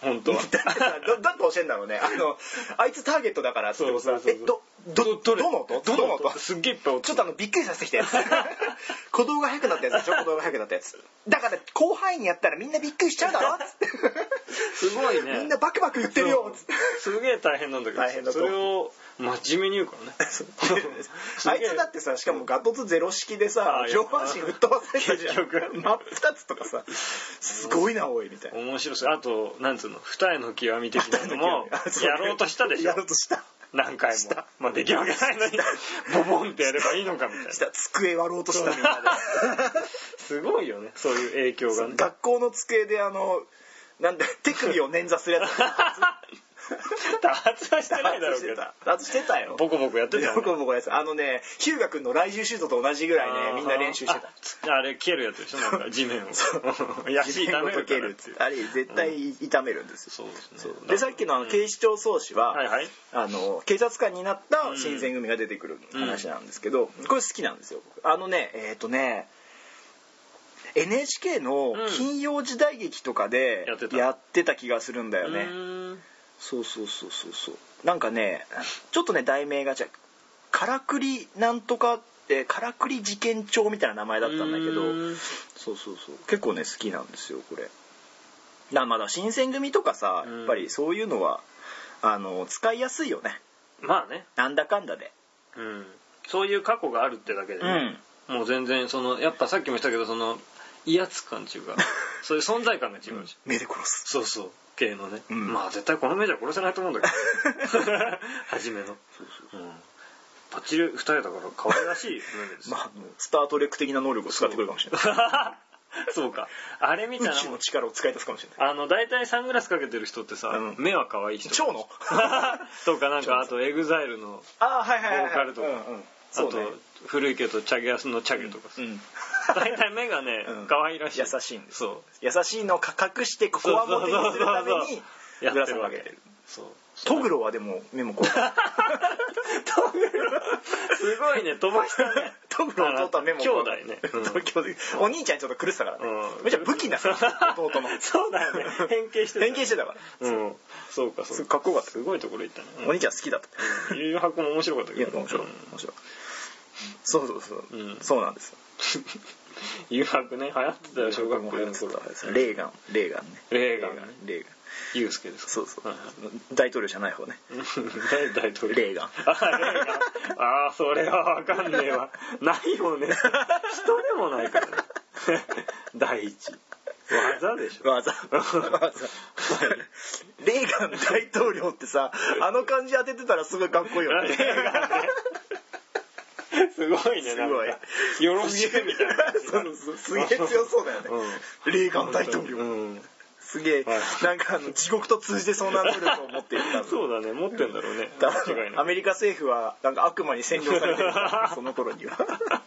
Speaker 2: 本当は
Speaker 1: どどう教えんだろうねあのあいつターゲットだからって
Speaker 2: そうそうそうそう
Speaker 1: えどどどの音
Speaker 2: どの
Speaker 1: どの
Speaker 2: 音
Speaker 1: 音
Speaker 2: すっげえいっぱい音
Speaker 1: ちょっとあのびっくりさせてきたや つ鼓動が速くなったやつでしょ鼓動が速くなったやつだから広範囲にやったらみんなびっくりしちゃうだ ろっつって
Speaker 2: すごいね
Speaker 1: みんなバクバク言ってるよつって
Speaker 2: そうすげえ大変なんだけど
Speaker 1: 大変だと
Speaker 2: それを真面目に言うからね
Speaker 1: あいつだってさしかもガトツゼロ式でさ
Speaker 2: あいや
Speaker 1: 上半身吹っ飛ばされたじゃん
Speaker 2: 結局
Speaker 1: 真っ二つとかさすごいなおいみたいな
Speaker 2: 面白そうあとなんつうの二重の極み的なのも
Speaker 1: あそう
Speaker 2: やろうとしたでしょ
Speaker 1: やろうとした
Speaker 2: 何回も
Speaker 1: した
Speaker 2: まあできるわけないのにボボンってやればいいのかみたいな
Speaker 1: した机割ろうとしたみんなです
Speaker 2: ごいよねそういう影響がね
Speaker 1: 学校の机であのなんだ手首を捻挫するやつ
Speaker 2: 多発はしてないだろうけど
Speaker 1: あとしてたよ
Speaker 2: ボコボコやってたよね
Speaker 1: ボコボコやつあのねヒューガ君の来週シュートと同じぐらいねみんな練習してた
Speaker 2: たああれ蹴るやつでしょなんか地面を やし
Speaker 1: 地面
Speaker 2: 痛
Speaker 1: ご
Speaker 2: め
Speaker 1: と
Speaker 2: る
Speaker 1: 蹴
Speaker 2: か
Speaker 1: る
Speaker 2: ら
Speaker 1: っ
Speaker 2: ってて
Speaker 1: い
Speaker 2: いうう
Speaker 1: あれ絶対痛めるんですよ
Speaker 2: そうです
Speaker 1: そ
Speaker 2: ね
Speaker 1: うでさっきのあの警視庁総司は、
Speaker 2: はいはい
Speaker 1: あの警察官になった新選組が出てくる話なんですけど、これ好きなんですよ僕あのねえっ、とね NHK の
Speaker 2: うん
Speaker 1: 金曜時代劇とかで
Speaker 2: やってた
Speaker 1: やってた気がするんだよね、
Speaker 2: うーん
Speaker 1: そうそうそうそうそうなんかねちょっとね題名が違う「からくりなんとか」って「からくり事件帳」みたいな名前だったんだけど
Speaker 2: うーん
Speaker 1: そうそうそう結構ね好きなんですよこれだまあだから新選組とかさ
Speaker 2: うん
Speaker 1: やっぱりそういうのはあの使いやすいよね
Speaker 2: まあね
Speaker 1: なんだかんだで
Speaker 2: うんそういう過去があるってだけでねもう全然そのやっぱさっきも言ったけどその威圧感っていうかそういう存在感が違うじゃん
Speaker 1: 目で殺す
Speaker 2: そうそう系のね、
Speaker 1: うん
Speaker 2: まあ絶対この目じゃ殺せないと思うんだ けど初めのうんパッチリ二人だから可愛らしい目ですよ
Speaker 1: まあもうスター・トレック的な能力を使ってくるか もしれない
Speaker 2: そうかあれみたい
Speaker 1: 宇
Speaker 2: な
Speaker 1: 宙
Speaker 2: も
Speaker 1: の
Speaker 2: ん
Speaker 1: 力を使い出すかもしれない
Speaker 2: あの大体サングラスかけてる人ってさ、
Speaker 1: うん
Speaker 2: 目は可愛い人
Speaker 1: 蝶の
Speaker 2: とかなんかあとエグザイルの
Speaker 1: ああはいはいはい、はい、
Speaker 2: ボーカルとか
Speaker 1: うんうん
Speaker 2: あと
Speaker 1: そうね
Speaker 2: 古いけどチャゲアスのチャゲとかさ、
Speaker 1: うん
Speaker 2: 大体目がね、
Speaker 1: うん
Speaker 2: 可愛らしい
Speaker 1: 優しいんです
Speaker 2: そう
Speaker 1: 優しいのを隠してここはモテにするために
Speaker 2: やっ
Speaker 1: グラ
Speaker 2: て
Speaker 1: サン
Speaker 2: る
Speaker 1: か
Speaker 2: わ
Speaker 1: け
Speaker 2: け
Speaker 1: てる
Speaker 2: そう
Speaker 1: トグロはでも目もこう
Speaker 2: すごいね飛ばしたね
Speaker 1: トグロを取った目も
Speaker 2: 兄
Speaker 1: こう
Speaker 2: 弟ね、うん
Speaker 1: お兄ちゃんちょっと狂ってたからね
Speaker 2: うん
Speaker 1: めっちゃ武器な弟の
Speaker 2: そうだよね変形してた
Speaker 1: 変形してたから
Speaker 2: うんそうかそ
Speaker 1: す
Speaker 2: う
Speaker 1: ごいかっこよかった
Speaker 2: すごいところ行ったね
Speaker 1: お兄ちゃん好きだった
Speaker 2: うん幽遊白も面白かった
Speaker 1: い
Speaker 2: け
Speaker 1: や
Speaker 2: ど
Speaker 1: 面白い
Speaker 2: うん
Speaker 1: 面白いそうそうそう
Speaker 2: うん
Speaker 1: そうなんですよ
Speaker 2: 誘白ね流行ってたよ小学校の頃
Speaker 1: レーガンレーガンね
Speaker 2: レーガンね
Speaker 1: レーガン
Speaker 2: ユウスケですか
Speaker 1: そうそう
Speaker 2: はいはい
Speaker 1: 大統領じゃない方ね
Speaker 2: 誰大統領
Speaker 1: レーガン
Speaker 2: あレーガンあーそれはわかんね えわないよね人でもないからね 第一技でしょ
Speaker 1: わざわざレーガン大統領ってさあの感じ当ててたらすごいかっこいいよね
Speaker 2: レーガンね すごいねなんか
Speaker 1: す
Speaker 2: よろしくみたいな
Speaker 1: そうそうすげえ強そうだよね、レーガン大統領、
Speaker 2: うん
Speaker 1: すげえ、
Speaker 2: はい
Speaker 1: なんかあの地獄と通じてそうな能力を持っている多分
Speaker 2: そうだね持ってんだろうね
Speaker 1: 多
Speaker 2: 間違い
Speaker 1: 分
Speaker 2: な
Speaker 1: ア
Speaker 2: い
Speaker 1: メリカ政府はなんか悪魔に占領されてる その頃には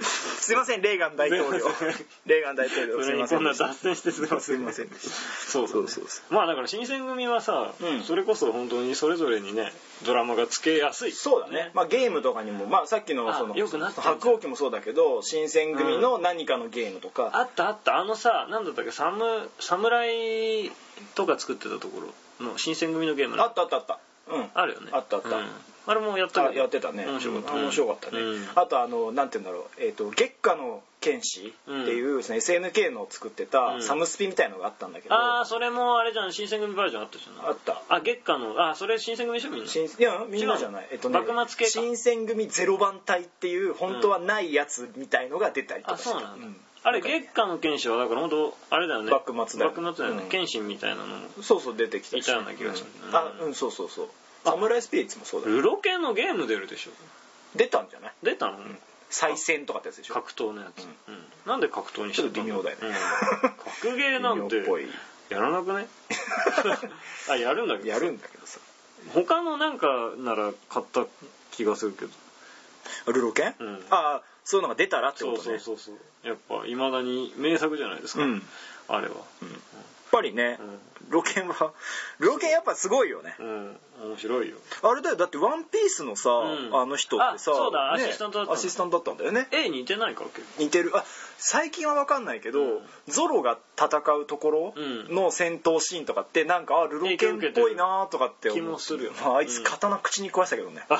Speaker 1: すいませんレーガン大統領
Speaker 2: すいません
Speaker 1: レーガン大統領
Speaker 2: そ
Speaker 1: すい
Speaker 2: れ
Speaker 1: ま
Speaker 2: に
Speaker 1: せ
Speaker 2: こ
Speaker 1: ん
Speaker 2: ん
Speaker 1: で
Speaker 2: な
Speaker 1: した
Speaker 2: 脱線してすみませ
Speaker 1: す
Speaker 2: ん
Speaker 1: いませんでした
Speaker 2: そうだね
Speaker 1: そうそうそ
Speaker 2: まあだから新選組はさ、
Speaker 1: うん
Speaker 2: それこそ本当にそれぞれにねドラマがつけやすい
Speaker 1: そうだねまあ、ゲームとかにも、まあ、さっきの
Speaker 2: あ
Speaker 1: その
Speaker 2: よくなってんじゃん
Speaker 1: 白鸚記もそうだけど新選組の何かのゲームとか、
Speaker 2: あったあったあのさなんだったっけサム侍とか作ってたところの新選組のゲームの
Speaker 1: あったあったあったうん
Speaker 2: あるよね
Speaker 1: あったあった
Speaker 2: うんあれもやった
Speaker 1: あ
Speaker 2: けど
Speaker 1: やってたね
Speaker 2: 面白かった、
Speaker 1: うん面白かったね、
Speaker 2: うん
Speaker 1: あとあのなんて言うんだろう、えー、と月下の剣士っていう、その SNK の作って
Speaker 2: う
Speaker 1: た
Speaker 2: ん
Speaker 1: サムスピみたいのがあったんだけど、
Speaker 2: ああそれもあれじゃん新選組バージョンあったじゃん
Speaker 1: あった
Speaker 2: あ月下のあそれ新選組でしょみんな
Speaker 1: 新いやみんなじゃない、
Speaker 2: 違う
Speaker 1: えっとね、
Speaker 2: 幕末系か
Speaker 1: 新選組ゼロ番隊っていう本当はないやつみたいのが出たりとか
Speaker 2: あ
Speaker 1: した
Speaker 2: そうなんだ、
Speaker 1: うん
Speaker 2: あれ月下の剣士はだから本当あれだよね
Speaker 1: 幕末だよね
Speaker 2: 幕末だよね、
Speaker 1: うん
Speaker 2: 剣心みたいなのも
Speaker 1: そうそう出てきた
Speaker 2: いたような気がする
Speaker 1: うんあうんそうそうそう
Speaker 2: あ
Speaker 1: サムライスピリッツもそうだ
Speaker 2: ルロ系のゲーム出るでしょ
Speaker 1: 出たんじゃない
Speaker 2: 出たの、
Speaker 1: 再戦とかってやつでしょ
Speaker 2: 格闘のやつ、うんなんで格闘にし
Speaker 1: ち
Speaker 2: た
Speaker 1: ょ
Speaker 2: の
Speaker 1: っと微妙だよね
Speaker 2: うん格ゲーなんて
Speaker 1: 微妙っぽい
Speaker 2: やらなくね あやるんだけど
Speaker 1: やるんだけどさ
Speaker 2: 他のなんかなら買った気がするけど
Speaker 1: ルロケン、
Speaker 2: うん
Speaker 1: ああそういうのが出たらって
Speaker 2: そ
Speaker 1: こ
Speaker 2: う
Speaker 1: とね
Speaker 2: そうそうそうやっぱいまだに名作じゃないですか、
Speaker 1: うん
Speaker 2: あれは
Speaker 1: やっぱりね、ロケンはロケンやっぱすごいよね、
Speaker 2: うん面白いよ
Speaker 1: あれだよだって「ワンピースのさ、
Speaker 2: うん
Speaker 1: あの人ってさ
Speaker 2: あそうだ
Speaker 1: ね
Speaker 2: アシスタントだった
Speaker 1: ア
Speaker 2: の
Speaker 1: シスタントだったんだよね
Speaker 2: A に似てないか結
Speaker 1: 似てるあ最近は分かんないけど、
Speaker 2: うん
Speaker 1: ゾロが戦うところの戦闘シーンとかってなんかあルロケンっぽいなとかって思う
Speaker 2: 気もするよね
Speaker 1: まあ、あいうつ
Speaker 2: ん
Speaker 1: 刀口に食わしたけどね、
Speaker 2: 構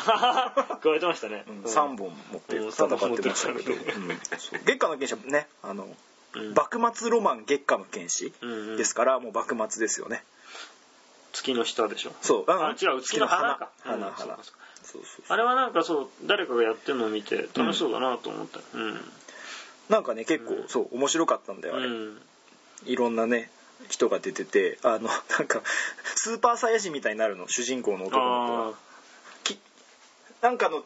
Speaker 2: 加えてましたね、
Speaker 1: うん、3本持って戦ってましたけど、
Speaker 2: うん
Speaker 1: うんそう月下の剣士はねあの、
Speaker 2: うん
Speaker 1: 幕末ロマン月下の剣士
Speaker 2: うんうん
Speaker 1: ですからもう幕末ですよね
Speaker 2: 月の下でしょ
Speaker 1: そう
Speaker 2: あ違う月の花か
Speaker 1: 月の花
Speaker 2: うんそう
Speaker 1: 花
Speaker 2: かそうか
Speaker 1: そうそう
Speaker 2: あれはなんかそう誰かがやってるのを見て楽しそうだなと思ったうん、
Speaker 1: なんかね結構、
Speaker 2: うん
Speaker 1: そう面白かったんだよあれ、
Speaker 2: うん
Speaker 1: いろんなね人が出ててあのなんかスーパーサイヤ人みたいになるの主人公の男の子
Speaker 2: あ
Speaker 1: がきなんかの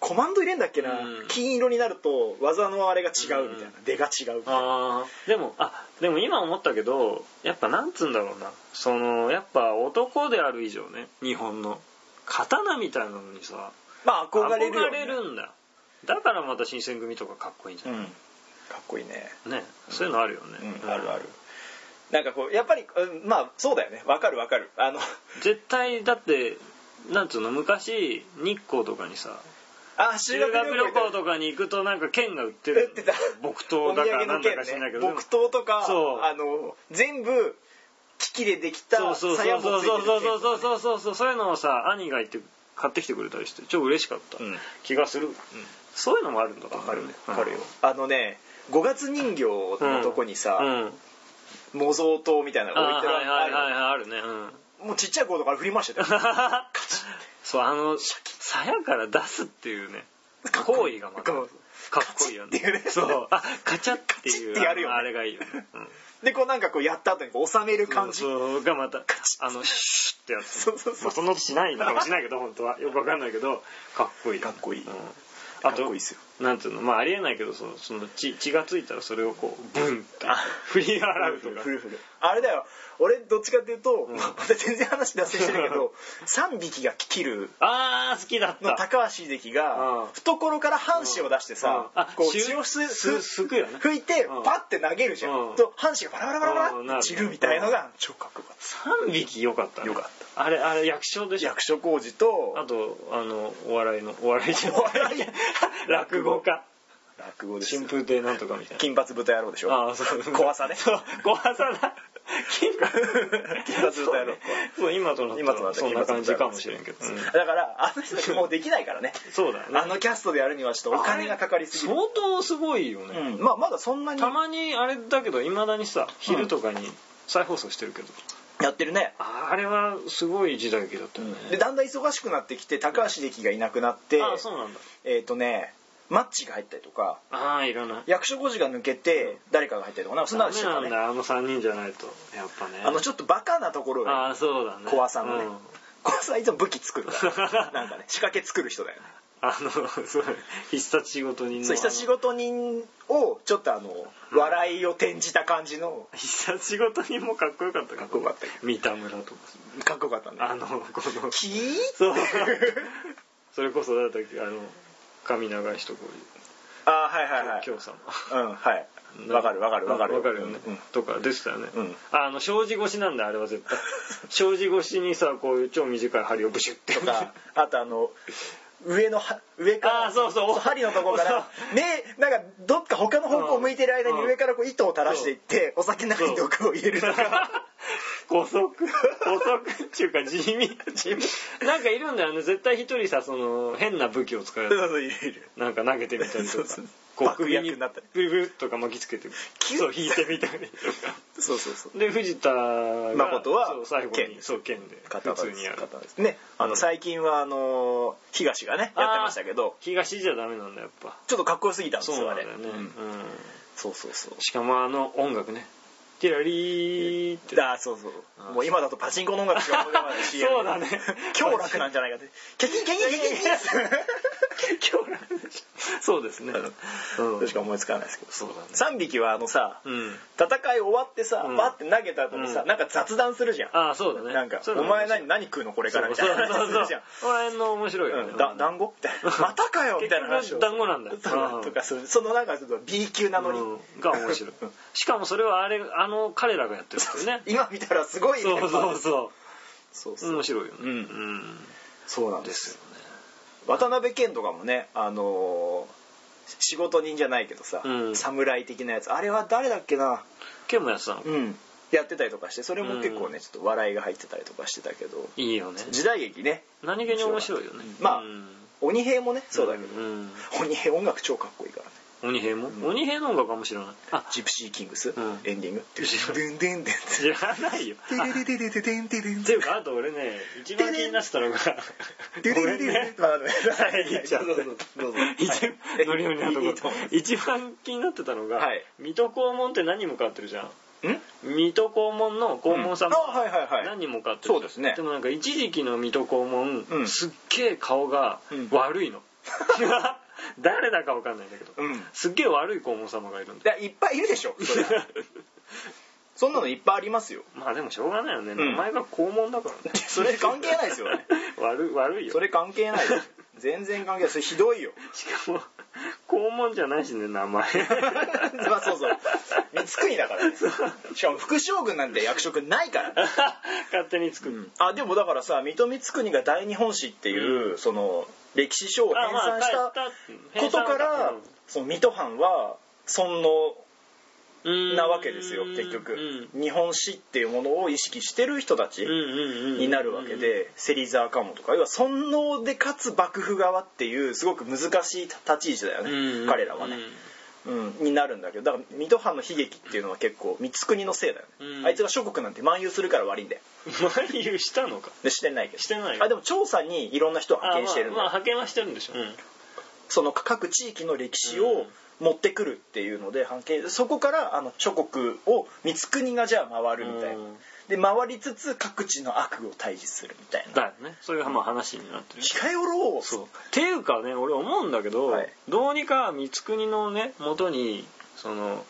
Speaker 1: コマンド入れんだっけな、
Speaker 2: うん
Speaker 1: 金色になると技のあれが違うみたいな、
Speaker 2: う
Speaker 1: 出が違うみ
Speaker 2: ー
Speaker 1: たいな
Speaker 2: あーでもあでも今思ったけどやっぱなんつうんだろうなそのやっぱ男である以上ね日本の刀みたいなのにさ
Speaker 1: まあ憧れるよ、
Speaker 2: 憧れ
Speaker 1: ね、
Speaker 2: るんだだからまた新選組とかかっこいいんじゃ
Speaker 1: う
Speaker 2: ない、
Speaker 1: んかっこいいね
Speaker 2: ねそういうのあるよね、
Speaker 1: うんあるあるなんかこうやっぱり、うんまあそうだよねわかるわかるあの
Speaker 2: 絶対だってなんつうの昔日光とかにさ
Speaker 1: あ
Speaker 2: 修
Speaker 1: 修
Speaker 2: 学
Speaker 1: 学
Speaker 2: 旅
Speaker 1: 旅
Speaker 2: 行
Speaker 1: 行
Speaker 2: と
Speaker 1: とか
Speaker 2: かに行くとなんか剣が売って
Speaker 1: 売っ
Speaker 2: る
Speaker 1: てた
Speaker 2: 木刀だかなんだか知んないけど、
Speaker 1: 木刀とか
Speaker 2: そう
Speaker 1: あの全部機器でできた
Speaker 2: そうそう
Speaker 1: 鞘
Speaker 2: そう
Speaker 1: もついて
Speaker 2: そう
Speaker 1: る
Speaker 2: そうそうそうそ
Speaker 1: 剣
Speaker 2: うそうそうそういうのをさ兄が行って買ってきてくれたりして超嬉しかった、
Speaker 1: うん
Speaker 2: 気がする、そういうのもあるんだわ
Speaker 1: わかるねわかるよあのね五月人形のとこに
Speaker 2: うん、
Speaker 1: さ、
Speaker 2: うん
Speaker 1: 模造刀みたいなの
Speaker 2: あ
Speaker 1: が置いてる
Speaker 2: はいはいはい
Speaker 1: あ
Speaker 2: はいあるねうん
Speaker 1: るもうちっちゃい子とか振り回してたよ
Speaker 2: そうあの鞘から出すってい うね
Speaker 1: かっこ
Speaker 2: 行
Speaker 1: い
Speaker 2: 為
Speaker 1: い
Speaker 2: がまたかっこいいよね
Speaker 1: カチッっていうね
Speaker 2: そうあカチャって
Speaker 1: カ
Speaker 2: いう
Speaker 1: チッってやるよね
Speaker 2: あのあれがいいよね、うん
Speaker 1: でこうなんかこうやった後にこう収める感じ
Speaker 2: そうがまたあのシュッってやつ
Speaker 1: そうそうそう
Speaker 2: まあそんなことしないのかもしれないけど本当はよくわかんないけどかっこいい
Speaker 1: かっこいい
Speaker 2: うん
Speaker 1: か
Speaker 2: あ
Speaker 1: っ
Speaker 2: と
Speaker 1: こいいっすよ
Speaker 2: なんていうのまあありえないけどそのその血血がついたらそれをこうブンって振り払うとか
Speaker 1: フルフルあれだよ俺どっちかっていうと、
Speaker 2: ん
Speaker 1: また全然話脱線してるけ ど3匹が切る
Speaker 2: あー好きだっ
Speaker 1: の
Speaker 2: た
Speaker 1: 高橋英樹
Speaker 2: うん
Speaker 1: が懐から半紙を出してさ、
Speaker 2: うんあ
Speaker 1: こう
Speaker 2: シュ
Speaker 1: 血をす
Speaker 2: すすくよね
Speaker 1: 拭いて
Speaker 2: うん
Speaker 1: パッて投げるじゃん、
Speaker 2: うん
Speaker 1: と半紙がバラバラバラ
Speaker 2: うん
Speaker 1: バ
Speaker 2: な
Speaker 1: ラ
Speaker 2: る
Speaker 1: って散るみたいのが超かっこよかっ
Speaker 2: 3匹よかった、ね、
Speaker 1: よかった
Speaker 2: あれあれ役所で
Speaker 1: た
Speaker 2: しょ
Speaker 1: 役所広司と
Speaker 2: あとあのお笑いのお笑いじゃない
Speaker 1: お笑い
Speaker 2: 落語家
Speaker 1: 落語ですよ
Speaker 2: 春風亭なんとかみたいな
Speaker 1: 金髪豚野郎でしょ
Speaker 2: ああそう
Speaker 1: 怖さね
Speaker 2: そう怖さだ金
Speaker 1: 金髪豚野郎
Speaker 2: そう今となって
Speaker 1: 今とな
Speaker 2: は
Speaker 1: って
Speaker 2: そ
Speaker 1: は
Speaker 2: んな感じかもしれんけど、うん
Speaker 1: だからあの人たちもうできないからね
Speaker 2: そうだよね
Speaker 1: あのキャストでやるにはちょっとお金がかかりすぎる
Speaker 2: 相当すごいよね、
Speaker 1: うんまあまだそんなに
Speaker 2: たまにあれだけどいまだにさ昼とかに再放送してるけど、
Speaker 1: やってるね
Speaker 2: あれはすごい時代劇だったよね、
Speaker 1: でだんだん忙しくなってきて高橋英樹がいなくなって
Speaker 2: ああそうなんだ
Speaker 1: えっ、とねマッチが入ったりとか
Speaker 2: ああいらない
Speaker 1: 役所広司が抜けて誰かが入ったりとかなんかそんな
Speaker 2: ダ
Speaker 1: のして
Speaker 2: メ
Speaker 1: た
Speaker 2: なん
Speaker 1: ね
Speaker 2: だよあの3人じゃないとやっぱね
Speaker 1: あのちょっとバカなところが
Speaker 2: ああそうだね
Speaker 1: 怖さのね
Speaker 2: うん
Speaker 1: 怖さはいつも武器作る からなんかね仕掛け作る人だよね
Speaker 2: あのそう必殺仕事人の
Speaker 1: そうした仕事人をちょっとあの笑いを転じた感じの
Speaker 2: 必殺仕事人もかっこよかったか
Speaker 1: っこよかったよ
Speaker 2: 三田村とか
Speaker 1: かっこよかったね
Speaker 2: あのこの
Speaker 1: キー
Speaker 2: そうそれこそだったっけあの髪長い人こういう
Speaker 1: あーはいはいはい
Speaker 2: 京様
Speaker 1: うんはいわかるわかるわかる
Speaker 2: わかるよね、
Speaker 1: うん
Speaker 2: とかでしたよね、
Speaker 1: うん
Speaker 2: あの障子越しなんだあれは絶対障子越しにさこういう超短い針をブシュって
Speaker 1: とかあとあの上のは上から
Speaker 2: あーそうそう
Speaker 1: 針のところから目なんかどっか他の方向を向いてる間に
Speaker 2: うん
Speaker 1: 上からこう糸を垂らしていってお酒の中に毒を入れるとか
Speaker 2: 古速古速っていうか地味地味なんかいるんだよね絶対一人さその変な武器を使うや
Speaker 1: そう
Speaker 2: つ
Speaker 1: そういるいる
Speaker 2: なんか投げてみたりと
Speaker 1: そう
Speaker 2: か
Speaker 1: そう
Speaker 2: こう
Speaker 1: 爆
Speaker 2: 首
Speaker 1: 薬
Speaker 2: に
Speaker 1: になったり
Speaker 2: ブルブルとか巻きつけて
Speaker 1: キ
Speaker 2: キ
Speaker 1: ュッ
Speaker 2: スを引いてみたりとか
Speaker 1: そうそうそう
Speaker 2: で藤田が
Speaker 1: 誠は
Speaker 2: そう最後
Speaker 1: 剣
Speaker 2: にそう剣で普
Speaker 1: 片
Speaker 2: 通
Speaker 1: 手
Speaker 2: にやる
Speaker 1: ですねあの、
Speaker 2: うん
Speaker 1: 最近はあの東がね
Speaker 2: あー
Speaker 1: やってましたけど
Speaker 2: 東じゃダメなんだやっぱ
Speaker 1: ちょっとかっこよすぎたんです
Speaker 2: そう
Speaker 1: よ
Speaker 2: な
Speaker 1: あ
Speaker 2: んだ
Speaker 1: れ
Speaker 2: よね、
Speaker 1: う
Speaker 2: うん
Speaker 1: んそうそうそう
Speaker 2: しかもあの音楽ねティラリーって
Speaker 1: あーそうそう
Speaker 2: あー
Speaker 1: もう今だとパチンコの音楽しか思い浮かばない CM
Speaker 2: そうだね
Speaker 1: 今日楽なんじゃないかってケキンケキンケキンケキン今日楽でし
Speaker 2: そうですね、
Speaker 1: ょ
Speaker 2: うん
Speaker 1: それしか思いつかないですけど
Speaker 2: そうだね
Speaker 1: 3匹はあのさ
Speaker 2: うん
Speaker 1: 戦い終わってさ
Speaker 2: うん
Speaker 1: バって投げた後にさ
Speaker 2: うん
Speaker 1: なんか雑談するじゃん
Speaker 2: ああそうだね
Speaker 1: なんか「
Speaker 2: そうだ
Speaker 1: お
Speaker 2: ね
Speaker 1: 前何何食うのこれから」みたいな
Speaker 2: そう
Speaker 1: 話
Speaker 2: そ
Speaker 1: す
Speaker 2: うそう
Speaker 1: る
Speaker 2: そ
Speaker 1: じ
Speaker 2: う
Speaker 1: ゃ
Speaker 2: この辺の面白いよね、
Speaker 1: んだ団子みたいな「またかよ」みたいな話を
Speaker 2: 結局団子なんだよ
Speaker 1: そうとかそうそのなんかちょっと B 級なノリ
Speaker 2: うんが面白いしかもそれはあれあの彼らがやってるんだよね
Speaker 1: 今見たらすごい
Speaker 2: そうそうそう
Speaker 1: そうそう
Speaker 2: 面白いよね
Speaker 1: うん
Speaker 2: ん
Speaker 1: そうなんで
Speaker 2: です
Speaker 1: よ
Speaker 2: すよね
Speaker 1: 渡辺謙とかもねあのー仕事人じゃないけどさ、
Speaker 2: うん
Speaker 1: 侍的なやつあれは誰だっけな
Speaker 2: ケンもやってたの
Speaker 1: うんやってたりとかしてそれも結構ね、ちょっと笑いが入ってたりとかしてたけど
Speaker 2: いいよね
Speaker 1: 時代劇ね
Speaker 2: 何気に面白いよね
Speaker 1: まあ
Speaker 2: うん
Speaker 1: 鬼平もねそうだけど、
Speaker 2: うん
Speaker 1: 鬼平音楽超かっこいいからね
Speaker 2: 鬼平も
Speaker 1: ん
Speaker 2: 鬼平の音楽は面白いなあ
Speaker 1: ジプシーキングス、
Speaker 2: ん
Speaker 1: エンディング「ド
Speaker 2: 知
Speaker 1: ゥ
Speaker 2: らない
Speaker 1: ンドゥンドゥン」って
Speaker 2: 知ら ないよ
Speaker 1: 「デ
Speaker 2: あ
Speaker 1: レレレレレレンデレン
Speaker 2: っていうかあと俺ね一番気になってたのが
Speaker 1: デ
Speaker 2: ご
Speaker 1: レ
Speaker 2: め
Speaker 1: レ
Speaker 2: ん
Speaker 1: レレ
Speaker 2: ね
Speaker 1: あのね
Speaker 2: はい言っち ゃって
Speaker 1: どうぞどうぞ
Speaker 2: 一番
Speaker 1: はい
Speaker 2: ノリノリなとこ
Speaker 1: いいと思います
Speaker 2: 一番気になってたのが、
Speaker 1: はい
Speaker 2: 水戸黄門って何人も変わってるじゃん
Speaker 1: ん
Speaker 2: 水戸黄門の黄門さん
Speaker 1: うんあはいはいはい
Speaker 2: 何人も変わってるじゃん
Speaker 1: そうですね
Speaker 2: でもなんか一時期の水戸黄門、
Speaker 1: うん
Speaker 2: すっげえ顔が
Speaker 1: うん
Speaker 2: 悪いの、誰だか分かんないんだけど、
Speaker 1: うん
Speaker 2: すっげえ悪い黄門様がいるん
Speaker 1: い
Speaker 2: だよ
Speaker 1: やいっぱいいるでしょそりゃそんなのいっぱいありますよ
Speaker 2: まあでもしょうがないよね、
Speaker 1: ん
Speaker 2: 名前が黄門だからね
Speaker 1: それ関係ないですよね
Speaker 2: 悪い悪いよ
Speaker 1: それ関係ないよ全然関係ないそれひどい よ
Speaker 2: しかも肛門じゃないし ね名前
Speaker 1: まあそうそう光圀だからねしかも副将軍なんて役職ないからね
Speaker 2: 勝手に作る、
Speaker 1: あでもだからさ水戸光圀が大日本史っていう、その歴史書を編
Speaker 2: あまあ
Speaker 1: 纂したことから、その水戸藩は尊王なわけですよ結局日本史っていうものを意識してる人たち、に
Speaker 2: に
Speaker 1: なるわけで芹沢鴨とか要は尊王でかつ幕府側っていうすごく難しい立ち位置だよね彼らは ね、うん、になるんだけどだから水戸藩の悲劇っていうのは結構光圀のせいだよ
Speaker 2: う
Speaker 1: ね
Speaker 2: ん
Speaker 1: あいつが諸国なんて漫遊するから悪いんだよ
Speaker 2: 漫遊したのか
Speaker 1: でしてないけど
Speaker 2: してないよ
Speaker 1: あでも調査にいろんな人を派遣してるんだ
Speaker 2: あまあ、まあ
Speaker 1: よ、
Speaker 2: 派遣はしてるんでしょ、
Speaker 1: その各地域の歴史を持ってくるっていうので派遣そこからあの諸国を光圀がじゃあ回るみたいな
Speaker 2: うん
Speaker 1: で回りつつ各地の悪を退治するみたいな
Speaker 2: だよねそういうまあ話になってる
Speaker 1: 控えおろう
Speaker 2: そうっていうかね俺思うんだけど、
Speaker 1: はい
Speaker 2: どうにか光圀のね元にその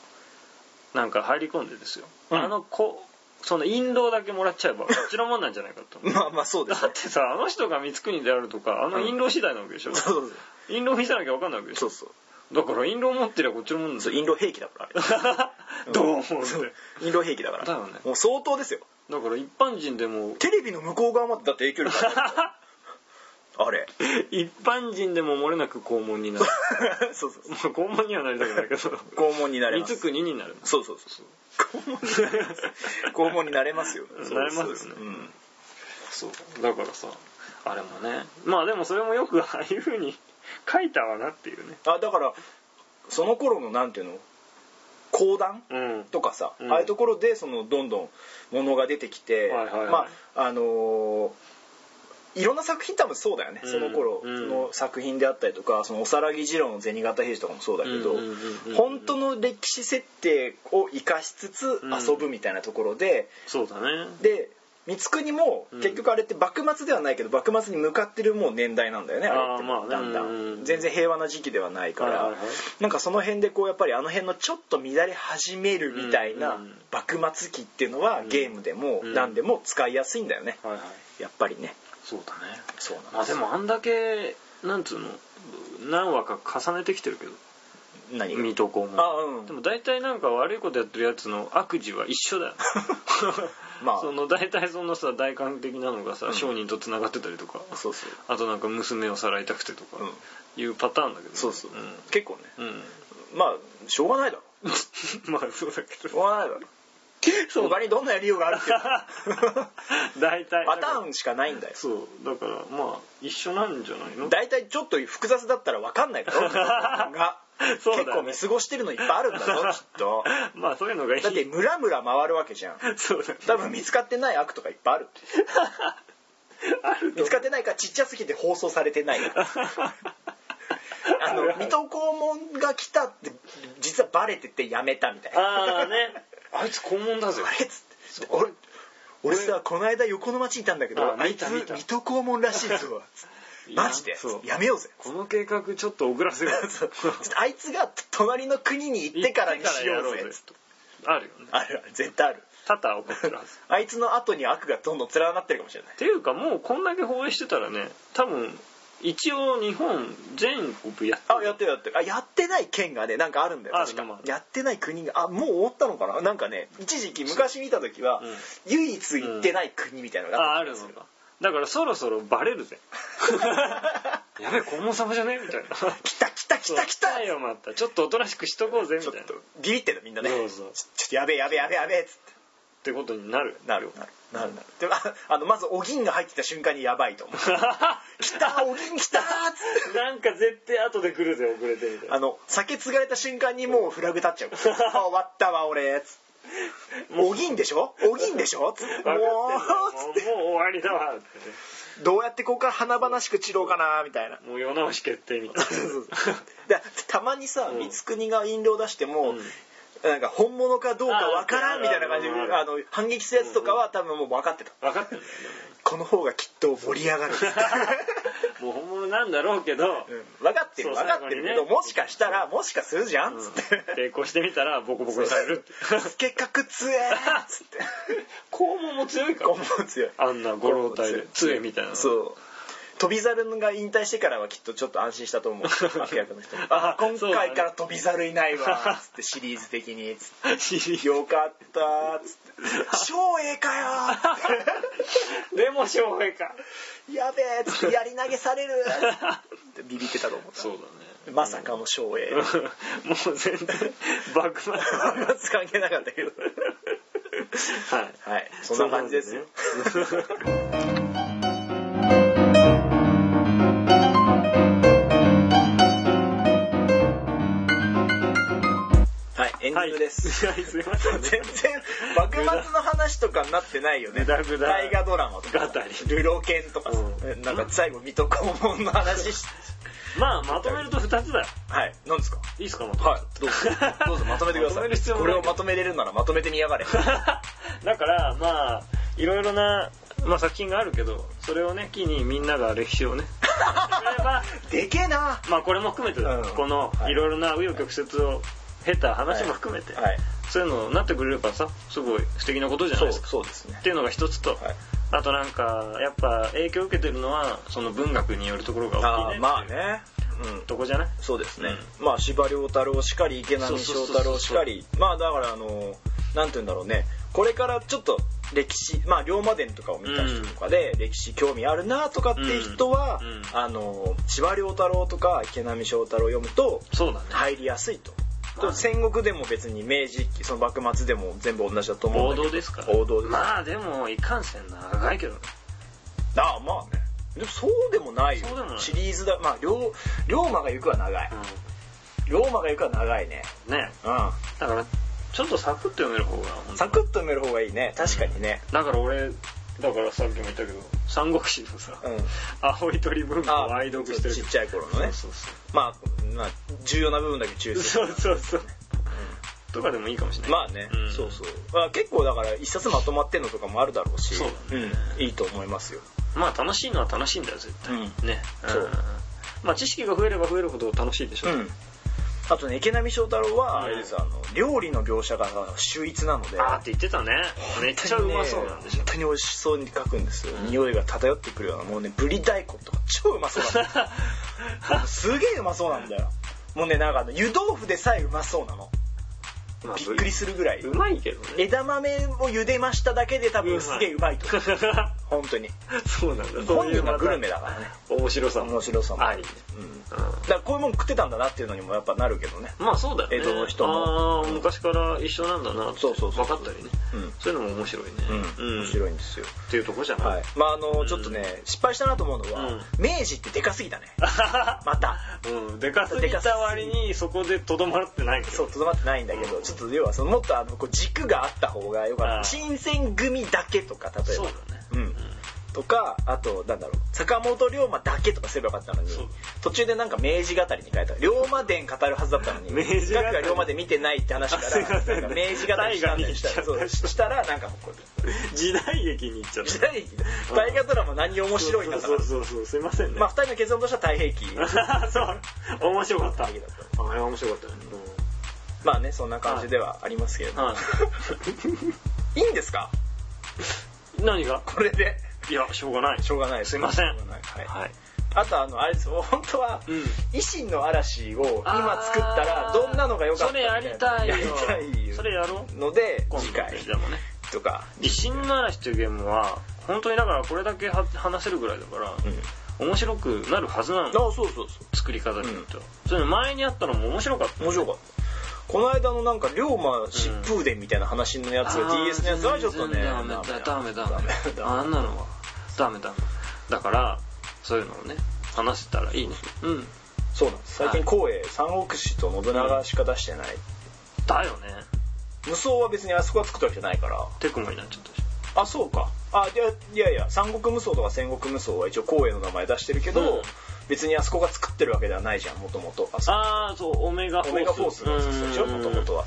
Speaker 2: なんか入り込んでですよ、
Speaker 1: うん
Speaker 2: あの子その引導だけもらっちゃえ ばこっちのもんなんじゃないかと思う
Speaker 1: まあまあそうで
Speaker 2: だ
Speaker 1: すね
Speaker 2: ってさあの人が光圀であるとかあの
Speaker 1: うん
Speaker 2: 印籠次第なわけでし ょ、
Speaker 1: そうそう
Speaker 2: 印籠見せなきゃ分かんないわけでし
Speaker 1: そ
Speaker 2: ょ
Speaker 1: うそう
Speaker 2: だから印籠持ってりゃこっちのもんです
Speaker 1: そう
Speaker 2: よ
Speaker 1: 印籠兵器だからあれ
Speaker 2: どう思うって
Speaker 1: そう印籠兵器だから
Speaker 2: だよね
Speaker 1: もう相当ですよ
Speaker 2: だから一般人でも
Speaker 1: テレビの向こう側までだって影響力ある あれ
Speaker 2: 一般人でも漏れなく肛門に なる
Speaker 1: そうそう
Speaker 2: まあ肛門にはなりたくないけど
Speaker 1: 肛門になれます
Speaker 2: 光圀になる
Speaker 1: そうそう そう肛門になれます肛門になれますよ
Speaker 2: なれますよ
Speaker 1: そ
Speaker 2: ね
Speaker 1: うそううん
Speaker 2: そうだからさあれもねまあでもそれもよくああいうふうに書いたわなっていうね
Speaker 1: あだからその頃のなんていうの講談
Speaker 2: うん
Speaker 1: とかさ、
Speaker 2: うん
Speaker 1: ああいうところでそのどんどんものが出てきて、
Speaker 2: はいはいはい
Speaker 1: まああのーいろんな作品多分そうだよね、
Speaker 2: うん
Speaker 1: その頃、
Speaker 2: うん
Speaker 1: その作品であったりとかそのおさらぎ二郎の銭形平次とかもそうだけど、
Speaker 2: うんうんうんうん
Speaker 1: 本当の歴史設定を生かしつつ
Speaker 2: うん
Speaker 1: 遊ぶみたいなところで、
Speaker 2: そうだね
Speaker 1: で光圀も
Speaker 2: うん
Speaker 1: 結局あれって幕末ではないけど幕末に向かってるもう年代なんだよねあれって
Speaker 2: あーまあね
Speaker 1: だんだ
Speaker 2: うんうんうんん
Speaker 1: 全然平和な時期ではないから、
Speaker 2: はいはいはい
Speaker 1: なんかその辺でこうやっぱりあの辺のちょっと乱れ始めるみたいな
Speaker 2: うんうん
Speaker 1: 幕末期っていうのはゲームでも
Speaker 2: うん
Speaker 1: 何でも使いやすいんだよね
Speaker 2: はいはい
Speaker 1: やっぱりね
Speaker 2: そうだね
Speaker 1: そうなん
Speaker 2: まあ
Speaker 1: す
Speaker 2: でもあんだけなんつうの何話か重ねてきてるけど
Speaker 1: 何が
Speaker 2: 水戸黄門
Speaker 1: あうん
Speaker 2: でも大体なんか悪いことやってるやつの悪事は一緒だよ
Speaker 1: まあ
Speaker 2: その大体そのさ大官的なのがさ、
Speaker 1: うん
Speaker 2: 商人とつながってたりとか
Speaker 1: そうそう
Speaker 2: あとなんか娘をさらいたくてとか
Speaker 1: うん
Speaker 2: いうパターンだけどね、
Speaker 1: そうそう、
Speaker 2: う
Speaker 1: 結構ね
Speaker 2: ん、うん、
Speaker 1: まあしょうがないだろ
Speaker 2: まあそうだけ
Speaker 1: しょう
Speaker 2: ど
Speaker 1: がないだろ
Speaker 2: そう
Speaker 1: 他にどんなやりようがあるっていう
Speaker 2: 大体
Speaker 1: パターンしかないんだよ
Speaker 2: そうだからまあ一緒なんじゃないの
Speaker 1: 大体ちょっと複雑だったら分かんないだろが
Speaker 2: そうだね
Speaker 1: 結構見過ごしてるのいっぱいあるんだぞきっ と
Speaker 2: まあそういうのがいい
Speaker 1: だってムラムラ回るわけじゃん
Speaker 2: そうだね
Speaker 1: 多分見つかってない悪とかいっぱいある
Speaker 2: あ る
Speaker 1: 見つかってないからちっちゃすぎて放送されて ないあの水戸黄門が来たって実はバレててやめたみたいな
Speaker 2: ああねあいつ肛門だぜ
Speaker 1: あれっつってで俺俺さこの間横の町にいたんだけど
Speaker 2: あ
Speaker 1: あい
Speaker 2: 見た
Speaker 1: つ
Speaker 2: 見た
Speaker 1: 水戸黄門らしいぞつって
Speaker 2: いや
Speaker 1: マジで
Speaker 2: そう
Speaker 1: やめようぜ
Speaker 2: この計画ちょっと遅ら せよう
Speaker 1: そうちょっとあいつが隣の国に行ってからにしようぜつって
Speaker 2: あるよね
Speaker 1: あるある絶対ある
Speaker 2: 多々起こってる はずっ
Speaker 1: あいつの後に悪がどんどん連なってるかもしれない
Speaker 2: ていうかもうこんだけ放映してたらね多分一応日本全国やって
Speaker 1: あやってるやってるあやってない県がねなんかあるんだよ
Speaker 2: ある
Speaker 1: 確か
Speaker 2: まだ
Speaker 1: やってない国があもう終わったのかななんかね一時期昔見た時は
Speaker 2: うん
Speaker 1: 唯一行ってない国みたいなのが
Speaker 2: あ
Speaker 1: あ
Speaker 2: あ
Speaker 1: っ
Speaker 2: る
Speaker 1: た気が
Speaker 2: の
Speaker 1: する
Speaker 2: かだからそろそろバレる ぜやべえ肛門様じゃねみたいな
Speaker 1: 来た来た来た来た
Speaker 2: そうよまたちょっとおとなしくしとこうぜみ
Speaker 1: ちょ
Speaker 2: た
Speaker 1: っ
Speaker 2: いなっ
Speaker 1: とビビってたみんなね
Speaker 2: そうそう
Speaker 1: ちょちょっとやべえやべえやべえやべえっつって
Speaker 2: てことになる
Speaker 1: なるな るなるなるでもああのまずお銀が入ってきた瞬間にやばいと 思う来たお銀来たーっつって
Speaker 2: なんか絶対後で来るぜ遅れてみたいな
Speaker 1: あの酒継がれた瞬間にもうフラグ立っちゃうあ終わったわ俺っつってお銀でしょお銀でしょつっても
Speaker 2: 分か
Speaker 1: う
Speaker 2: ってんだもうもう終わりだわってね
Speaker 1: どうやってここから華々しく散ろうかなみた いな
Speaker 2: もう世直し決定みたい
Speaker 1: でたまにさ
Speaker 2: うん
Speaker 1: 光圀が飲料出しても、
Speaker 2: うん
Speaker 1: なんか本物かどうかわからんみたいな感じで
Speaker 2: あーある
Speaker 1: あの反撃するやつとかは多分もう分かってた
Speaker 2: な分かってんだよ
Speaker 1: この方がきっと盛り上がる
Speaker 2: でももう本物なんだろうけど、
Speaker 1: 分かってる
Speaker 2: そう
Speaker 1: 分かってるけど、
Speaker 2: 最後にね
Speaker 1: もしかしたらもしかするじゃんっつって、
Speaker 2: 抵抗してみたらボコボコにされるって
Speaker 1: 計画強えーっつって
Speaker 2: 肛門も強いから
Speaker 1: 今後強い
Speaker 2: あんな五老体で杖みたいなの
Speaker 1: そう飛び猿が引退してからはきっとちょっと安心したと 思う悪役の人もあ
Speaker 2: あ
Speaker 1: 今
Speaker 2: そうだね
Speaker 1: 回から飛び猿いないわっつってシリーズ的につっ
Speaker 2: シリー
Speaker 1: て
Speaker 2: ズ
Speaker 1: よかったっつ って「照英かよ!」
Speaker 2: でも翔平か
Speaker 1: やべえ!」っつって「やり投げされる!」ってビビってたと思
Speaker 2: そうだね
Speaker 1: うまさかの照英
Speaker 2: もう全然幕末
Speaker 1: 関係なかったけど
Speaker 2: はい
Speaker 1: はいそんな感じですよ
Speaker 2: そんな感じね
Speaker 1: はいエンディングです、
Speaker 2: はい、すいませ ん、
Speaker 1: 全然幕末の話とかになってないよね
Speaker 2: ぐだぐだ
Speaker 1: 大河ドラマとか
Speaker 2: 語り
Speaker 1: ルロケンとかさ、
Speaker 2: うん
Speaker 1: なんか最後水戸黄門の話し
Speaker 2: まあまとめると2つだよ
Speaker 1: はい何ですか
Speaker 2: いいっすかまとめ
Speaker 1: はいど うぞどうぞまとめてくださ
Speaker 2: まとめる必
Speaker 1: い
Speaker 2: 要も
Speaker 1: こ
Speaker 2: ない
Speaker 1: れをまとめれるならまとめてみやが れ
Speaker 2: だからまあいろいろな、まあ、作品があるけどそれをね機にみんなが歴史 をね例えば
Speaker 1: でけえな
Speaker 2: まあこれも含めてだよ、
Speaker 1: うん
Speaker 2: この
Speaker 1: はい
Speaker 2: いろいろな紆余曲折を経た話も含めて、
Speaker 1: はい
Speaker 2: そういうのになってくれればさすごい素敵なことじゃな
Speaker 1: そう
Speaker 2: いですか
Speaker 1: そうですね
Speaker 2: っていうのが一つと、
Speaker 1: はい
Speaker 2: あとなんかやっぱ影響を受けてるのはその文学によるところが大
Speaker 1: あ
Speaker 2: きい
Speaker 1: ー
Speaker 2: ね
Speaker 1: まあねうん
Speaker 2: とこじゃない
Speaker 1: そうですね、まあ司馬遼太郎しかり池波正太郎しかりまあだからあのなんて言うんだろうねこれからちょっと歴史まあ龍馬伝とかを見た人とかで歴史興味あるなとかっていう人は、
Speaker 2: うんうん
Speaker 1: あの司馬遼太郎とか池波正太郎を読むと
Speaker 2: そうだね、
Speaker 1: 入りやすいと。
Speaker 2: まあ
Speaker 1: 戦国でも別に明治期その幕末でも全部同じだと思う
Speaker 2: 王
Speaker 1: んだけ
Speaker 2: 道
Speaker 1: ど
Speaker 2: ですから
Speaker 1: 王道です
Speaker 2: まあでもいかんせん長いけどね
Speaker 1: ああまあねでもそうでもないよ
Speaker 2: そうでもない
Speaker 1: シリーズだまあ龍龍馬が行くは長い、龍馬が行くは長いね
Speaker 2: ね
Speaker 1: うん
Speaker 2: だからちょっとサクッと読める方が本当
Speaker 1: サクッと埋める方がいいね確かにね
Speaker 2: だから俺だからさっきも言ったけど三国志のさ、
Speaker 1: うん
Speaker 2: 青い鳥文化を愛読してる
Speaker 1: ちっちゃい頃のね
Speaker 2: そうそう
Speaker 1: まあ、まあ、重要な部分だけ抽出す
Speaker 2: そう
Speaker 1: る
Speaker 2: そうそうそうとかでもいいかもしれない
Speaker 1: まあね、
Speaker 2: うん
Speaker 1: そうそう、まあ、結構だから一冊まとまってんのとかもあるだろうし
Speaker 2: そうだね
Speaker 1: ん、いいと思いますよ
Speaker 2: まあ楽しいのは楽しいんだよ絶対、
Speaker 1: うん
Speaker 2: ね
Speaker 1: そうん
Speaker 2: まあ知識が増えれば増えるほど楽しいでしょ、
Speaker 1: うんあとね池波正太郎は
Speaker 2: うん
Speaker 1: あれです、あの料理の描写が秀逸なので
Speaker 2: あーって言ってたねめっちゃうまそうなんでしょ
Speaker 1: 本当に美味しそうに書くんですよ、
Speaker 2: うん
Speaker 1: 匂いが漂ってくるようなもうねぶり大根とか超うまそうなんだよ すげえうまそうなんだよもうねなんかあの湯豆腐でさえうまそうなの
Speaker 2: まあ
Speaker 1: びっくりするぐらいう
Speaker 2: まいけどね、
Speaker 1: 枝豆を茹でましただけで多分すげえうまいと思う本当に
Speaker 2: そうなんだ
Speaker 1: 本人がグルメ
Speaker 2: だ
Speaker 1: だからね
Speaker 2: 面白さ
Speaker 1: 面白さも
Speaker 2: あり、
Speaker 1: うんだ
Speaker 2: うん
Speaker 1: からこういうもん食ってたんだなっていうのにもやっぱなるけどね
Speaker 2: まあそうだよね
Speaker 1: 江戸の人
Speaker 2: あ
Speaker 1: も
Speaker 2: あ昔から一緒なんだなって
Speaker 1: そうそうそう
Speaker 2: 分かったりね
Speaker 1: うん
Speaker 2: そういうのも面白いね
Speaker 1: うん面白いんですよ
Speaker 2: っていうとこじゃない、
Speaker 1: はいまああのちょっとね失敗したなと思うの
Speaker 2: うん
Speaker 1: は明治ってでかす ぎたねまた
Speaker 2: うん、でかすぎた割にそこでとどまってないけど
Speaker 1: そうとどまってないんだけどちょっと要はそのもっとあのこう軸があった方がよか
Speaker 2: あ
Speaker 1: っ
Speaker 2: あ
Speaker 1: た新選組だけとか例え
Speaker 2: そう
Speaker 1: ば
Speaker 2: だね
Speaker 1: うんとかあとなんだろう坂本龍馬だけとかすればよかったのに
Speaker 2: そう
Speaker 1: 途中でなんか明治語りに変えた龍馬伝語るはずだったのに
Speaker 2: 明治語り
Speaker 1: 岳が龍馬伝見てないって話か
Speaker 2: あすいま
Speaker 1: ら
Speaker 2: せん
Speaker 1: なんか明治語りしたんだよしたら
Speaker 2: 大河に行っちゃった
Speaker 1: そうしたらなんか こう
Speaker 2: 時代劇に行っちゃった
Speaker 1: 時代劇大河ドラマ何面白いんだか
Speaker 2: そ
Speaker 1: ら
Speaker 2: うそうそうそうすいませんね、
Speaker 1: まあ2人の結論としては太平記
Speaker 2: そう面白かった
Speaker 1: 太平記だった
Speaker 2: あれ面白かったね、
Speaker 1: まあねそんな感じではありますけれども
Speaker 2: は い
Speaker 1: いんですか
Speaker 2: い何が
Speaker 1: これで
Speaker 2: いやしょうがない
Speaker 1: しょうがないです
Speaker 2: いません
Speaker 1: しょうがないはい
Speaker 2: はい
Speaker 1: あとあのあれです本当は、
Speaker 2: うん
Speaker 1: 維新の嵐を今作ったらどんなのが良かった
Speaker 2: それやりたいよ
Speaker 1: やりたいよ
Speaker 2: それやろう
Speaker 1: ので
Speaker 2: 今
Speaker 1: 次
Speaker 2: 度
Speaker 1: 回
Speaker 2: でもね
Speaker 1: とか
Speaker 2: 「維新の嵐」っていうゲームは本当にだからこれだけは話せるぐらいだから、面白くなるはずな
Speaker 1: あ
Speaker 2: の
Speaker 1: そうそうそう
Speaker 2: 作り方によっては、それ前にあったのも面白かった
Speaker 1: 面白かったこの間のなんか龍馬疾風伝みたいな話のやつ、DS のやつはちょっとね
Speaker 2: ダメだダメダメ
Speaker 1: だ
Speaker 2: あんなのはダメダメだからそういうのをね話せたらいいねうん
Speaker 1: そうなんです最近光栄三国志と信長しか出してない、
Speaker 2: だよね
Speaker 1: 無双は別にあそこは作ったわけじゃないから
Speaker 2: テクモになっちゃったでし
Speaker 1: あそうかあいやいやいや三国無双とか戦国無双は一応光栄の名前出してるけど、
Speaker 2: うん
Speaker 1: 別にあそこが作ってるわけではないじゃんもともとあ
Speaker 2: ょ
Speaker 1: そこ
Speaker 2: ああそうオメガフ
Speaker 1: オ
Speaker 2: ォース
Speaker 1: メガフォースのやつでしょ
Speaker 2: うん
Speaker 1: もともとは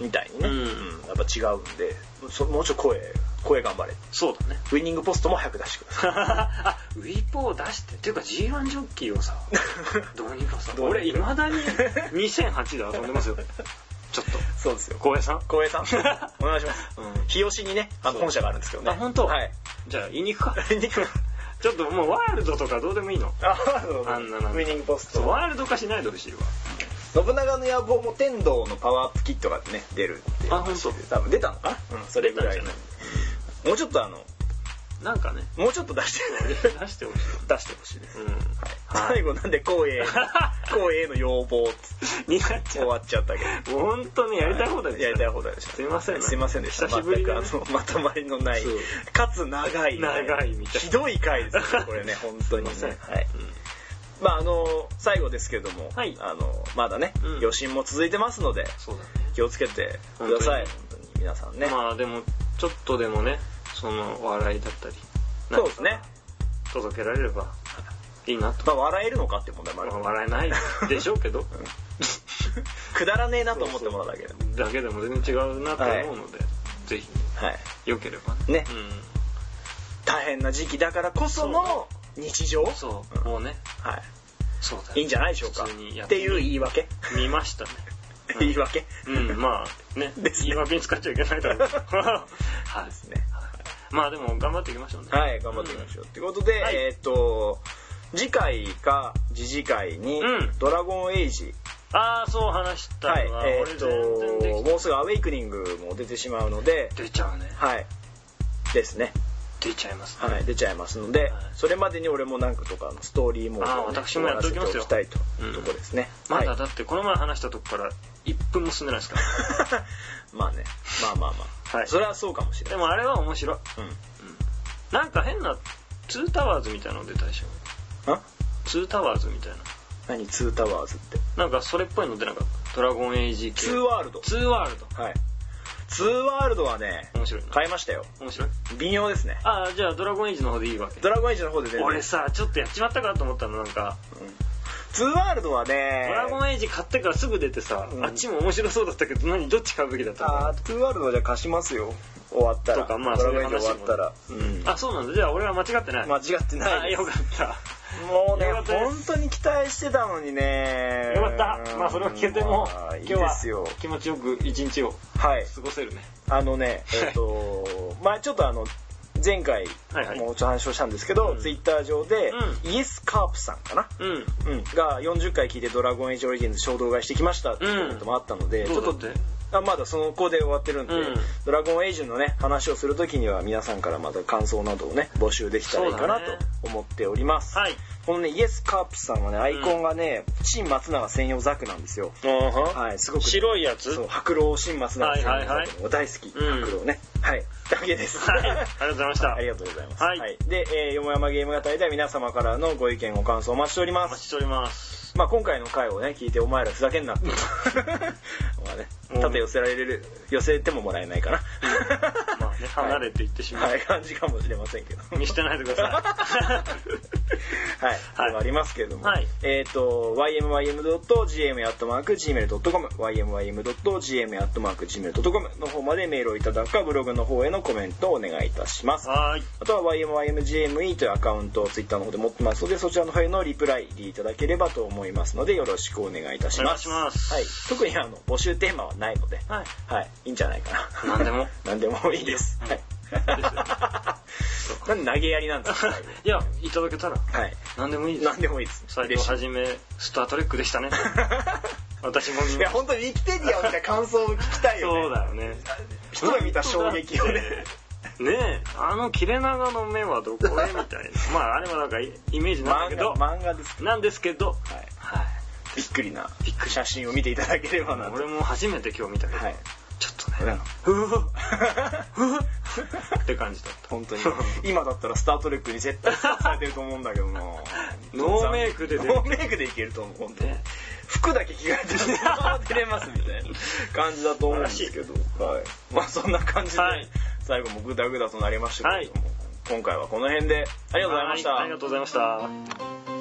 Speaker 1: みたいにね、
Speaker 2: うん
Speaker 1: うんやっぱ違うんでそもうちょい声声頑張れ
Speaker 2: そうだね
Speaker 1: ウイニングポストも早く出してください
Speaker 2: あウィポを出してっていうか G1 ジョッキーをさ どうにかさ
Speaker 1: どうにか
Speaker 2: 俺いまだに2008で遊んで ますよちょっと
Speaker 1: そうですよ
Speaker 2: 光栄さん
Speaker 1: 光栄 さんお願いします、
Speaker 2: うん
Speaker 1: 日吉にねあの
Speaker 2: そう
Speaker 1: 本社があるんですけどね
Speaker 2: あ本当
Speaker 1: はい
Speaker 2: じゃあ言いに行くか
Speaker 1: ウイニング
Speaker 2: ちょっともうワールドとかどうでもいいの
Speaker 1: あそう
Speaker 2: あんななんか
Speaker 1: ウイニングポス
Speaker 2: そう
Speaker 1: ト
Speaker 2: ワールド化しないでほしいわ
Speaker 1: 信長の野望も天道のパワーアップキットがね出るっていう
Speaker 2: あ本当
Speaker 1: 多分出たのかな、うん、それぐらい
Speaker 2: 出
Speaker 1: の
Speaker 2: たんじ
Speaker 1: もうちょっとあの
Speaker 2: なん かね
Speaker 1: もうちょっと出して
Speaker 2: 出してほしい
Speaker 1: 出してほしいです、
Speaker 2: うん
Speaker 1: はい最後なんで光 栄光栄の要望っつって
Speaker 2: になっちゃ
Speaker 1: 終わっちゃったけど
Speaker 2: うもう本当にやりたい放題
Speaker 1: やりたい
Speaker 2: 放
Speaker 1: 放題でした
Speaker 2: すいません
Speaker 1: すいませんでした
Speaker 2: 久しぶりだね
Speaker 1: 全くあのまとまりのない
Speaker 2: そう
Speaker 1: かつ長い
Speaker 2: 長いみたいな
Speaker 1: ひどい回ですねこ れね本当にね
Speaker 2: すいません
Speaker 1: はいまああの最後ですけども、
Speaker 2: はい
Speaker 1: あのまだね、
Speaker 2: うん
Speaker 1: 余震も続いてますので
Speaker 2: そうだ
Speaker 1: 気をつけてください
Speaker 2: 本
Speaker 1: 本当に皆さんね、
Speaker 2: ねまあでもちょっとでもねその笑いだったり
Speaker 1: そうですね、
Speaker 2: 届けられればいいなと
Speaker 1: まあ、笑えるのかっていう問題もある
Speaker 2: まあ笑えないでしょうけど
Speaker 1: くだらねえなと思ってもらうだけでも
Speaker 2: だけでも全然違うなと思うのでぜひ
Speaker 1: はい
Speaker 2: 良ければ
Speaker 1: ね
Speaker 2: う
Speaker 1: 大変な時期だからこその日常
Speaker 2: んそ
Speaker 1: うん
Speaker 2: うもうね
Speaker 1: は
Speaker 2: そうだ
Speaker 1: い、いいんじゃないでしょうか
Speaker 2: 普通にや
Speaker 1: っ
Speaker 2: って
Speaker 1: て
Speaker 2: み
Speaker 1: いう言い訳
Speaker 2: 見ましたねうん
Speaker 1: 言い訳
Speaker 2: うんまあね
Speaker 1: ですね
Speaker 2: 言い訳に使っちゃいけないだろう はい
Speaker 1: ですね
Speaker 2: まあでも頑張っていきましょうね
Speaker 1: はい、頑張っていきましょう。と、いうことで、
Speaker 2: はい
Speaker 1: えーっ、と、次回か次次回に、
Speaker 2: うん
Speaker 1: ドラゴンエイジ、
Speaker 2: ああそう話した
Speaker 1: はい、
Speaker 2: のは、
Speaker 1: え
Speaker 2: 俺
Speaker 1: ーっ、
Speaker 2: 全然でき
Speaker 1: と、もうすぐアウェイクニングも出てしまうので、
Speaker 2: 出ちゃうね
Speaker 1: はい、ですね。
Speaker 2: 出ちゃいますね、
Speaker 1: はい、出ちゃいますので、
Speaker 2: はい
Speaker 1: それまでに俺もなんかとかのストーリーも、
Speaker 2: あー私もやっておきますよ
Speaker 1: 終わらせておきたいと、
Speaker 2: うん
Speaker 1: とこですね。
Speaker 2: ま
Speaker 1: は
Speaker 2: だ
Speaker 1: い、
Speaker 2: だってこの前話したとこから1分も進んでないですから
Speaker 1: まあね、まあまあまあ、
Speaker 2: はい
Speaker 1: そ れはそうかもしれ
Speaker 2: で
Speaker 1: ない。
Speaker 2: もあれは面白い
Speaker 1: うん
Speaker 2: なんか変なツータワーズみたいなの出たでしょ
Speaker 1: あ
Speaker 2: ツータワーズみたいな
Speaker 1: 何、ツータワーズって。
Speaker 2: なんかそれっぽいの出なかったドラゴンエイジ系
Speaker 1: ツーワールド。
Speaker 2: ツーワールド
Speaker 1: はい。ツーワールドはね、
Speaker 2: 面白いな
Speaker 1: 買いましたよ。
Speaker 2: 面白い
Speaker 1: 微妙ですね。
Speaker 2: ああじゃあドラゴンエイジの方でいいわけ
Speaker 1: ドラゴンエイジの方で全然
Speaker 2: 俺さちょっとやっちまったかと思ったのなんか、
Speaker 1: ツーワールドはね
Speaker 2: ドラゴンエイジ買ってからすぐ出てさ、
Speaker 1: うん
Speaker 2: あっちも面白そうだったけど何どっち買うべきだったの
Speaker 1: あーツーワールドはじゃあ貸しますよ終わったら
Speaker 2: とかまあ
Speaker 1: ドラゴンエイジ
Speaker 2: そういう
Speaker 1: 終
Speaker 2: 話
Speaker 1: わっ
Speaker 2: も
Speaker 1: たら、
Speaker 2: あそうなんだじゃあ俺は間違ってない、
Speaker 1: 間違って
Speaker 2: あ
Speaker 1: な
Speaker 2: ー
Speaker 1: い
Speaker 2: よかった
Speaker 1: もうね
Speaker 2: よかったです
Speaker 1: 本当に期待してたのにね
Speaker 2: よかったまあそれを聞けても
Speaker 1: まあいいで
Speaker 2: 今日は
Speaker 1: すよ
Speaker 2: 気持ちよく一日を
Speaker 1: はい
Speaker 2: 過ごせるね
Speaker 1: あのねえっ、とまあちょっとあの前回
Speaker 2: はいはい
Speaker 1: もうちょっと話をしたんですけど、
Speaker 2: うん
Speaker 1: ツイッター上で、
Speaker 2: う
Speaker 1: イエスカープさんかな、
Speaker 2: うん
Speaker 1: うんが40回聞いて「ドラゴンエイジオリジンズ」衝動買いしてきましたっていうコメントもあったので、ちょっと
Speaker 2: どうだって
Speaker 1: あまだその子で終わってるんで、
Speaker 2: うん
Speaker 1: ドラゴンエイジのね話をする時には皆さんからまた感想などをね募集できたらいいかな
Speaker 2: そうだね
Speaker 1: と思っております、
Speaker 2: はい
Speaker 1: このねイエスカープさんはねアイコンがね、新松永専用ザクなんですよはいすごく
Speaker 2: 白いやつ
Speaker 1: そう白老新松永専用
Speaker 2: はいはいは
Speaker 1: ザ
Speaker 2: い
Speaker 1: クも大好き、
Speaker 2: うん
Speaker 1: 白老ねはいだけです
Speaker 2: はいありがとうございました
Speaker 1: はありがとうございます、
Speaker 2: はい
Speaker 1: で、えー、よもやまゲーム型では皆様からのご意見ご感想お待ちしておりま
Speaker 2: お待ちし
Speaker 1: す
Speaker 2: ております
Speaker 1: まあ今回の回をね聞いてお前らふざけんなって まあね
Speaker 2: うん
Speaker 1: 縦寄せられる寄せてももらえないかな、
Speaker 2: まあね離れていってしま
Speaker 1: は
Speaker 2: う
Speaker 1: いはい感じかもしれませんけど
Speaker 2: 見捨てないでくださ
Speaker 1: はい、それはありますけれども、
Speaker 2: はい
Speaker 1: えっ、と ymym.gm.gmail.com ymym.gm.gmail.com の方までメールをいただくかブログの方へのコメントをお願いいたしま
Speaker 2: い
Speaker 1: す
Speaker 2: はい
Speaker 1: あとは YMYMGME というアカウントを Twitter の方で持ってますのでそちらの方へのリプライでいただければと思いますのでよろしくお願いいたします
Speaker 2: お願いします
Speaker 1: はい、特にあの募集テーマはないので、
Speaker 2: はい
Speaker 1: はい、いいんじゃないかな
Speaker 2: 何でも
Speaker 1: 何でもいいです、はい
Speaker 2: です、
Speaker 1: なんで投げやり なんですか
Speaker 2: いやいただけたら
Speaker 1: はい
Speaker 2: 何でもいいです
Speaker 1: 何でもいいです
Speaker 2: 斎藤はじめスター・トレック でしたね私も見
Speaker 1: い
Speaker 2: ま
Speaker 1: や
Speaker 2: した
Speaker 1: 本当にウィキペディアを見た感想を聞きたいよね
Speaker 2: そうだよね
Speaker 1: 一目見た衝撃をね
Speaker 2: ねえあの切れ長の目はどこへみたいな まああれはなんかイメージなんだけ
Speaker 1: 漫
Speaker 2: ど
Speaker 1: 画漫画です
Speaker 2: なんですけど、
Speaker 1: はい
Speaker 2: はい
Speaker 1: びっくりな
Speaker 2: びっくり
Speaker 1: 写真を見ていただければなと
Speaker 2: 俺も初めて今日見たけど、
Speaker 1: はい
Speaker 2: ちょっとねうわうわって感じだった
Speaker 1: 本当に今だったら「スター・トレック」に絶対使われてると思うんだけどなノ
Speaker 2: ノーメイクで出る
Speaker 1: ノーメイクでいけると思う本当に
Speaker 2: ね
Speaker 1: 服だけ着替えてそのまま 出れますみた いな感じだと思うんですけどはいまあそんな感じで
Speaker 2: はい
Speaker 1: 最後もグダグダとなりましたけれども今回はこの辺でありがとうございました
Speaker 2: はありがとうございました